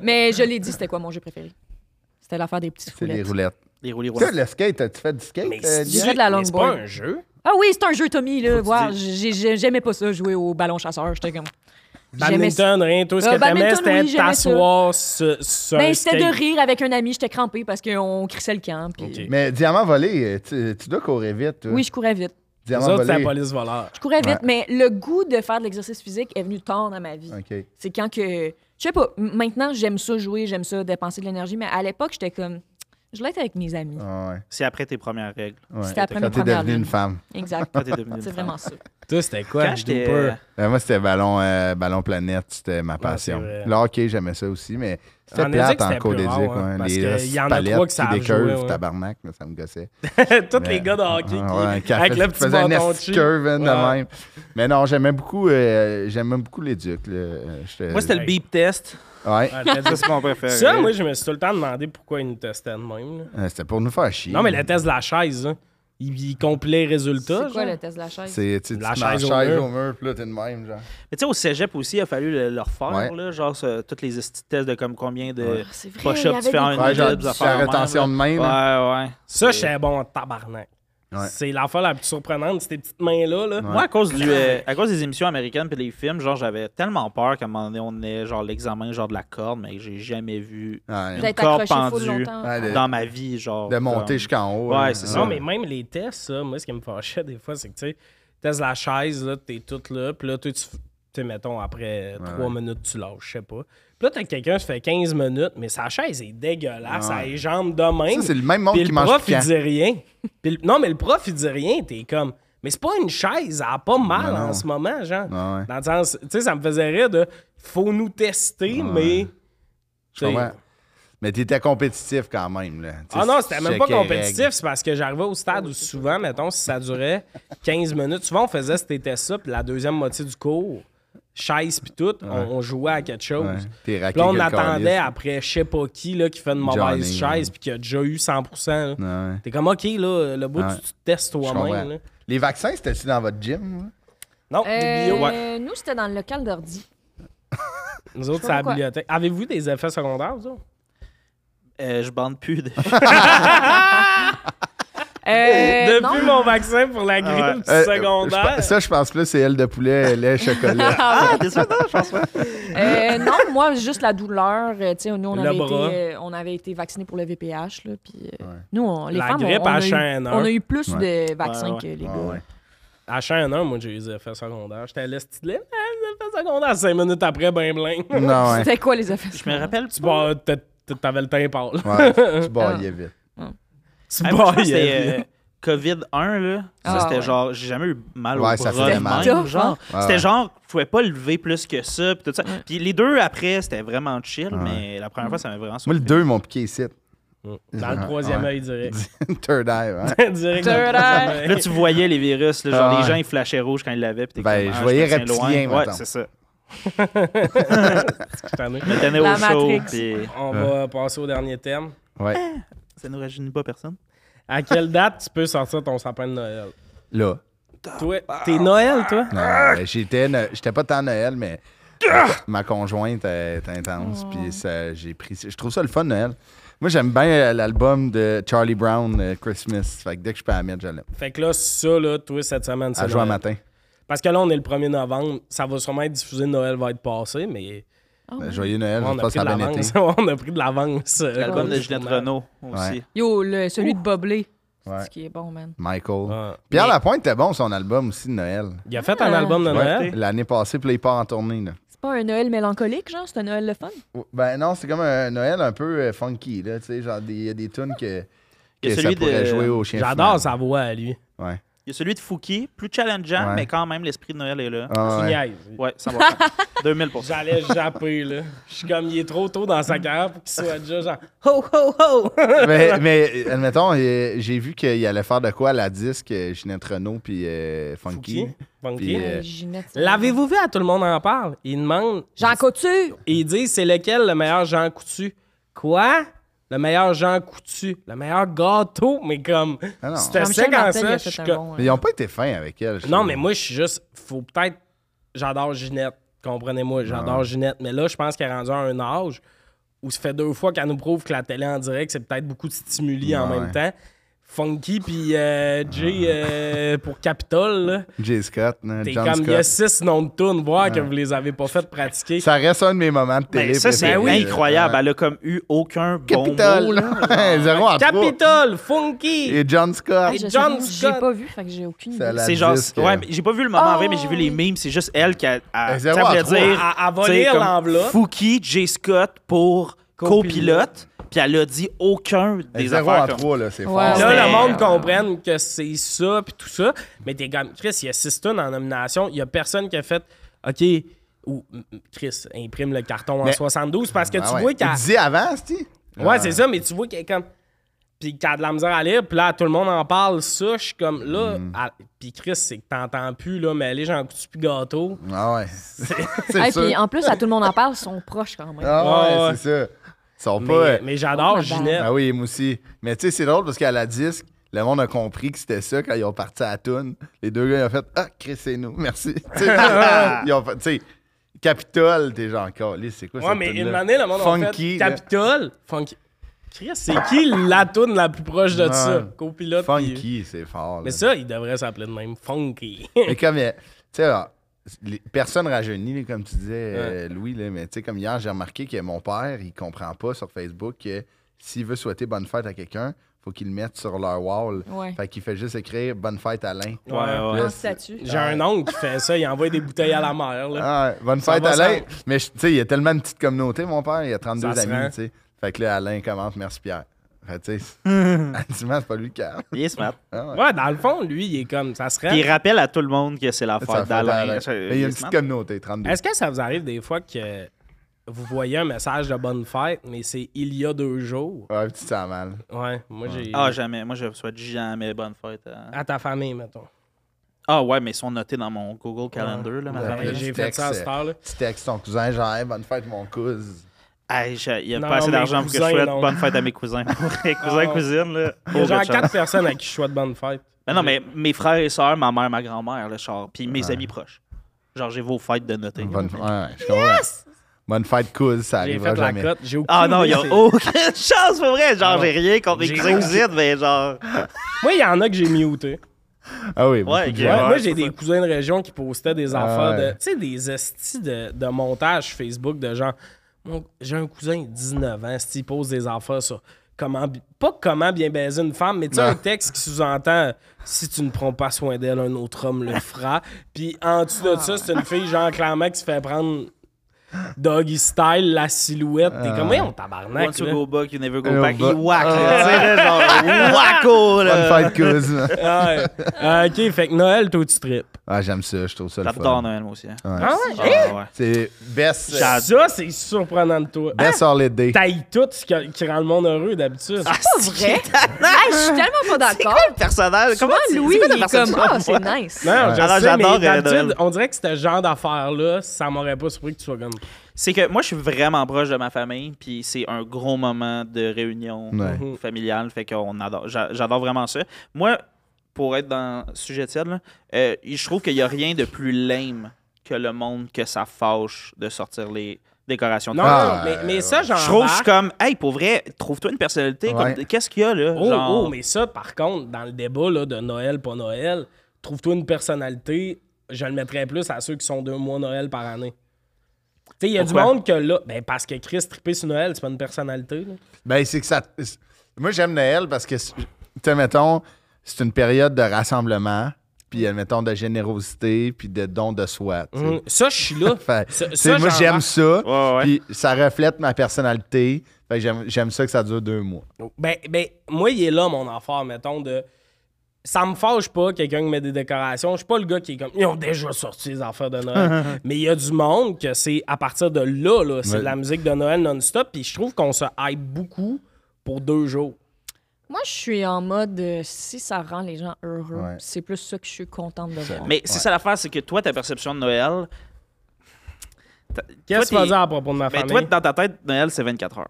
Mais je l'ai dit, c'était quoi mon jeu préféré? C'était l'affaire des petites C'est des foulettes. roulettes. Les roulis Tu sais, roulants. le skate, as-tu fait du skate? Mais euh, c'est Jeff? fait de la mais c'est pas longboard. un jeu. Ah oui, c'est un jeu, Tommy, là. Voir, tu j'ai- j'ai- j'aimais pas ça, jouer au ballon chasseur. J'étais comme. J'aimais ça. Badminton, rien, tout ce Euh, que t'aimais, badminton, c'était oui, j'aimais ça. t'asseoir sur, sur un Ben, c'était de skate. rire avec un ami, j'étais crampée parce qu'on crissait le camp. puis- Ok. Mais diamant volé, euh, tu, tu dois courir vite. toi. Oui, je courais vite. Les Diamant autres, c'est la volé. police voleur. Je courais vite, mais Ouais. le goût de faire de l'exercice physique est venu tard dans ma vie. OK. C'est quand que. Je sais pas, m- maintenant, j'aime ça jouer, j'aime ça dépenser de l'énergie, mais à l'époque, j'étais comme. Je l'ai été avec mes amis. Ah ouais, C'est après tes premières règles. ouais. C'était après mes Quand t'es premières devenue une lunes. femme. Exact. Quand t'es devenu une C'est femme. vraiment ça. Toi, c'était quoi? Quand le j'étais. Dooper? Euh, moi, c'était ballon, euh, ballon planète, c'était ma passion. c'est vrai. Là, ok, j'aimais ça aussi, mais c'était En Édic, plate c'était en cours plus d'éduc. rare, Ouais, hein, parce les que restes y en a palettes trois que ça qui a décurvent, joué, ouais. tabarnak, là, ça me gossait. Tous Mais- les gars de hockey Ah, qui- ouais, qui a avec fait- le petit faisait une bâton de esti chi. curve, hein, de Ouais. même. Mais non, j'aimais beaucoup, euh, j'aimais beaucoup l'éduc. là. Euh, j'étais- Moi, c'était le beep test. Ouais. Ouais, le Ça, test- c'est mon préféré. Ça, moi, je me suis tout le temps demandé pourquoi ils nous testaient de même. là. Euh, C'était pour nous faire chier. Mm. Non, mais le test de la chaise, hein. il, il complet résultat. C'est quoi genre. le test de la chaise? C'est tu sais, tu te mets La la chaise chaise au mur. au mur, puis là, t'es de même, genre. Mais tu sais, au cégep aussi, il a fallu le, le refaire, Ouais. là, genre, ce- toutes les esti de tests de comme combien de Ah, C'est vrai. il y push-ups tu avait fais en des- une Ouais, genre, minute, des tu fais affaires la de même, rétention de main, là. Ouais, ouais. Ça, j'étais bon en tabarnak. Ouais. C'est l'affaire la plus surprenante, ces petites mains-là. Là. Moi, à cause, du, euh, à cause des émissions américaines puis des films, genre, j'avais tellement peur qu'à un moment donné, on ait genre l'examen genre de la corde, mais j'ai jamais vu Ouais. D'être corps accroché full pendu. longtemps. Ouais, de- dans ma vie, genre. De monter comme- jusqu'en haut. hein. Ouais, là. c'est ça. Non, mais même les tests, ça, moi, ce qui me fâchait des fois, c'est que, tu sais, test de la chaise, là, t'es toute là, puis là, toi, tu, f- tu sais, mettons, après trois minutes, tu lâches, je sais pas. Puis là, t'as quelqu'un qui fait 15 minutes, mais sa chaise est dégueulasse, elle a les jambes de même. Ça, c'est le même monde Puis qui le mange prof, il piquant. dit rien. Puis le- Non, mais le prof, il dit rien, t'es comme... Mais c'est pas une chaise, elle a pas mal Non, non. en ce moment, genre. Ouais, ouais. Dans le sens, tu sais, ça me faisait rire de faut nous tester, mais. Je comprends. Mais t'étais compétitif quand même, là. Tu sais, Ah non, tu c'était même pas checkais les compétitif, c'est parce que j'arrivais au stade où souvent, mettons, si ça durait 15 minutes, souvent on faisait ces tests-là, puis la deuxième moitié du cours, chaise puis tout, on, on jouait à quelque chose. Ouais. T'es raqué Puis là, on que le attendait calice. après je sais pas qui là, qui fait une mauvaise Johnny, chaise puis qui a déjà eu 100%. là. Ouais, ouais. T'es comme, OK, là, le bout, Ouais. tu, tu te testes Je toi-même. comprends. là. Les vaccins, c'était-tu dans votre gym? là? Non, Euh, des bio. Nous, c'était dans le local d'ordi. Nous autres, sais c'est la pourquoi. bibliothèque. Avez-vous des effets secondaires, vous autres? Euh, je bande plus de. Euh, non. Depuis mon vaccin pour la Ah ouais. grippe du Euh, secondaire. je pe- ça, je pense plus c'est aile de poulet, lait, chocolat. ah, t'es sûr? Non, je pense pas. Euh, non, moi, juste la douleur. euh, tu sais, nous, on Le avait, été, bras. euh, on avait été vaccinés pour le VPH. Là, puis, euh, Ouais. Nous, on, les La femmes, on- grippe on, a eu, H1N1. on a eu plus de Ouais, vaccins ouais. que les Ouais, Ah gars. ouais. À chaîne 1, moi, j'ai eu des effets secondaires. J'étais à l'est de l'île, ah, les effets secondaires. Cinq minutes après, ben bling. Non, Ah ouais. C'était quoi les effets? Je me rappelle, tu tu bois- t'a- t'a- t'avais le teint pâle. Ouais, tu baillais vite. Tu Hey, moi, Ah, je pense que baillais. hein. c'était, euh, COVID-1, là. Ça, Ah, c'était ouais. genre, j'ai jamais eu mal Ouais, au ça bras faisait de mal. même, Tough, genre. hein? c'était Ouais, ouais. genre, je pouvais pas lever plus que ça, puis tout ça. Puis les deux, après, c'était vraiment chill, Ah mais la première fois, ça m'a vraiment Moi, le 2 m'ont piqué ici. Mm. Dans le troisième Ouais. œil direct. Third eye, ouais. direct. dans le troisième œil. Là, tu voyais les virus, là, genre Ah, les ouais. gens ils flashaient rouge quand ils l'avaient. puis t'es Ben, comme, je ah, voyais me tiens loin. reptilien, Ouais, mettons. c'est ça. Je t'en ai. Je me tenais La au chaud. Matrix. puis On va passer au dernier thème. Ouais. Ça nous rajeunit pas personne. À quelle date tu peux sortir ton sapin de Noël? Là. Toi, t'es Noël, toi? Non, ben, j'étais, no- j'étais pas tant Noël, mais ma conjointe est intense. Puis ça, j'ai pris. Je trouve ça le fun, Noël. Moi, j'aime bien euh, l'album de Charlie Brown, euh, Christmas. Fait que dès que je peux la mettre, je l'aime. Fait que là, ça, là, toi, cette semaine, c'est À jouer à Noël. matin. Parce que là, on est le 1er novembre. Ça va sûrement être diffusé. Noël va être passé, mais Ben, joyeux Noël, on je a, passe pris à de bien l'avance. été. on a pris de l'avance. euh, L'album pour de le Ginette tournage. Renault aussi. Yo, le, celui de Boblé. Ouais. C'est ce qui est bon, man. Michael. Ah. Pierre Mais- Lapointe était bon, son album aussi de Noël. Il a fait un album de Ouais, Noël. L'année passée, puis là, il part en tournée. Là. C'est pas un Noël mélancolique, genre? C'est un Noël le fun? Ben non, c'est comme un Noël un peu euh, funky, là, tu sais, genre des- il y a des tunes que, Il y que a ça celui pourrait de- jouer au chien. J'adore fumeur. sa voix à lui. Ouais. Il y a celui de Fouki, plus challengeant, Ouais. mais quand même, l'esprit de Noël est là. Ah, Tu ouais. niaises. Ouais, ça va. 2000 J'allais japper, là. Je suis comme, il est trop tôt dans sa carrière pour qu'il soit déjà genre « Ho, ho, ho! mais, mais, admettons, euh, j'ai vu qu'il allait faire de quoi à la disque euh, Ginette Renault puis euh, » Funky. Funky. Funky. Puis, euh, Hey, Ginette, c'est- L'avez-vous vu à Tout le monde en parle? Ils demandent... Jean Coutu! Ils disent « C'est lequel le meilleur Jean Coutu? » Quoi? Le meilleur Jean Coutu. Le meilleur gâteau, mais comme... Ah non. C'était Jean-Michel sec en Martel, il ça. a je suis fait un comme- bon, Mais euh, ils ont pas été fins avec elle. je Non, trouve. mais moi, je suis juste... Faut peut-être... J'adore Ginette. Comprenez-moi, j'adore Ginette. Mais là, je pense qu'elle est rendue à un âge où ça fait deux fois qu'elle nous prouve que la télé en direct, c'est peut-être beaucoup de stimuli en Ouais. même temps. Funky puis euh, Jay euh, pour Capitol. là. J. Scott, hein, T'es John comme, il y a Scott. six noms de tunes, voir que vous les avez pas fait pratiquer. Ça reste un de mes moments de télé. Ben, ça, c'est préférés. incroyable. Elle a comme eu aucun bon mot. Capitole. là. Zéro en trois. Capitol, Funky! Et John Scott. Et Je sais John pas, Scott. J'ai pas vu, fait que j'ai aucune idée. Ça l'a- C'est genre. disque, Ouais, euh, mais j'ai pas vu le moment Oh, en vrai, mais j'ai vu les oui. memes. C'est juste elle qui a. à- Ben, zéro ça à voulait trois. dire. À- à tu sais, voler comme l'enveloppe. Fouki, J. Scott pour copilote. Copilote. Puis elle a dit aucun des Zéro affaires en comme trois, là, c'est Ouais. fort. Là, Là, C'était- le monde comprenne que c'est ça puis tout ça. Mais t'es comme Chris, il y a six tonnes en nomination. Il y a personne qui a fait OK. Ou mm, mm, Chris imprime le carton en Mais- 72 parce que Ah tu ouais. vois qu'elle. Tu disais avant, Ah. c'ti? Ouais, c'est ça, mais tu vois qu'elle est comme. Puis qu'elle a de la misère à lire, puis là, tout le monde en parle, ça, je suis comme là. Mm. elle- Puis Chris, c'est que t'entends plus, là, mais allez, j'en coûte plus gâteau. Ah ouais. C'est Hey, sûr. puis en plus, à tout le monde en parle, ils sont proches quand même. Ah Ouais, ouais, c'est ça. Ils sont Mais, pas. mais j'adore Oh, Ginette. Ah oui, moi aussi. Mais tu sais, c'est drôle parce qu'à la disque, le monde a compris que c'était ça quand ils ont parti à la toune. Les deux gars, ils ont fait Ah, Chris, c'est nous, merci. Tu sais, ils ont fait, tu sais, Capitole, t'es genre encore. C'est quoi Ouais, cette mais une toune-là? année, le monde a fait Funky, là. Capitol. Funky. Chris, c'est qui la toune la plus proche de Ouais. ça? Copilote. puis- Funky, c'est fort. là. Mais ça, il devrait s'appeler de même. Funky. Mais comme, euh, tu sais, alors, les- personne rajeunit, là, comme tu disais, euh, Louis, là, mais tu sais, comme hier, j'ai remarqué que mon père, il comprend pas sur Facebook que s'il veut souhaiter bonne fête à quelqu'un, faut qu'il le mette sur leur wall. Ouais. Fait qu'il fait juste écrire bonne fête Alain. Ouais, ouais. En Là, c'est- statut. J'ai un oncle qui fait ça, il envoie des bouteilles à la mer. Là. Ah, ouais, bonne Ça fête, va Alain. sans- Mais je- tu sais, il y a tellement de petites communautés, mon père. Il y a 32 Ça se rend. amis, tu sais. Fait que là, Alain commente Merci Pierre. Fait que, tu sais, ultimement, c'est pas lui qui a. Yes, Matt. Ah, ouais. Ouais, dans le fond, lui, il est comme ça Puis il serait. rappelle à tout le monde que c'est la C'est la fête fête à Alain. d'Alain. Mais il y a une petite communauté, 32. Est-ce que ça vous arrive des fois que vous voyez un message de bonne fête, mais c'est il y a deux jours? Ouais, un petit ça mal. Ouais, moi j'ai. Ah, jamais. Moi, je souhaite jamais bonne fête. hein. à ta famille, mettons. Ah, ouais, mais ils sont notés dans mon Google Calendar, là, ma Ouais. famille. le J'ai petit fait ça à texte, cette heure-là. Tu textes ton cousin, genre, Hey, bonne fête, mon cousin. Hey, j'ai- il n'y a Non, pas assez mes d'argent pour que je cousins, souhaite non. bonne fête à mes cousins. Mes cousins, Ah. cousines, là. Il y a Oh, genre Richard. quatre personnes à qui je souhaite bonne fête. Mais non, mais mes frères et sœurs, ma mère, ma grand-mère, le char, puis mes amis proches. Genre, j'ai vos fêtes de noter. Bonne fête. Ouais, je comprends. Bonne fête, cousin, ça J'ai arrivera fait la jamais. cote. J'ai aucune Ah non, il idée n'y a c'est- aucune chance, pour vrai. Genre, j'ai rien contre mes Ah J'ai cousins, cousines, mais genre. Moi, il y en a que j'ai muté. Ah oui, beaucoup de Ouais, ok. Ouais, gens. moi, j'ai des cousins de région qui postaient des affaires Ah ouais. de. Tu sais, des estis de, de montage Facebook de genre. Mon- J'ai un cousin de 19 ans, esti, il pose des affaires sur comment. bi- Pas comment bien baiser une femme, mais tu sais, Non. un texte qui sous-entend euh, si tu ne prends pas soin d'elle, un autre homme le fera. Puis en dessous de ça, c'est une fille, genre, clairement, qui se fait prendre. Doggy style, la silhouette. T'es Ah. comme, on tabarnak. Once you là. go back, you never Euh, go back. va- Il whack, Ah. là. Tu sais, là, genre, wacko, là. Bonne fête, cousin. Ah ouais. Euh, ok, fait que Noël, toi, tu tripes. Ah, j'aime ça, je trouve ça le J'adore fun. Noël, moi aussi. hein. Ah Ah, ouais? ouais. C'est best, Hey, ça, c'est surprenant de toi. best holiday. taille tout ce qui, qui rend le monde heureux d'habitude. Ah, Pas vrai? Hey, je suis tellement pas d'accord. Personnage, comment Souvent, tu- c'est Louis, quoi ta il est comme, perception? ah, c'est nice. non, je Alors, sais, j'adore, mais euh, d'habitude, Noël. on dirait que ce genre d'affaire-là, ça m'aurait pas surpris que tu sois comme. C'est que moi, je suis vraiment proche de ma famille, puis c'est un gros moment de réunion Hein? Ouais. euh, familiale, fait qu'on adore. j'a- J'adore vraiment ça. Moi, pour être dans le sujet de tiède, là, euh, je trouve qu'il n'y a rien de plus lame que le monde que ça fâche de sortir les décorations. de Non, Noël. Ah, non, mais, mais ouais. ça, j'en je trouve que je suis comme, hey, pour vrai, trouve-toi une personnalité. Ouais. comme, Qu'est-ce qu'il y a là? Oh, Genre- oh, mais ça, par contre, dans le débat là, de Noël, pas Noël, trouve-toi une personnalité, je le mettrais plus à ceux qui sont deux mois Noël par année. Tu sais, il y a Pourquoi? du monde que là. Ben, parce que Chris trippé sur Noël, c'est pas une personnalité. là. Ben, c'est que ça. c'est- Moi, j'aime Noël parce que, tu sais, mettons, c'est une période de rassemblement, puis, admettons, de générosité, puis de don de soi. tu sais. Hum, Ça, je suis là. Fait, Ça- tu sais, ça, moi, j'en j'aime marche. ça, Ouais, ouais. puis ça reflète ma personnalité. Fait que j'aime- j'aime ça que ça dure deux mois. Ben, ben, moi, il est là, mon affaire, mettons, de. Ça me fâche pas, quelqu'un qui met des décorations. Je suis pas le gars qui est comme. Ils ont déjà sorti les affaires de Noël. Mais il y a du monde que c'est à partir de là, là. C'est Ouais. de la musique de Noël non-stop. Puis je trouve qu'on se hype beaucoup pour deux jours. Moi, je suis en mode, euh, si ça rend les gens heureux, Ouais. c'est plus ça que je suis contente de voir. Mais c'est ça l'affaire, c'est que toi, ta perception de Noël. t'as- toi, Qu'est-ce que tu vas t'es- dire à propos de ma Mais famille? toi, dans ta tête, Noël, c'est 24 heures.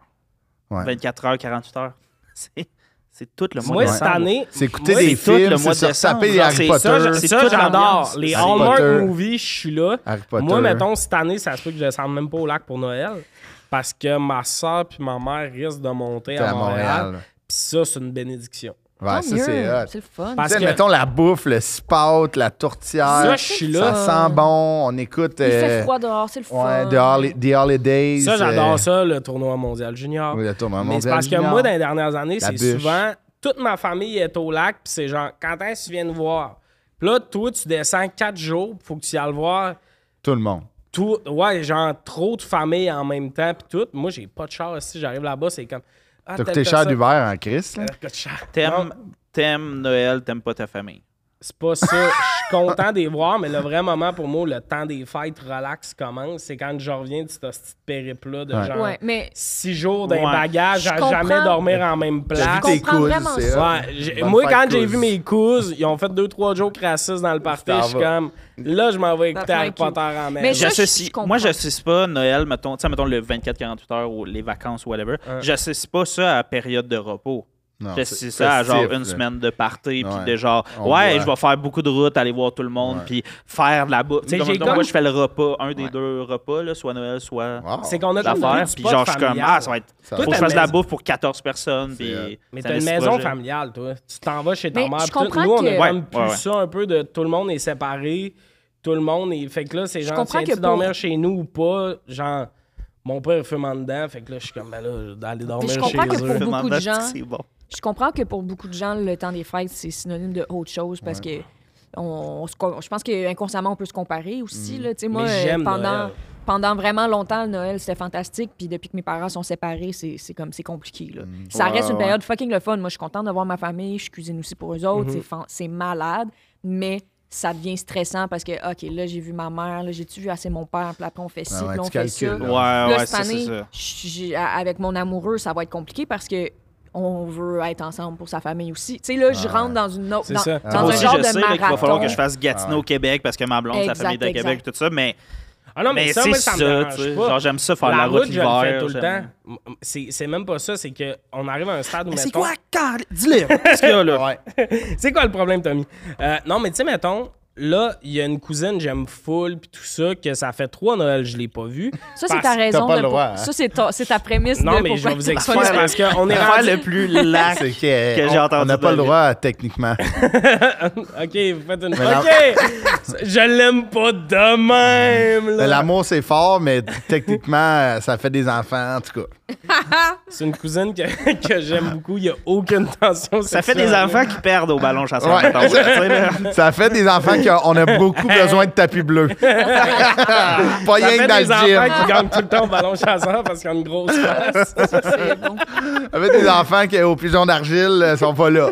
Ouais. Ben, 24 heures, 48 heures. C'est- C'est tout le mois. moi, de cette décembre. année. C'est écouter moi, des c'est tout le films, mois c'est de se décembre, retaper genre, Harry c'est Potter. ça, je- Ça, c'est toute j'adore. l'ambiance. Les Harry Hallmark Potter. Movies, je suis là. Harry Potter. Moi, mettons, cette année, ça se peut que je descende même pas au lac pour Noël. Parce que ma soeur puis ma mère risquent de monter T'es à, à Montréal. Montréal. Puis ça, c'est une bénédiction. Ouais, Tant ça, mieux, c'est hot. C'est le fun. Parce Tu sais, que- mettons la bouffe, le spout, la tourtière. Ça, je suis là. Ça sent bon. On écoute. Il fait euh, froid dehors, c'est le fun. Ouais, the, Holi- The Holidays. Ça, euh, j'adore ça, le tournoi mondial junior. Oui, le tournoi Mais c'est mondial. parce que junior. moi, dans les dernières années, La c'est bûche. souvent toute ma famille est au lac, puis c'est genre quand est-ce que tu viens nous voir? Puis là, toi, tu descends quatre jours, faut que tu y ailles voir Tout le monde. Ah, tout. Ouais, genre trop de familles en même temps, puis tout. Moi, j'ai pas de char si j'arrive là-bas, c'est comme. Ah, T'as telle coûté cher personne- du verre en Chris, là. Ça coûte cher. T'aimes, Non, t'aimes Noël, t'aimes pas ta famille. C'est pas ça. Je suis content de les voir, mais le vrai moment pour moi, le temps des fêtes relax commence, c'est quand je reviens de ce petit périple-là de Ouais. genre Ouais, mais six jours d'un Ouais. bagage Je à jamais comprends. dormir en même T'as place. vu tes comprends coudes, vraiment c'est ça. hot. Ouais, j'ai- Bonne moi, fête, quand j'ai cous. vu mes cousins, ils ont fait deux, trois jokes racistes dans le party. Ça Je suis va. comme, là, je m'en vais écouter Parfait, Harry cute. Potter en Mais maison. je- J'associe- comprends. moi, j'associe pas Noël, mettons, tu sais, mettons le 24-48 heures ou les vacances ou whatever. J'associe pas ça à période de repos. Non, J'associe c'est ça à genre festif, une là. semaine de party, puis Ouais. de genre, On ouais, voit. je vais faire beaucoup de routes, aller voir tout le monde, puis faire de la bouffe. Tu sais, Mais comme, j'ai donc, moi, comme- je fais le repas, un des deux repas, là, soit Noël, soit Wow. C'est qu'on a comme l'affaire. deux petits Puis potes genre, je suis comme, familiales. ah, ça va être. Ça faut va. que je fasse de la Toi, ta bouffe pour 14 personnes, puis. C'est, euh, Mais ça t'as une laisse maison projet. familiale, toi. Tu t'en vas chez ta Mais mère. je puis tout. comprends Nous, on a que- comme Ouais, plus ouais, ouais. ça un peu de tout le monde est séparé. Tout le monde est. Fait que là, c'est genre, comprends tiens-tu que pour- dormir chez nous ou pas? Genre, mon père fume en dedans. Fait que là, je suis comme, ben là, d'aller dormir je chez comprends que eux. pour- Je me beaucoup de demande gens- si C'est bon. je comprends que pour beaucoup de gens, le temps des fêtes, c'est synonyme de autre chose parce que on, on se co- je pense qu'inconsciemment, on peut se comparer aussi. Là, Tu sais, moi, Mais euh, j'aime pendant, Noël. pendant vraiment longtemps, le Noël, c'était fantastique. Puis depuis que mes parents sont séparés, c'est c'est comme c'est compliqué. Là. Ça Ouais, reste une ouais. période fucking le fun. Moi, je suis contente de voir ma famille. Je cuisine aussi pour eux autres. C'est fan- C'est malade, mais ça devient stressant parce que, OK, là, j'ai vu ma mère, là, j'ai-tu vu assez mon père, puis après, on fait ci, Ah ouais, puis on tu fait ça. calcules, là. Ouais, Là, Ah ouais, ça, cette c'est année, ça. j'ai- à- avec mon amoureux, ça va être compliqué parce que on veut être ensemble pour sa famille aussi. Tu sais, là, je rentre dans une autre. C'est Dans, ça. dans Ah, un Moi ouais. aussi, genre je de sais là, qu'il va marathon. falloir que je fasse Gatineau Ah ouais. au Québec parce que ma blonde, sa Exact, famille est de exact. Québec, tout ça, mais, Ah non, mais, mais ça, c'est moi, ça ça, me dérange tu sais. pas. Genre, j'aime ça faire la, route je le fais l'hiver. tout le j'aime- temps. M- C'est c'est même pas ça, c'est qu'on arrive à un stade où. mettons- car Dis-le! Qu'est-ce qu'il y a, là? Ouais. C'est quoi le problème, Tommy? Euh, non, mais tu sais, mettons, là, il y a une cousine, j'aime full, puis tout ça, que ça fait trois Noël, je l'ai pas vu. Ça, c'est Parce- ta raison. pas de le droit, pour- hein. Ça, c'est ta, c'est ta prémisse. Non, de mais je pourquoi vais vous t'es expliquer pas- parce qu'on est L'affaire rendu. le plus lac ah, C'est que, que on- j'ai entendu. On n'a de pas la le vie. droit, techniquement. Ok, vous faites une. la- Ok! je l'aime pas de même, là. Euh, L'amour, c'est fort, mais techniquement, euh, ça fait des enfants, en tout cas. C'est une cousine que, que j'aime beaucoup, il y a aucune tension. Ça fait des enfants qui perdent au ballon chasseur. Ouais. mettons, là, tu sais, là. Ça fait des enfants qu'on a beaucoup besoin de tapis bleu. Pas Ça rien fait que dans des enfants le gym. qui gagnent tout le temps au ballon chasseur parce qu'ils ont une grosse face. C'est bon. Ça fait des enfants qui, au pigeon d'argile, euh, sont pas là.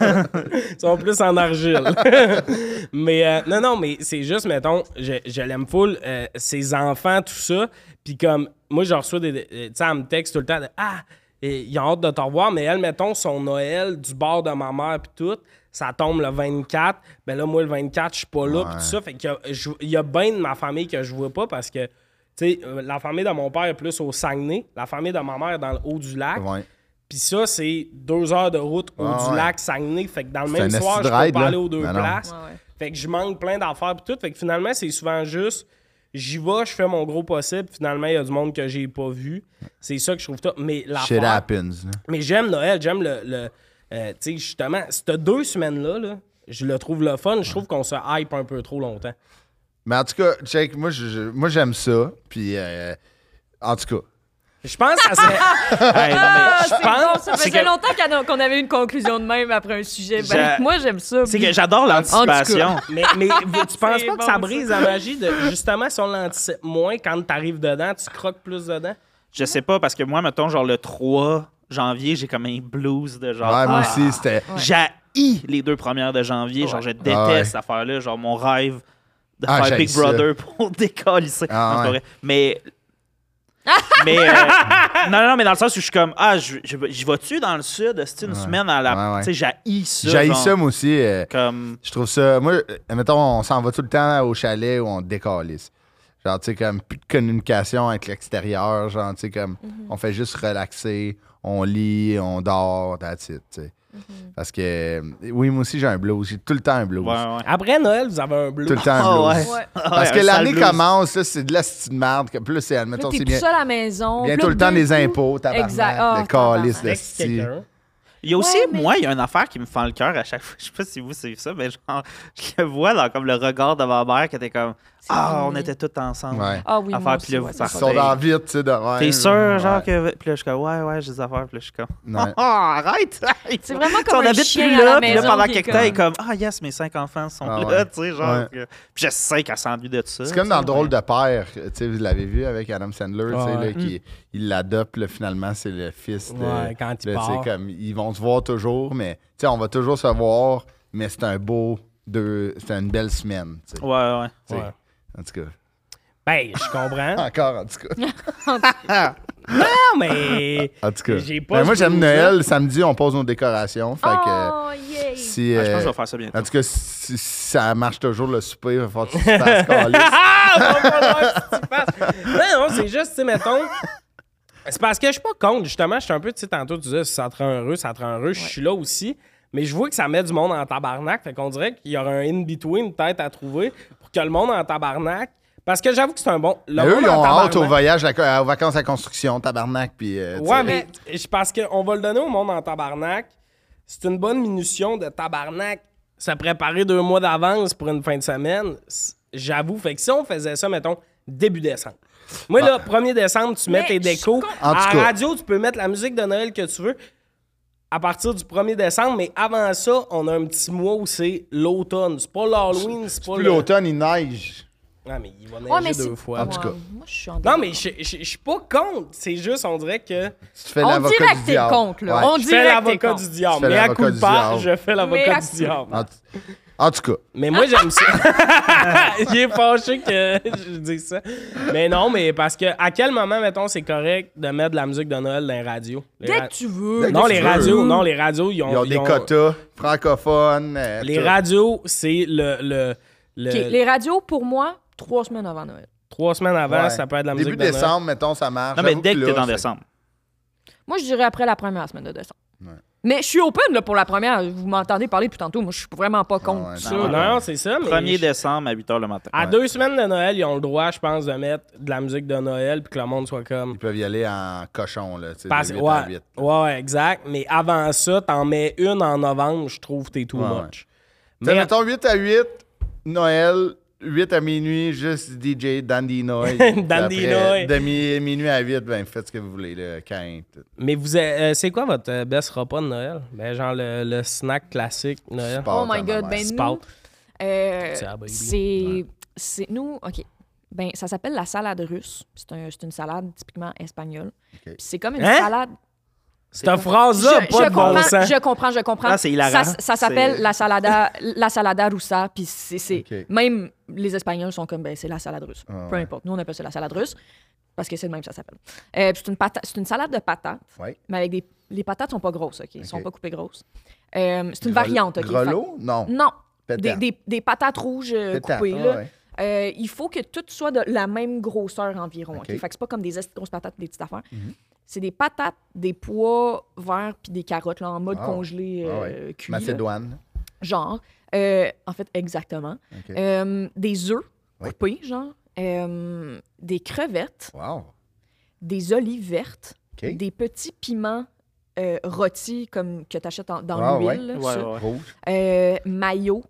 Ils sont plus en argile. mais euh, non, non, mais c'est juste, mettons, je, je l'aime full, euh, ses enfants, tout ça. Puis comme, moi, je reçois des. des- euh, Tu sais, elle me texte tout le temps de Ah, et, ils ont hâte de te revoir, mais elle, mettons, son Noël du bord de ma mère, puis tout. Ça tombe le 24. Ben là, moi, le 24, je suis pas là, puis tout ça. Fait qu'il y a- je- il y a, bien de ma famille que je vois pas parce que, tu sais, euh, la famille de mon père est plus au Saguenay. La famille de ma mère est dans le haut du lac. Ouais. Puis ça, c'est deux heures de route au Ah du ouais. lac Saguenay. Fait que dans le C'est même un soir, esti je de peux ride, pas là. aller aux deux Ben non. places. Ouais, ouais. Fait que je manque plein d'affaires pis tout. Fait que finalement, c'est souvent juste, j'y vais, je fais mon gros possible. Finalement, il y a du monde que j'ai pas vu. C'est ça que je trouve top. Mais Shit l'affaire... happens. là. Mais j'aime Noël, j'aime le... le euh, tu sais, justement, ces deux semaines-là, là, je le trouve le fun. Je trouve qu'on se hype un peu trop longtemps. Mais en tout cas, check, moi, je- je- moi, j'aime ça. Puis, euh, en tout cas. Je pense que ça serait... Hey, non, mais- Ah, Je c'est bon, pense- ça c'est faisait que- longtemps qu'on a- qu'on avait une conclusion de même après un sujet. Ben, Je- moi, j'aime ça. C'est que j'adore l'anticipation. Mais, mais vous- tu penses C'est pas que bon, ça ça. brise la magie de justement si on l'anticipe moins quand t'arrives dedans, tu croques plus dedans? Je sais pas, parce que moi, mettons, genre le 3 janvier, j'ai comme un blues de genre. Ouais, moi ah, aussi, c'était. J'haïs les deux premières de janvier. Genre, je déteste Ah ouais. cette affaire-là. Genre, mon rêve de Ah, faire j'haïs Big ça. Brother pour décalisser. Ah Non, c'est pas ouais. vrai. Mais. mais euh, non, non, mais dans le sens où je suis comme, ah, je- je- j'y vas-tu dans le sud, c'est une semaine à la. Ouais, ouais. Tu sais, j'haïs ça. J'ai genre, ça, moi aussi. euh, Comme. Je trouve ça. Moi, euh, mettons, on s'en va tout le temps au chalet où on décalisse. Genre, tu sais, comme plus de communication avec l'extérieur. Genre, tu sais, comme Mhm. on fait juste relaxer, on lit, on dort, that's it, tu sais. Mhm. Parce que, euh, oui, moi aussi, j'ai un blues. J'ai tout le temps un blues. Ouais, ouais. Après Noël, vous avez un blues. Tout le temps un Ah blues. ouais. Ouais. Parce que Ouais, un sale l'année blues. commence, là, c'est de la petite merde. que Plus, c'est, Là, admettons, t'es c'est tout bien. seul à la maison. Bien puis là, tout le temps d'un des coup- impôts, Exact. Ah, tabarnak, le calice, tabarnak. le Texte style. quelqu'un. Il y a aussi, Ouais, mais- moi, il y a une affaire qui me fend le cœur à chaque fois. Je sais pas si vous savez ça, mais genre, je le vois dans comme le regard de ma mère qui était comme Ah, on fini. était tous ensemble. Ouais. Ah oui, Affaire, moi aussi, puis là, ouais, vous c'est Ils partez. ça. sont dans vite, tu sais, de même. T'es sûr, genre, Ouais. que. Puis là, je suis comme Ouais, ouais, j'ai des affaires. Puis là, je suis comme Ouais. Ah, arrête! C'est vraiment Tu sais, comme on un habite chien plus à là, la puis là, maison pendant qui est quelques temps, il est comme- comme Ah, yes, mes cinq enfants sont Ah, là, ouais. tu sais, genre. Ouais. que- Puis je sais qu'elle s'ennuie de ça. C'est tu comme dans sais, Drôle mais- de père, tu sais, vous l'avez vu avec Adam Sandler, tu sais, ben. Ouais. Mm. là, qui il l'adopte, là, finalement, c'est le fils de... Ouais, quand il là, tu sais, part. comme, ils vont se voir toujours, mais tu sais, on va toujours se voir, mais c'est un beau... deux- C'est une belle semaine, tu sais. Ouais, ouais. Tu sais. Ouais. En tout cas. Ben, je comprends. Encore, en tout cas. non, mais. En tout cas. J'ai pas Ben, moi, ce j'aime goût-là. Noël. Samedi, on pose nos décorations. Fait que Oh, yay! euh, si... Ah, je pense euh, que je vais faire ça bientôt. en tout cas, si, si ça marche toujours le souper, il va falloir que tu te fasses caler. Ah! On va pas voir ce que tu fasses. Non, non, c'est juste, tu sais, mettons. C'est parce que je suis pas contre, justement. Je suis un peu, tu sais, tantôt, tu disais, ça te rend heureux, ça te rend heureux. Je suis là aussi. Mais je vois que ça met du monde en tabarnak. Fait qu'on dirait qu'il y aura un in-between, peut-être, à trouver pour que le monde en tabarnak. Parce que j'avoue que c'est un bon. Le Mais eux, monde ils en ont hâte tabarnak- au voyage, à- aux vacances à construction, tabarnak, puis... euh, tu Ouais, sais. mais je pense qu'on va le donner au monde en tabarnak. C'est une bonne minution de tabarnak. Se préparer deux mois d'avance pour une fin de semaine, c- j'avoue. Fait que si on faisait ça, mettons, début décembre. Moi, Ah. là, 1er décembre, tu mets Mais tes je décos. com- En À tout la cas. radio, tu peux mettre la musique de Noël que tu veux à partir du 1er décembre, mais avant ça, on a un petit mois où c'est l'automne. C'est pas l'Halloween, c'est pas Plus le- l'automne, il neige. Ah, mais il va neiger Ouais, mais c'est- Ah, deux fois. En tout cas. Moi, je suis en Non, mais je je- je suis pas contre. C'est juste, on dirait que. Tu te fais On l'avocat dirait du que t'es diable. contre, là. Ouais. On Je fais dirait que t'es l'avocat contre. du Tu diable. fais Mais à l'avocat coup de du part, diable. Ah. je fais l'avocat à du coup- diable. En, t- en tout cas, Mais moi, j'aime ça. Il est fâché que je dise ça. Mais non, mais parce que à quel moment, mettons, c'est correct de mettre de la musique de Noël dans les radios? Les Dès ra- que tu veux. Dès que non, tu les veux. radios, non, les radios, ils ont... ils ont ils des ont- quotas francophones. euh, Les tout. radios, c'est le... le, le- OK, les radios, pour moi, trois semaines avant Noël. Trois semaines avant, Ouais. ça peut être de la musique Début de Noël. décembre, mettons, ça marche. Non, mais J'avoue dès que là, t'es dans c'est- décembre. Moi, je dirais après la première semaine de décembre. Ouais. Mais je suis open là, pour la première. Vous m'entendez parler depuis tantôt. Moi, je suis vraiment pas contre Ah ouais, ça. non, là. Ah, Non, c'est ça, mais... 1er je- décembre à 8 h le matin. À Ah. Ouais. deux semaines de Noël, ils ont le droit, je pense, de mettre de la musique de Noël puis que le monde soit comme... Ils peuvent y aller en cochon, là. tu sais, de Parce- huit ouais, à huit. ouais, ouais, exact. Mais avant ça, t'en mets une en novembre, je trouve que t'es too Ouais, ouais. much. Tu Mais sais, mettons 8 à 8, Noël, 8 à minuit, juste DJ Dandy Noy. Dandy Noy. De mi- minuit à 8, ben faites ce que vous voulez, là. Quand. tout. Mais vous, êtes- euh, c'est quoi votre euh, best repas de Noël? Ben, genre le, le snack classique Noël. Sport, Oh my God, ben C'est nous, pâte. euh, C'est la baby. c'est... c'est- Nous, OK. Ben, ça s'appelle la salade russe. C'est un- c'est une salade typiquement espagnole. Puis C'est comme une Hein? salade... Cette phrase-là, je pas de bon comprends, sens. Je comprends, je comprends. Ah, c'est hilarant. Ça, ça s'appelle C'est- la salada, la salada russa, puis c'est... c'est- Ok. Même les Espagnols sont comme, ben, c'est la salade russe. Ah, Peu ouais. importe. Nous, on appelle ça la salade russe, parce que c'est le même que ça s'appelle. Euh, puis c'est une, pata- c'est une salade de patates, Ouais. mais avec des... Les patates sont pas grosses, OK? Elles sont Ok. pas coupées grosses. Euh, c'est une Grel- variante, OK? Grelot? Non. Fait- Non. Des, Pétante. des- des patates rouges euh, Pétante, coupées, Ah, ouais, là. ouais. Euh, il faut que tout soit de la même grosseur environ. ok? OK. Mhm. Fait que c'est pas comme des esti de grosses patates, des petites affaires. C'est des patates, des pois verts puis des carottes là, en mode Ah. congelé Ah euh, ouais. cuit, là. Macédoine. genre. Euh, en fait, exactement. OK. Euh, des œufs Oui. coupés, genre. Euh, des crevettes, Wow. des olives vertes, OK. des petits piments euh, rôtis comme que tu achètes dans Ah, l'huile. ouais. là, Ouais, ça. ouais. Rouge. Euh, mayo,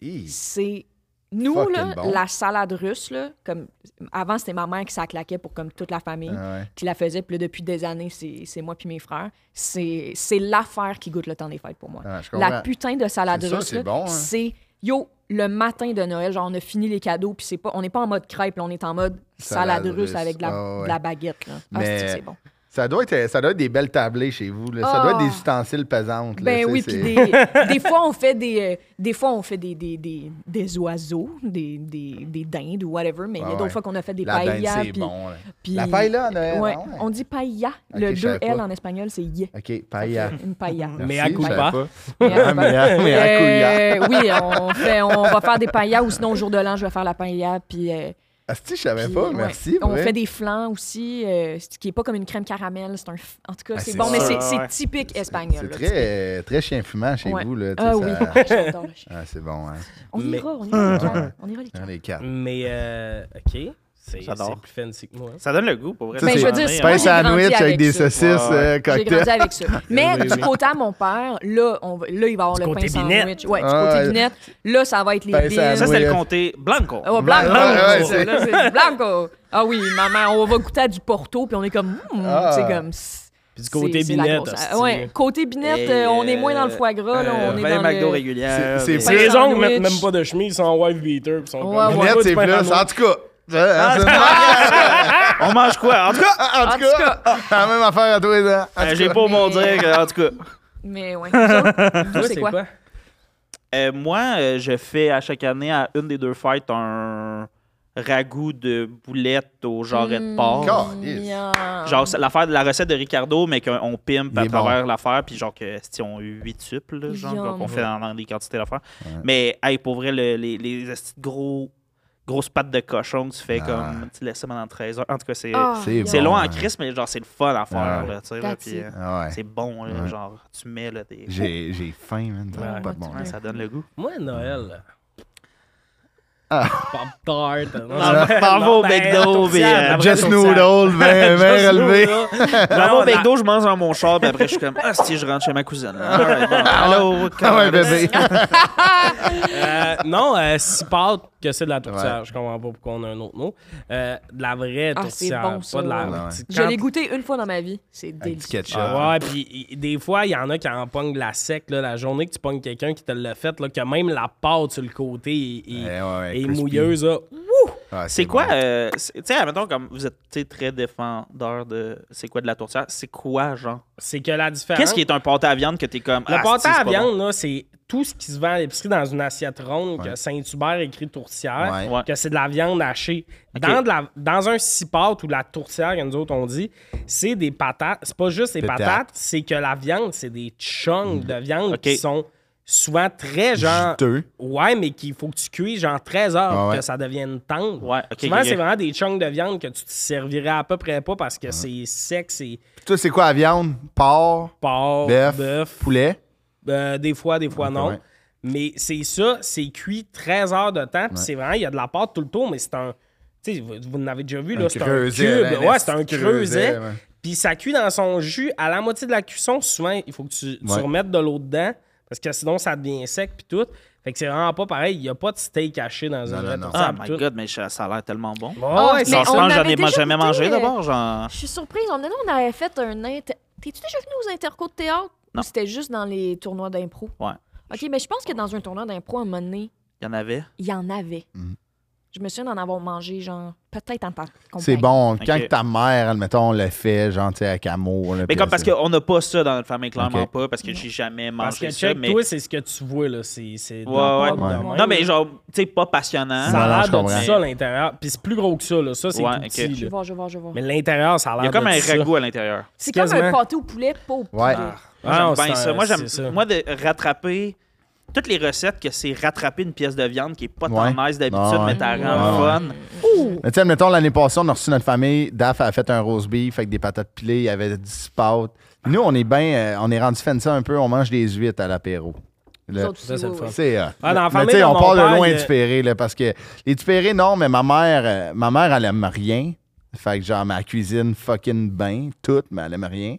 Hi. c'est nous Fucking là, bon. la salade russe là, comme avant c'était ma mère qui ça claquait pour comme toute la famille Ah ouais. qui la faisait puis là, depuis des années c'est c'est moi puis mes frères c'est c'est l'affaire qui goûte le temps des fêtes pour moi Ah, je comprends. la putain de salade C'est ça, russe c'est là, bon, hein. c'est yo le matin de Noël genre on a fini les cadeaux puis c'est pas on n'est pas en mode crêpe là, on est en mode salade, Salade russe russe, avec de la, ah ouais. de la baguette là Ah, Mais- c'est-tu que c'est bon Ça doit, être, ça doit être des belles tablées chez vous. là. Ça doit être Ah. des ustensiles pesantes. là, Ben tu sais, oui, c'est- puis des, des fois on fait des euh, des fois on fait des des, des, des oiseaux, des, des, des dindes ou whatever, mais il y a Ah d'autres ouais. fois qu'on a fait des La dinde, paillas. c'est puis- bon. là. puis- La paella, Noël, Ouais, ah ouais. on dit pailla. Ok, Le je savais 2L pas. en espagnol c'est yé. OK, paella. Une pailla. Mais Merci, à coup je savais pas. pas. Mais à Ah, mais à- mais à coup, hier. Euh, oui, on fait on va faire des paillas ou sinon au jour de l'an, je vais faire la pailla puis euh, Asti, je savais puis, pas. ouais. Merci. On ouais. fait des flans aussi euh, ce qui est pas comme une crème caramel, c'est un f- en tout cas Ah, c'est c'est bon mais ça, c'est ouais. c'est typique C'est espagnol. là, tu sais. très, très chien fumant chez Ouais. vous. Là, tu sais, Ah oui, ça- j'adore le chien. Ah, c'est bon. Hein. On Mais- ira, on ira les quatre. On ira les quatre. Hein, Les quatre. Mais, euh, OK. C'est J'adore. c'est plus fancy que moi. Ça donne le goût, pour vrai. Ça, Ben, c'est je veux dire, mais c'est on- Pain moi, j'ai grandi sandwich avec, avec des ça. saucisses, Ouais, ouais. euh, J'ai grandi cocktail. avec ça. Mais Oui, du oui. côté à mon père, là, on va- là il va avoir le côté pain binette. sandwich. Ouais, du Ah, côté ouais. binette. Là, ça va être les Pain bines. Ça, c'était Oui, le euh. comté Blanco. Oh, Blanco! Ouais, ouais, ça, c'est- là, c'est Blanco! Ah oui, maman, on va goûter à du Porto, puis on est comme, hmm, Ah. c'est comme. Puis du côté c'est- c'est la binette, grosse- hostie. Ah, Ouais, côté binette, Et, euh, on est moins dans le euh, foie gras, là, euh, on est vingt dans McDo le... régulière. C'est- c'est C'est les Pain ongles mettent sandwich. même pas de chemise, ils sont en wife beater. Puis ils sont comme, Ouais, ouais. Donne-moi Lunettes, du c'est pain plus. sandwich. En tout cas. hein, c'est- On mange quoi? En tout cas, Ah, En En tout tout cas, cas, c'est la même affaire à hein. tous les ans. euh, j'ai pas mon dire. euh, En tout cas, Mais ouais. Ça, Toi, c'est quoi? Euh, moi, euh, je fais à chaque année à une des deux fêtes un ragoût de boulettes au jarret Hmm. Mm, de porc. Car- Genre, c'est l'affaire de la recette de Ricardo, mais qu'on pimpe Il à est bon. travers l'affaire, puis genre que si on a eu huit suples, là, genre, Yum. qu'on fait dans, dans des quantités d'affaires. Mais, hey, pour vrai, le- les, les esti de gros, grosses pattes de cochon, que tu fais Ah. comme, tu laisses ça pendant 13 heures. En tout cas, c'est, C'est c'est bon, long hein. en crise, mais genre, c'est le fun à faire, Ah. là, tu sais, là, Ah. That's puis, it. euh, Ah ouais. c'est bon, là, genre, tu mets, là, des... J'ai j'ai faim, man. Ça n'a Ouais. pas de bon Ouais, sens. ça donne le goût. Moi, Noël. là. Ah. Pop-Tart. Non, Ah. Bravo, bravo, McDo, puis, euh, après Just noodle, ben ben relevé. Dans mon la- McDo, je mange dans mon char, puis après, je suis comme, ah, si, je rentre chez ma cousine. là. All right, bon, allô, Ah ouais, comment- bébé. Euh, non, euh, si pâte que c'est de la tourtière. Ouais. Je comprends pas pourquoi on a un autre mot. Euh, de la vraie Ah, tourtière, c'est bon, pas ça. de la Ouais, ouais. petite- Je quand- l'ai goûté une fois dans ma vie. C'est Avec du délicieux. ketchup. Ah ouais, puis i- des fois, il y en a qui en pognent de la sec. Là, la journée que tu pognes quelqu'un qui te l'a fait, là, que même la pâte sur le côté est, est- Eh ouais, ouais, est crispy. mouilleuse. là. Ah, C'est quoi, bon. euh, c'est- tu sais, admettons, comme vous êtes tu sais, très défendeur de c'est quoi de la tourtière, c'est quoi, genre C'est que la différence. Qu'est-ce qui est un pâté à viande que t'es comme. Ben, hein? Le Ah, pâté c'est- c'est à pas viande, là, c'est tout ce qui se vend à l'épicerie dans une assiette ronde que Ouais. Saint-Hubert écrit tourtière, Ouais. Ouais. que c'est de la viande hachée. Ok. Dans, de la- dans un six pâtes ou de la tourtière, que nous autres on dit, c'est des patates. C'est pas juste des Patates. Mm. patates, c'est que la viande, c'est des chunks de viande Ok. qui sont souvent très genre. Juteux. Ouais, mais qu'il faut que tu cuis genre 13 heures Ah pour ouais. que ça devienne tendre. Ouais, ok, souvent, ok, c'est ok. vraiment des chunks de viande que tu te servirais à peu près pas parce que c'est sec, c'est Toi, c'est quoi la viande? Porc, porc, bœuf, bœuf, poulet. euh, des fois, des fois Ok, non. ouais. Mais c'est ça, c'est cuit 13 heures de temps. Puis c'est vraiment, il y a de la pâte tout le tour, mais c'est un. Tu sais, vous, vous l'avez déjà vu, là, c'est un creuset, là, cube. un Ouais, c'est un petit creuset. creuset, ouais. Puis ça cuit dans son jus. À la moitié de la cuisson, souvent, il faut que tu, tu Ouais. remettes de l'eau dedans. Parce que sinon, ça devient sec, puis tout. Fait que c'est vraiment pas pareil. Il n'y a pas de steak haché dans un non, vrai non. tourtière, Ah, puis my tout. god, Ah, mais ça ça a l'air tellement bon. Ouais, ouais, mais c'est Genre, je on pense que j'en avait ai déjà jamais goûté, mangé euh, d'abord, genre. Je suis surprise. On, on avait fait un... inter- T'es-tu déjà venu aux intercos de théâtre? Non. Ou c'était juste dans les tournois d'impro? Ouais. OK, mais je pense que dans un tournoi d'impro, à un moment donné, Il y en avait. il y en avait. Mhm. Je me souviens d'en avoir mangé, genre, peut-être en tant que C'est bon. ben. Quand Ok. que ta mère, admettons, le fait, genre, tu sais, avec amour. là, Mais puis comme là, parce c'est- qu'on n'a pas ça dans notre famille, clairement Ok. pas, parce que j'ai jamais Parce que mangé ça. check, Mais... toi, c'est ce que tu vois, là. C'est c'est de Ouais, la ouais. pâte de Ouais. même, Non, mais là. genre, tu sais, pas passionnant. Ça Non, non, a je l'air de comprends. ça, l'intérieur. Puis c'est plus gros que ça, là. Ça, c'est Ouais, tout ok. petit, là. Je vais voir, je vais voir, je vais voir. Mais l'intérieur, ça a l'air Il y a comme de un ça. ragoût à l'intérieur. C'est comme un quasiment- pâté au poulet, pas au poulet. Ouais. Ah, non, Moi, c'est j'aime bien un- ça. Moi, c'est ça. j'aime moi de rattraper toutes les recettes que c'est rattraper une pièce de viande qui est pas tant Ouais. nice d'habitude, Ouais. mais t'as rend Ouais. fun. Mais tu sais, admettons, l'année passée, on a reçu notre famille. Daf a fait un roast beef avec des patates pilées. Il y avait 10 pâtes. Nous, on est bien, euh, on est rendu fan de ça un peu. On mange des huîtres à l'apéro. Les Là, autres Ça, aussi, c'est oui, le oui. fun. C'est, euh, Ah, dans la mais famille tu sais, de on mon parle père, de loin il y a- du Péré, là, parce que les Tupérés, non, mais ma mère, euh, ma mère, elle aime rien. Fait que, genre, ma cuisine fucking bain, toute, mais elle aime rien.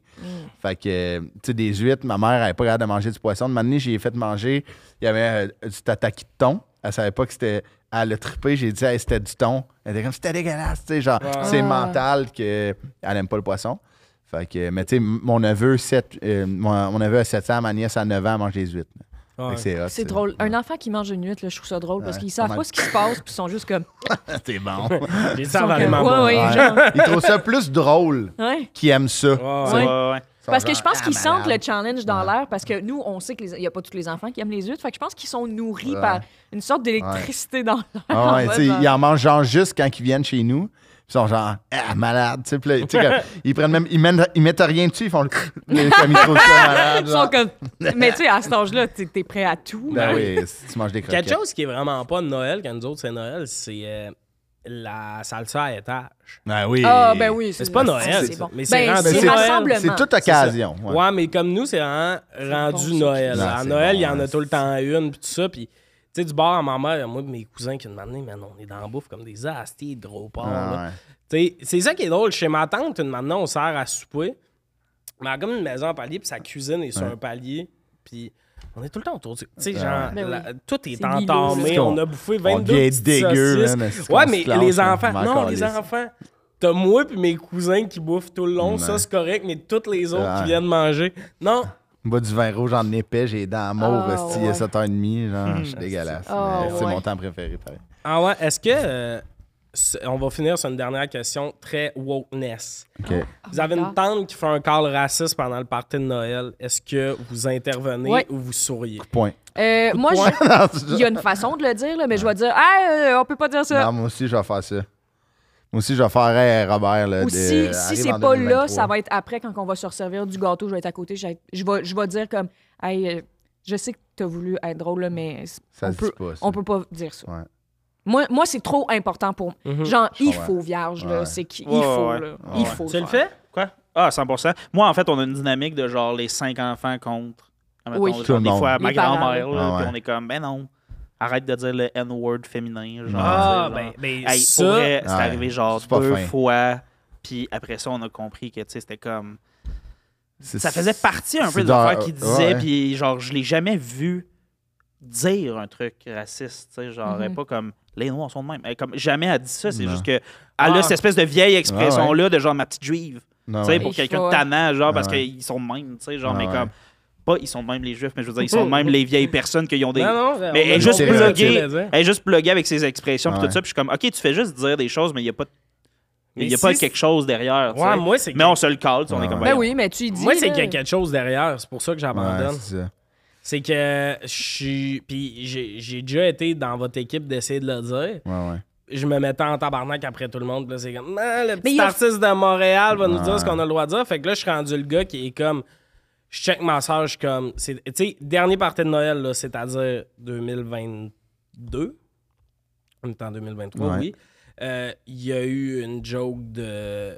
Fait que, euh, tu sais, des huîtres, ma mère, elle n'avait pas l'air de manger du poisson. De manière, j'ai fait manger, il y avait euh, du tataki de thon. Elle savait pas que c'était. Elle a trippé, j'ai dit, Hey, c'était du thon. Elle était comme, c'était dégueulasse, tu sais, genre, Ah. c'est mental qu'elle aime pas le poisson. Fait que, mais tu sais, m- mon neveu, sept- euh, mon, mon neveu a 7 ans, ma nièce a 9 ans, elle mange des huîtres. Fait Ouais. que Ah, c'est hot, C'est ça. drôle. Un enfant qui mange une nuit, là, je trouve ça drôle parce Ouais. qu'ils savent Ouais. pas ce qui se passe, puis ils sont juste comme. C'est bon. J'ai dit ils ça sont avant les comme, mamans. ouais, ouais, Ouais. Ben, genre, Ils trouvent ça plus drôle ouais. qu'ils aiment ça. Ouais, Ouais, ouais. ouais. hein? Parce que je pense Ah, qu'ils malade. sentent le challenge dans l'air parce que nous, on sait qu'il n'y a pas tous les enfants qui aiment les huîtres. Fait que je pense qu'ils sont nourris Ouais. par une sorte d'électricité dans l'air. Ah ouais, En tu sais, mode, ils en mangent genre juste quand ils viennent chez nous. Ils sont genre, ah, malade. tu sais, puis là, tu sais, comme, ils prennent même, ils, mènent- ils mettent rien dessus, ils font le comme ils trouvent ça malade. Ils genre. sont comme. Mais tu sais, à cet âge-là, t'es t'es prêt à tout. Ben oui, si tu manges des croquettes. Quelque chose qui est vraiment pas de Noël, quand nous autres c'est Noël, c'est euh, la salsa à étage. Ben oui. Ah, ben oui. c'est pas Noël, C'est ça. bon. Mais c'est ben, rendu c'est Noël. rassemblement. C'est toute C'est ça. occasion. Ouais. ouais. mais comme nous, c'est vraiment bon, rendu ça. Noël. Non, à c'est Noël, bon, il y en hein. a tout le temps une, puis tout ça. Puis, tu Tu sais, du bar à ma mère, moi, mes cousins qui me donné, man, on est dans la bouffe comme des astis de gros porc, là. Ah, ouais. T'sais, C'est ça qui est drôle. Chez ma tante, une maintenant, on sert à souper. Mais elle a comme une maison en palier, puis sa cuisine est sur un palier. Puis on est tout le temps autour du. Tu sais, genre, Ben oui. la- tout est, C'est entamé. l'îlot. On a bouffé Ah, On 22 devient petites dégueu, saucisses. man, est-ce qu'on Ouais, se hein. mais clenche, les là, enfants. m'en Non, les calisse. enfants. T'as moi puis mes cousins qui bouffent tout le long, ça Ouais. c'est correct, mais toutes les autres qui Ouais. viennent manger. Non, Bois du vin rouge en épais, j'ai les dents mauves, Ah, esti, il ouais. Hmm. est 7h30, genre, je suis dégueulasse. Ah, mais C'est ouais. mon temps préféré, pareil. ah ouais, est-ce que. euh, c- on va finir sur une dernière question très wokeness. OK. Ah. Vous avez une Oh God. tante qui fait un call raciste pendant le party de Noël. Est-ce que vous intervenez Ouais. ou vous souriez? Point. Euh, moi, Point. je- il y a une façon de le dire, là, mais je vais dire, ah, euh, on peut pas dire ça. Non, moi aussi, je vais faire ça. Moi aussi, je vais faire hey, Robert. Là, Ou de- si, si arrive c'est en pas là, 2023. ça va être après quand on va se resservir du gâteau, je vais être à côté, je vais, être- je vais, je vais dire comme, hey, euh, je sais que t'as voulu être drôle, là, mais c- Ça on, se peut, dit pas, ça. on peut pas dire ça. Ouais. Moi, moi c'est trop important pour moi. Mm-hmm. Genre, il comprends. faut vierge, là, Ouais. c'est qu'il Ouais, faut, ouais, là. ouais. il Ouais. faut. Tu le faire. fais? Quoi? Ah, 100 Moi, en fait, on a une dynamique de genre les cinq enfants contre. admettons, Oui. genre, Tout le des monde. fois, ma Les parents. grand-mère, là, Ah ouais. puis on est comme, ben non, arrête de dire le N-word féminin. Genre, Ah, tu sais, ben, genre. ben Hey, ça, pour vrai, c'est Ouais. arrivé genre C'est pas deux fin. fois. Puis après ça, on a compris que tu sais, c'était comme. C'est- Ça faisait partie un c'est peu des dans- affaires qu'il disait. ouais. Puis genre, je l'ai jamais vu dire un truc raciste. Tu sais, genre, Mhm. elle est pas comme les Noirs sont de même. Elle est comme, jamais elle dit ça. C'est Non. juste que. Elle Ah. a cette espèce de vieille expression-là de genre ma petite juive. Non, Tu sais, Ah ouais. pour Il quelqu'un faut, de ouais. tannant, genre, Ah parce ouais. qu'ils sont de même, tu sais, genre, Ah mais ouais. comme. Pas, ils sont de même les juifs, mais je veux dire, ils sont de même les vieilles personnes qui ont des. Non, non, on mais elle a est juste compris ce que tu pluguée. voulais dire. Elle est juste pluguée avec ses expressions, puis Ah Ouais. tout ça, puis je suis comme, ok, tu fais juste dire des choses, mais il n'y a pas, Mais il y a si pas c'est- quelque chose derrière, tu sais. Ouais, moi, c'est Mais on se le cale, tu sais, on est Ah Ouais. comme. Ben voyons. oui, mais tu y dis. Moi, c'est là. qu'il y a quelque chose derrière. C'est pour ça que Ouais, j'abandonne. c'est ça. c'est que je suis. Puis j'ai j'ai déjà été dans votre équipe d'essayer de le dire. Ouais, ouais. Je me mettais en tabarnak après tout le monde. puis là, c'est comme, Ah, le petit il y a- artiste de Montréal va nous dire Ouais. ce qu'on a le droit de dire. Fait que là, je suis rendu le gars qui est comme. Je check ma soeur, je suis comme. c'est- Tu sais, dernier party de Noël, là, c'est-à-dire 2022. On est en 2023, Ouais. oui. Euh, Il y a eu une joke de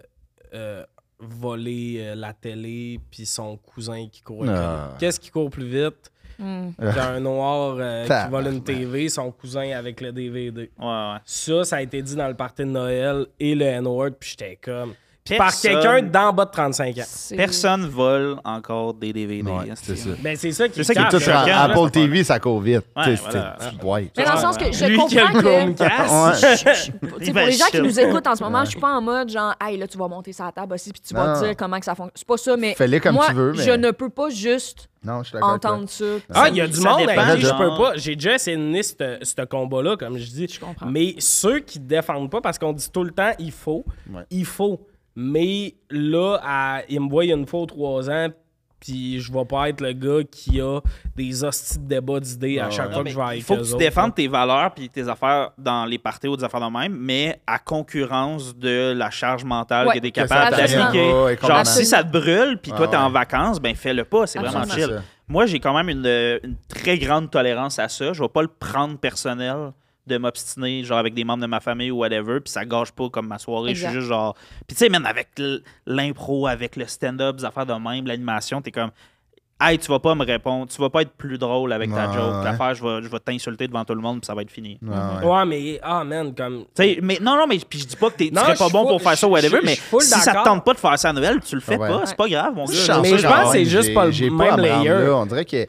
euh, voler euh, la télé, puis son cousin qui courait. Ah. comme- Qu'est-ce qui court plus vite Mm. qu'un noir euh, qui vole une Tabarnak. TV, son cousin avec le DVD? Ouais, ouais. Ça, ça a été dit dans le party de Noël et le N-word, puis j'étais comme. Personne- Par quelqu'un d'en bas de 35 ans. C'est- Personne vole encore des DVD. Ouais, hein, c'est ça. Ben, c'est ça qui C'est ça qui est cache. Tout Ah, c'est sur choquant, là, Apple cette TV, ça court vite. Ouais, Tu sais, voilà. c'est- tu- ouais. Mais dans le Ouais, sens ouais. que je Lui qui a comprends le que. Chromecast. Ouais. Je- je- tu sais, pour les gens qui Imagine. nous écoutent en ce moment, je suis pas en mode genre, hey, là, tu vas monter sa table aussi, puis tu vas Non. dire comment que ça fonctionne. C'est pas ça, mais. Fais-les comme moi, tu veux, mais- Je ne peux pas juste Non, je suis d'accord. avec toi. entendre ça. Ah, Ça- il y a du ça monde dépend à qui de- je peux pas. J'ai déjà essayé de nier ce ce combat-là, comme je dis. Je comprends. Mais ceux qui défendent pas, parce qu'on dit tout le temps, il faut, Ouais. il faut. Mais là, à- il me voit une fois ou trois ans, puis je vais pas être le gars qui a des hosties de débat d'idées à Ouais, chaque ouais. fois que Mais je vais avec il faut que eux tu autres. défendes tes valeurs puis tes affaires dans les parties ou des affaires de même, mais à concurrence de la charge mentale Ouais. que tu es Que ça capable t'amène. d'appliquer. Ouais, ouais, Genre, complètement. si ça te brûle puis toi, Ah t'es en ouais. vacances, ben fais-le pas, c'est vraiment Absolument. chill. C'est ça. Moi, j'ai quand même une, une très grande tolérance à ça. Je vais pas le prendre personnel de m'obstiner, genre avec des membres de ma famille ou whatever, puis ça gâche pas comme ma soirée. Je Exact. suis juste genre. Puis tu sais, même avec l- l'impro, avec le stand-up, des affaires de même, l'animation, t'es comme. Hey, tu vas pas me répondre, tu vas pas être plus drôle avec ta Ouais, joke. ouais. L'affaire, je vais, je vais t'insulter devant tout le monde, puis ça va être fini. Ouais, ouais. Ouais, mais ah, man, comme. Tu sais, mais non, non, mais puis je dis pas que t'es- tu Non, serais je pas suis bon full- pour faire ça ou je- whatever, je- mais je suis full si ça te d'accord. tente pas de faire ça à Noël, tu le fais Ah Ouais. pas, c'est pas grave, mon Je gars. suis chanceux, Mais je quand pense que c'est même. juste J'ai- pas le j'ai même à me rendre layer. là. On dirait que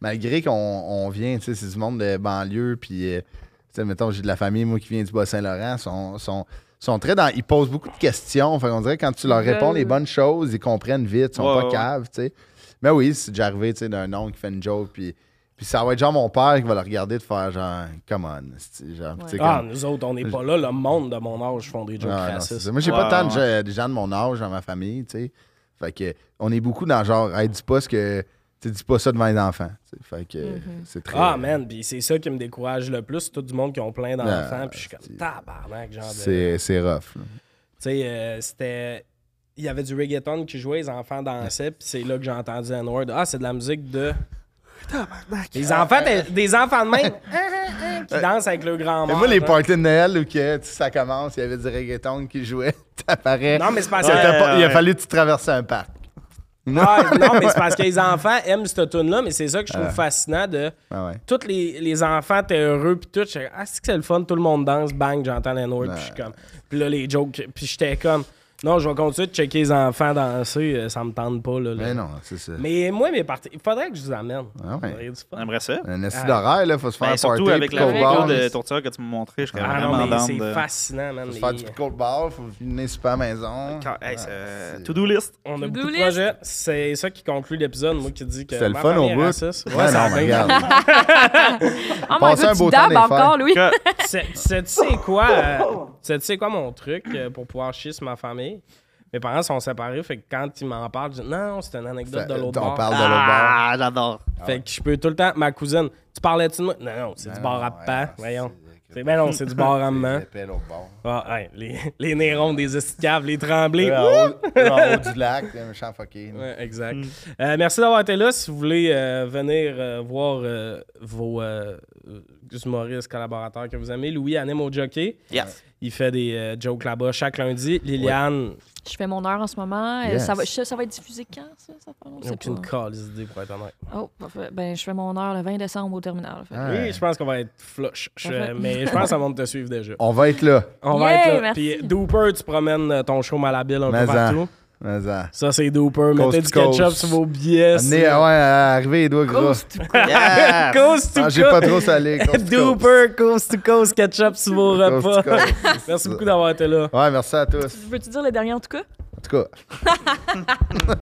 malgré qu'on on vient, tu sais, c'est du monde de banlieue, puis, euh, tu sais, mettons, j'ai de la famille, moi, qui vient du Bas-Saint-Laurent, sont, sont, sont très dans. Ils posent beaucoup de questions. Fait qu'on dirait que quand tu leur Ils réponds veulent. les bonnes choses, ils comprennent vite, ils sont Ouais, pas ouais. caves, tu sais. Mais oui, c'est déjà arrivé, tu sais, d'un oncle qui fait une joke, puis. Puis ça va être genre mon père qui va le regarder de faire genre, come on. c'est- Genre, tu sais, comme- Ah, nous autres, on n'est pas là. Le monde de mon âge font des jokes ah, non, c'est racistes. ça. Moi, j'ai Ouais, pas tant de, ouais. gens- de gens de mon âge dans ma famille, tu sais. Fait que, on est beaucoup dans genre, hey, dis pas ce que. Tu sais, dis pas ça devant les enfants. tu sais. Fait que, c'est très. Ah, man, puis c'est ça qui me décourage le plus. c'est Tout du monde qui ont plein d'enfants, Ah, puis je suis comme c'est- tabarnak, genre. de- C'est c'est rough. là. Tu sais, euh, c'était. Il y avait du reggaeton qui jouait, les enfants dansaient, puis c'est là que j'ai entendu un word. Ah, c'est de la musique de. Les enfants, des, des enfants de même hein, hein, hein, qui dansent avec leur Mais grand-mère. moi, les hein. parties de Noël où que, tu sais, ça commence, il y avait du reggaeton qui jouait, t'apparaîis. Non, mais c'est parce C'était que. euh, pas- Il a ouais. fallu que tu traverses un parc. Ouais, non, mais c'est parce que les enfants aiment cette tune-là, mais c'est ça que je trouve fascinant de. Ah ouais. Tous les, les enfants étaient heureux, puis tout. J'étais comme, Ah, c'est que c'est le fun, tout le monde danse, bang, j'entends les noix, puis je suis comme. Puis là, les jokes, puis j'étais comme. Non, je vais continuer de checker les enfants danser, euh, ça me tente pas, là. là. Mais non, c'est ça. Mais moi, mes parties. Il faudrait que je vous amène. Ah ouais. Ça aurait du fun. On aimerait ça. Un euh, assis d'horaire, là, faut se faire Ben, un surtout party, avec puis la cold bar. vidéo là, de faut tourtière que tu m'as montré, je suis Ah vraiment non, mais down c'est de- fascinant, man. se faire les- du cold bar, faut venir super à la maison. Car- hey, c'est, Ouais, euh, Ah, c'est- To-do list. On a To-do beaucoup de list. projets. C'est ça qui conclut l'épisode. Moi qui dis que. C'était euh, le ma fun au première bout. Asus- Ouais, Ah ça a non, mais bien regarde. Oh my Passez un god, tu beau temps dabs des fêtes. encore, Louis. Que- C'est- c'est- Tu sais quoi? euh, tu sais quoi mon truc euh, pour pouvoir chier sur ma famille? Mes parents sont séparés, fait que quand ils m'en parlent, je dis non, c'est une anecdote de l'autre On bord. parle de l'autre bar. Ah, j'adore. Fait que je peux tout le temps. Ma cousine, tu parlais-tu de moi? Non, non, c'est du bar à non, pan, Ah, ouais, voyons. c'est- C'est hein? ben non, c'est du bar à maman. Épais, l'autre bar. Ah, hey, les, les nérons des escaves, les tremblés. Là, En haut là, en haut du lac, là, méchant fucké. Ouais, exact. Euh, merci d'avoir été là. Si vous voulez euh, venir euh, voir euh, vos euh, humoristes collaborateurs que vous aimez, Louis anime au jockey. Yes. Il fait des euh, jokes là-bas chaque lundi. Liliane, Je fais mon heure en ce moment. Euh, Yes. Ça, va, ça, ça va être diffusé quand, ça? ça fait longtemps, j'ai c'est aucune pas- calice idée pour être honnête. Oh, parfait. ben, je fais mon heure le 20 décembre au terminal. Fait que- Ouais. Oui, je pense qu'on va être flush. Je- Parfait. mais je pense que ça va te suivre déjà. On va être là. On va Yay, être là. merci. Puis Dooper, tu promènes euh, ton show malhabile un peu Mais en. partout. Mais, euh, Ça, c'est Dooper. Mettez to du ketchup coast. sur vos billets. Amenez- ah ouais, arrivé les doigts gras. Grosse tout- Yes. Coast to Ah, J'ai pas coast. trop salé. coast to coast. Dooper, coast to coast, ketchup sur vos Coast to repas. coast, c'est Merci ça. beaucoup d'avoir été là. Ouais, merci à tous. Veux-tu dire le dernier en tout cas? En tout cas.